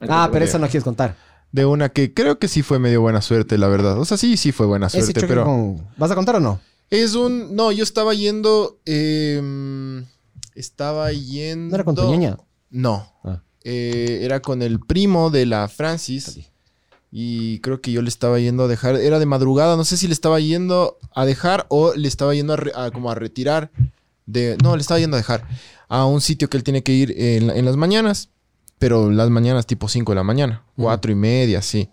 Ah, pero eso no quieres contar.
De una que creo que sí fue medio buena suerte, la verdad. O sea, sí, sí fue buena
Ese
suerte,
choque
pero.
con- ¿Vas a contar o no?
Es un. No, yo estaba yendo. em, estaba yendo.
¿No era con tu ñaña?
No. Eh, era con el primo de la Francis. Y creo que yo le estaba yendo a dejar. Era de madrugada. No sé si le estaba yendo a dejar o le estaba yendo a, re- a como a retirar. De, no, le estaba yendo a dejar a un sitio que él tiene que ir en, la- en las mañanas. Pero las mañanas tipo 5 de la mañana. 4 y media, sí.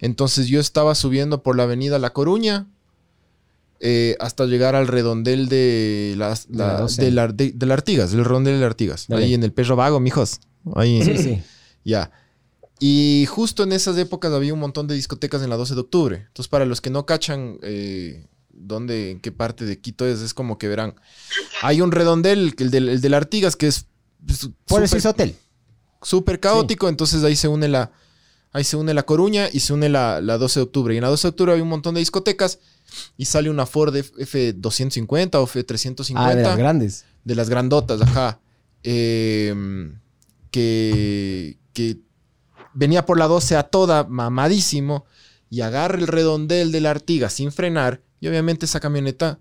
Entonces yo estaba subiendo por la avenida La Coruña eh, hasta llegar al redondel de las,
De la
la-
12.
de la, de- de la Artigas, el redondel de la Artigas.
Dale.
Ahí en el Perro Vago, mijos. Ahí.
Sí, sí.
Ya. Y justo en esas épocas había un montón de discotecas en la 12 de octubre. Entonces, para los que no cachan eh, dónde, en qué parte de Quito es, es como que verán. Hay un redondel, el del, el del Artigas, que es. su-
Por
súper-
eso hizo hotel.
súper caótico. Entonces ahí se une la. Ahí se une la Coruña y se une la, la 12 de octubre. Y en la 12 de octubre hay un montón de discotecas y sale una Ford F- F250 o F350.
Ah, de las grandes.
De las grandotas, ajá. Eh, que, que venía por la 12 a toda, mamadísimo. y agarra el redondel de la Artiga sin frenar, y obviamente esa camioneta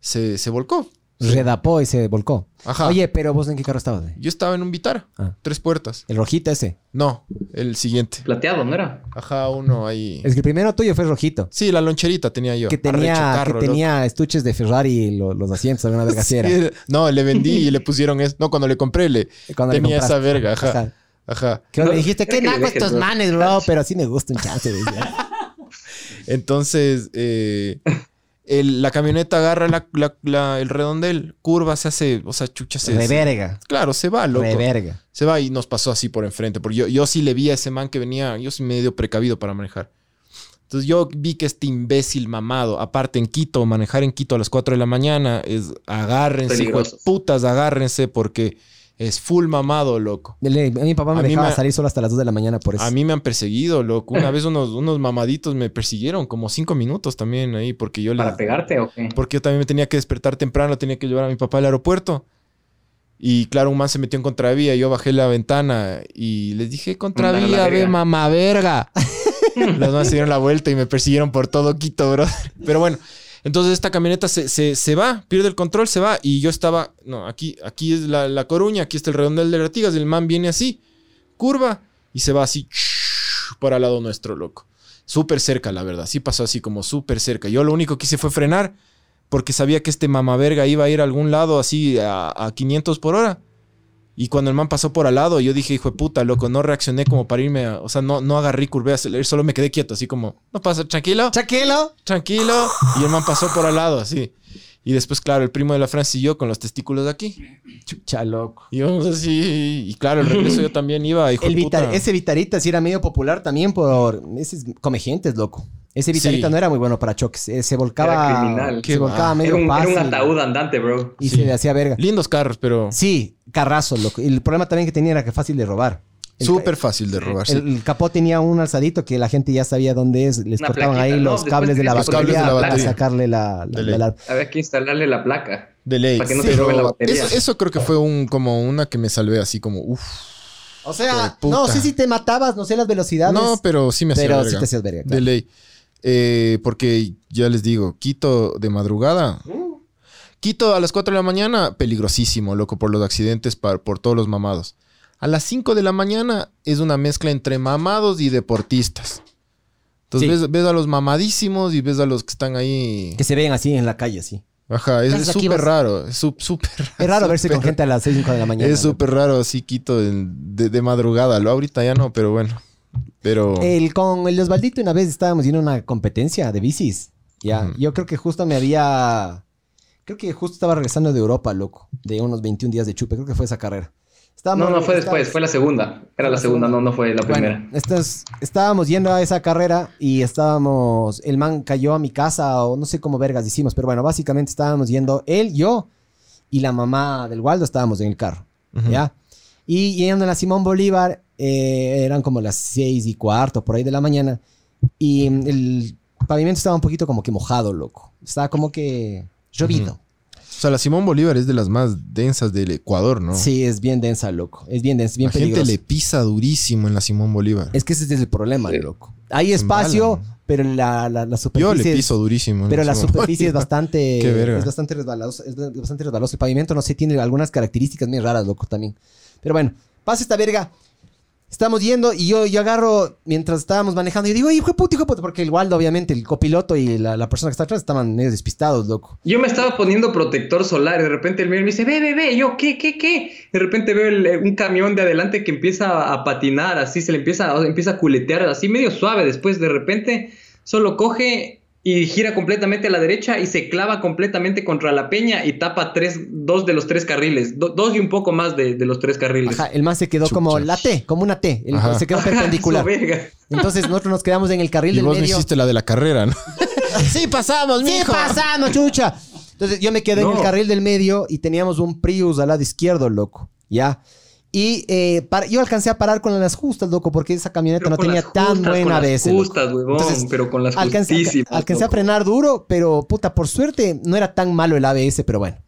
se, se volcó.
Redapó y se volcó.
Ajá.
Oye, pero vos en qué carro estabas? eh?
Yo estaba en un Vitara, tres puertas.
El rojito ese.
No, el siguiente.
Plateado, ¿no era?
Ajá, uno ahí.
Es que el primero tuyo fue el rojito.
Sí, la loncherita tenía yo.
Que tenía,
Arrecho carro,
que
loco.
tenía estuches de Ferrari y lo- los asientos, alguna verga así era.
Sí, era- no, le vendí y le pusieron eso. No, cuando le compré, le
Cuando le
tenía esa
compraste.
verga. Ajá.
Ajá.
Ajá.
Creo que me dijiste, qué
que le
naco
dejes,
estos
bro.
manes, bro, pero sí me gusta un chance. decía.
Entonces, eh, el- la camioneta agarra la- la- la- el redondel, curva, se hace, o sea, chucha, se. se-
Reverga.
claro, se va, loco.
Reverga.
Se va y nos pasó así por enfrente. Porque yo, yo sí le vi a ese man que venía, yo sí medio precavido para manejar. Entonces yo vi que este imbécil mamado, aparte en Quito, manejar en Quito a las 4 de la mañana, es agárrense, hijo de
Peligroso.
putas, agárrense porque es full mamado, loco.
Le- A mi papá me
A mí
dejaba
me-
salir solo hasta las 2 de la mañana por eso.
A mí me han perseguido, loco. Una vez unos, unos mamaditos me persiguieron como cinco minutos también ahí porque yo
¿Para
les,
pegarte o qué?
porque yo también me tenía que despertar temprano, tenía que llevar a mi papá al aeropuerto. Y claro, un man se metió en contravía, yo bajé la ventana y les dije,
Mandaron
contravía,
la
ve
verga".
mamá verga. Los más se dieron la vuelta y me persiguieron por todo Quito, bro. Pero bueno, entonces esta camioneta se, se- se va, pierde el control, se va. Y yo estaba, no, aquí, aquí es la, la Coruña, aquí está el redondel de Artigas, el man viene así, curva y se va así para al lado nuestro, loco. Súper cerca, la verdad. Sí pasó así como súper cerca. Yo lo único que hice fue frenar porque sabía que este mamaverga iba a ir a algún lado así a, a 500 por hora. Y cuando el man pasó por al lado, yo dije, hijo de puta, loco, no reaccioné como para irme, a- o sea, no, no agarré, curvé, aceleré, solo me quedé quieto, así como, no pasa, tranquilo,
Chaquelo.
tranquilo. Y el man pasó por al lado, así. Y después, claro, el primo de la Francia y yo con los testículos de aquí.
Chucha, loco.
Íbamos así, y claro, el regreso yo también iba, hijo
El
de puta.
Vitar- ese Vitarita sí era medio popular también por... Ese es comegentes, loco. Ese Vitarita
Sí.
no era muy bueno para choques. eh, se volcaba...
Era criminal.
Se
Qué
volcaba
va.
medio
Era un, era un
fácil.
ataúd andante, bro.
Y
Sí.
se le hacía verga.
Lindos carros, pero
Sí, carrazo, loco. Y el problema también que tenía era que fácil de robar. El-
súper fácil de robar. sí.
El, el capó tenía un alzadito que la gente ya sabía dónde es. Les
Una
cortaban
plaquita,
ahí
¿no?
los
Después
cables de la
tenías
que ponerle
batería
la
para
batería.
sacarle la, la-
De ley.
la-
Había que instalarle la placa.
De ley.
Para que no
Sí,
te roben la
pero
batería.
Eso, eso creo que fue un, como una que me salvé así como, uff. Hijo
O
de
sea,
puta.
no sé si te matabas, no sé las velocidades.
No, pero sí me hacía
pero
verga.
sí te hacías verga.
De
claro.
ley. Eh, porque ya les digo, Quito de madrugada. Quito a las 4 de la mañana, peligrosísimo, loco, por los accidentes, par- por todos los mamados. A las 5 de la mañana es una mezcla entre mamados y deportistas. Entonces
Sí.
ves, ves a los mamadísimos y ves a los que están ahí.
Que se ven así en la calle, así.
Ajá, es
Entonces,
es
aquí
súper
vas-
raro. Es su- súper
Es raro verse con
Ah, súper-
gente a las 6 5 de la mañana.
Es súper raro así Quito en- de, de madrugada. Lo ahorita ya no, pero bueno. Pero...
El, con el Osvaldito una vez estábamos yendo a una competencia de bicis. Ya,
Ujú.
yo creo que justo me había... Creo que justo estaba regresando de Europa, loco. De unos 21 días de chupe. Creo que fue esa carrera.
No,
Estábamos-
no, fue
estábamos-
después, fue la segunda. Era la segunda, no, no fue la primera.
Bueno, estas- estábamos yendo a esa carrera y estábamos. El man cayó a mi casa o no sé cómo vergas hicimos, pero bueno, básicamente estábamos yendo él, yo y la mamá del Waldo estábamos en el carro, ¿ya? Y yendo a la Simón Bolívar, eh, eran como las seis y cuarto por ahí de la mañana y mm, el pavimento estaba un poquito como que mojado, loco. Estaba como que llovido.
O sea, la Simón Bolívar es de las más densas del Ecuador, ¿no?
Sí, es bien densa, loco. Es bien densa, es bien
Oh. la gente
peligrosa.
le pisa durísimo en la Simón Bolívar.
Es que ese es el problema, loco. Hay
Se
espacio,
embalan.
pero la, la,
Yo
la superficie.
le
es-
piso durísimo. en
Pero la
Simón
superficie es
Bolívar.
bastante.
Qué verga.
Es bastante resbaloso. Es ba- bastante resbaloso. El pavimento, no sé, tiene algunas características muy raras, loco, también. Pero bueno, pasa esta verga. Estamos yendo y yo, yo agarro, mientras estábamos manejando, yo digo, hijo de puta, hijo de puta", porque el Waldo, obviamente, el copiloto y la, la persona que está atrás estaban medio despistados, loco.
Yo me estaba poniendo protector solar y de repente el mío me dice, ve, ve, ve, Y yo, ¿qué, qué, qué? De repente veo el- eh, un camión de adelante que empieza a patinar, así se le empieza, o sea, empieza a culetear, así medio suave, después de repente solo coge y gira completamente a la derecha y se clava completamente contra la peña y tapa tres, dos de los tres carriles, do- dos y un poco más de, de los tres carriles.
Ajá, el man se quedó como
Chucha.
la T, como una T. El-
Ajá.
se quedó perpendicular.
Eso, verga.
Entonces nosotros nos quedamos en el carril
Y
del
vos no
medio.
hiciste la de la carrera, ¿no?
Sí pasamos, mijo. Sí pasamos, chucha. Entonces yo me quedé en
No.
el carril del medio y teníamos un Prius al lado izquierdo, loco. Ya. Y eh, para- yo alcancé a parar con las justas, loco, porque esa camioneta
Pero
no
con
tenía
las
tan
justas,
buena
con las
vez.
justas, huevón, pero con las
alcancé,
justísimas,
alcancé a
loco.
frenar duro, pero puta, por suerte no era tan malo el ABS, pero bueno.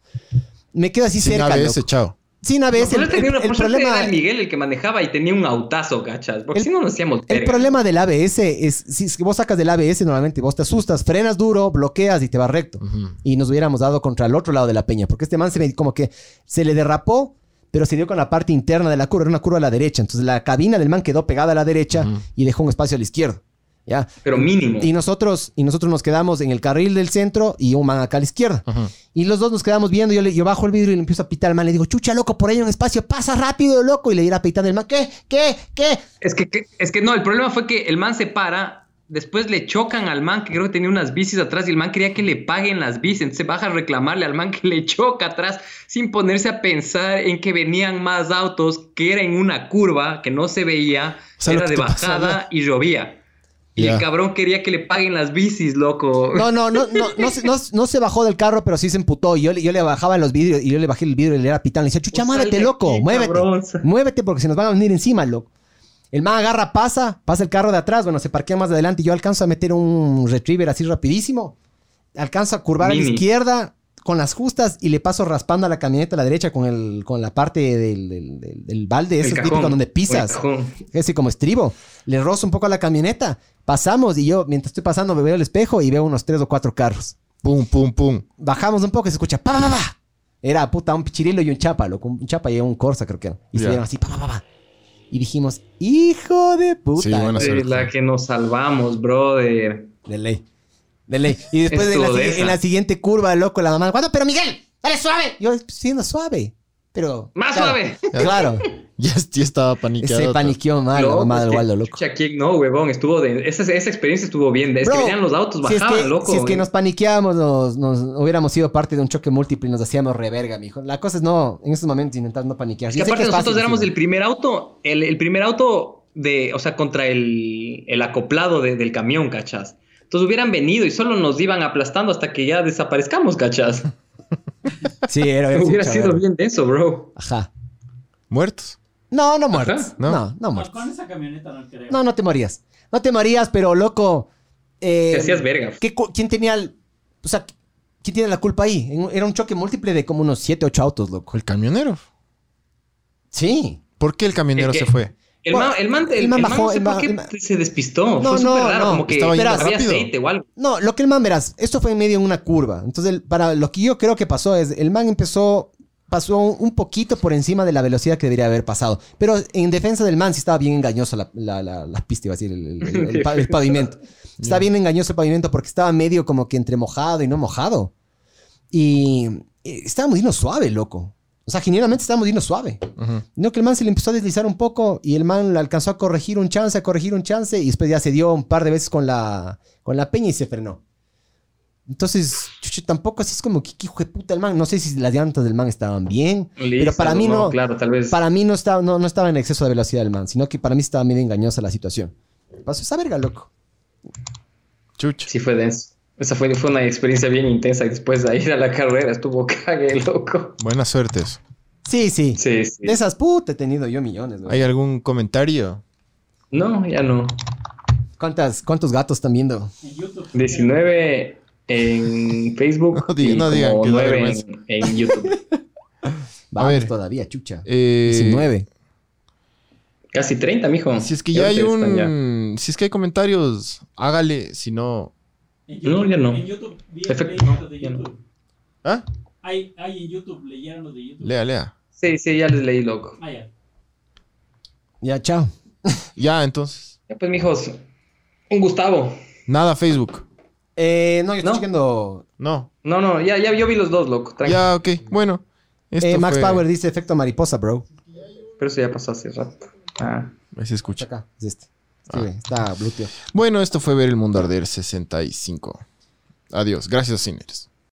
Me quedo así
Sin
cerca.
ABS,
loco.
chao.
sin ABS, el,
Yo tenía
el-
una
el
suerte
problema,
era el Miguel el que manejaba y tenía un autazo, gachas. Porque
El-
si no nos hacíamos
el
verga.
problema del ABS es, si es que vos sacas del ABS normalmente, vos te asustas, frenas duro, bloqueas y te vas recto. Y nos hubiéramos dado contra el otro lado de la peña, porque este man se me, como que se le derrapó, pero se dio con la parte interna de la curva, era una curva a la derecha. Entonces la cabina del man quedó pegada a la derecha y dejó un espacio a la izquierda. ¿Ya?
Pero mínimo.
Y nosotros, y nosotros nos quedamos en el carril del centro y un man acá a la izquierda. Y los dos nos quedamos viendo. Yo, le, yo bajo el vidrio y le empiezo a pitar al man. Le digo, chucha, loco, por ahí hay un espacio, pasa rápido, loco. Y le irá pitando el man, ¿qué? ¿Qué? ¿Qué?
Es que, que- es que no, el problema fue que el man se para, después le chocan al man que creo que tenía unas bicis atrás y el man quería que le paguen las bicis, entonces baja a reclamarle al man que le choca atrás sin ponerse a pensar en que venían más autos, que era en una curva que no se veía,
sea, lo
era
que
de
te pasó allá.
bajada y llovía. Y
Ya.
el cabrón quería que le paguen las bicis, loco.
No, no, no, no, no, se- no, no se bajó del carro, pero sí se emputó. Y Yo, le- yo le bajaba los vidrios y yo le bajé el vidrio y le era pitando. Le decía, chucha,
Pues sal
muévete,
de
loco,
aquí,
muévete.
cabrón.
Muévete porque se nos van a venir encima, loco. El man agarra, pasa, pasa el carro de atrás. Bueno, se parquea más adelante y yo alcanzo a meter un retriever así rapidísimo. Alcanzo a curvar a la
Mini.
izquierda con las justas y le paso raspando a la camioneta a la derecha con, el, con la parte del, del, del- del balde,
El
ese
cajón,
típico donde
o el
pisas.
cajón.
Así como estribo. Le rozo un poco a la camioneta. Pasamos y yo, mientras estoy pasando, me veo el espejo y veo unos tres o cuatro carros.
Pum, pum, pum.
Bajamos un poco y se escucha pa, pa, pa, pa. Era puta, un pichirilo y un chapa, loco. Un chapa y un corsa, creo que era. Y se
Ya.
vieron así, pa, pa, pa, pa. Y dijimos, hijo de puta.
Sí, buena
De
suerte.
la que nos salvamos, brother.
De ley. De ley. Y después en la,
Estuvo de
sigui-
esa.
en la siguiente curva, loco, la mamá, ¿cuándo? Pero Miguel, dale suave. Yo pues, siendo suave. Pero.
¡Más
claro,
suave!
Claro.
Ya, ya estaba paniqueado.
Se paniqueó mal, Ah, la
Loco,
mamá
es
del
que,
Waldo, loco.
chucha, ¿quién no, huevón? Estuvo de... Esa, esa experiencia estuvo bien. Es que
Bro,
venían los autos,
si es
Pues bajaban,
que,
loco.
Si es que nos paniqueábamos, nos, nos hubiéramos sido parte de un choque múltiple y nos hacíamos reverga, mijo. La cosa es no, en estos momentos intentar no paniquear.
Es que
Yo sé
aparte
es
nosotros
fácil,
éramos
sí,
del primer auto, el, el primer auto de, o sea, contra el, el acoplado de- del camión, ¿cachas? Entonces hubieran venido y solo nos iban aplastando hasta que ya desaparezcamos, ¿cachas?
Sí, era chucha,
Hubiera sido
verga.
bien denso, bro.
Ajá.
Muertos.
No, no muertes. No,
No.
no,
No,
muertes.
con esa camioneta no creo.
No, no te morías. No te morías, pero loco. eh,
Te hacías verga.
¿qué cu- ¿Quién tenía el- O sea, ¿quién tiene la culpa ahí? En- Era un choque múltiple de como unos 7, 8 autos, loco.
El camionero.
Sí.
¿Por qué el camionero
Es que-
se fue?
El
Bueno,
man, el man, el,
el man
el man
bajó,
no sé
el
por
man-
qué
el man-
se despistó.
No,
Fue
no,
súper raro,
no.
como que
Estaba
yendo
había
rápido.
aceite o algo.
No, lo que el man, verás, esto fue en medio de una curva. Entonces, el- para lo que yo creo que pasó es, el man empezó, pasó un poquito por encima de la velocidad que debería haber pasado. Pero en defensa del man sí estaba bien engañosa la, la, la- la pista, iba a decir, el, el- el- el pa- el pavimento. Está bien engañoso el pavimento porque estaba medio como que entre mojado y no mojado. Y eh, estábamos yendo suave, loco. O sea, generalmente estábamos yendo suave. No, que el man se le empezó a deslizar un poco y el man le alcanzó a corregir un chance, a corregir un chance y después ya se dio un par de veces con la, con la peña y se frenó. Entonces, chuchu, tampoco así es como que qué hijo de puta el man. No sé si las llantas del man estaban bien, pero
Listas,
para mí no.
Claro, tal vez.
Para mí no estaba, no, no estaba en exceso de velocidad el man, sino que para mí estaba medio engañosa la situación. Pasó esa verga, loco.
Chucha.
Sí fue denso. Esa fue, fue una experiencia bien intensa y después de ir a la carrera estuvo cague, loco.
Buenas suertes.
Sí, sí.
Sí, sí.
De esas putas he tenido yo millones, loco.
¿Hay algún comentario?
No, ya no.
¿Cuántas, ¿Cuántos gatos están viendo?
En YouTube.
19 en Facebook
No diga-
y
no digan
como
que da
9
vergüenza.
en, en YouTube.
Vamos
ver.
todavía, chucha.
Eh,
19.
Casi 30, mijo.
Si es que
Creo
ya hay
ustedes están ya.
un... Si es que hay comentarios, hágale. Si no...
En
No, ya no.
En YouTube, vi
Efe-
leyeron los de
ya no.
YouTube.
¿Ah?
Hay, hay en YouTube, leyeron los de YouTube.
Lea, lea.
Sí, sí, ya les leí, loco.
Ah, ya.
Ya, chao.
Ya, entonces.
Ya pues, mijos, un Gustavo.
Nada Facebook.
Eh, no, yo estoy
¿No?
viendo.
No.
No, no, ya, ya yo vi los dos, loco. Tranqui.
Ya, ok. Bueno. esto
Eh, Max
fue-
Power dice efecto mariposa, bro.
Pero eso ya pasó hace rato. Ah.
Ahí se
Está
escucha.
acá, es este. Sí,
Ah.
güey, está bluteo.
Bueno, esto fue Ver el Mundo Arder 65. Adiós. Gracias, Sinners.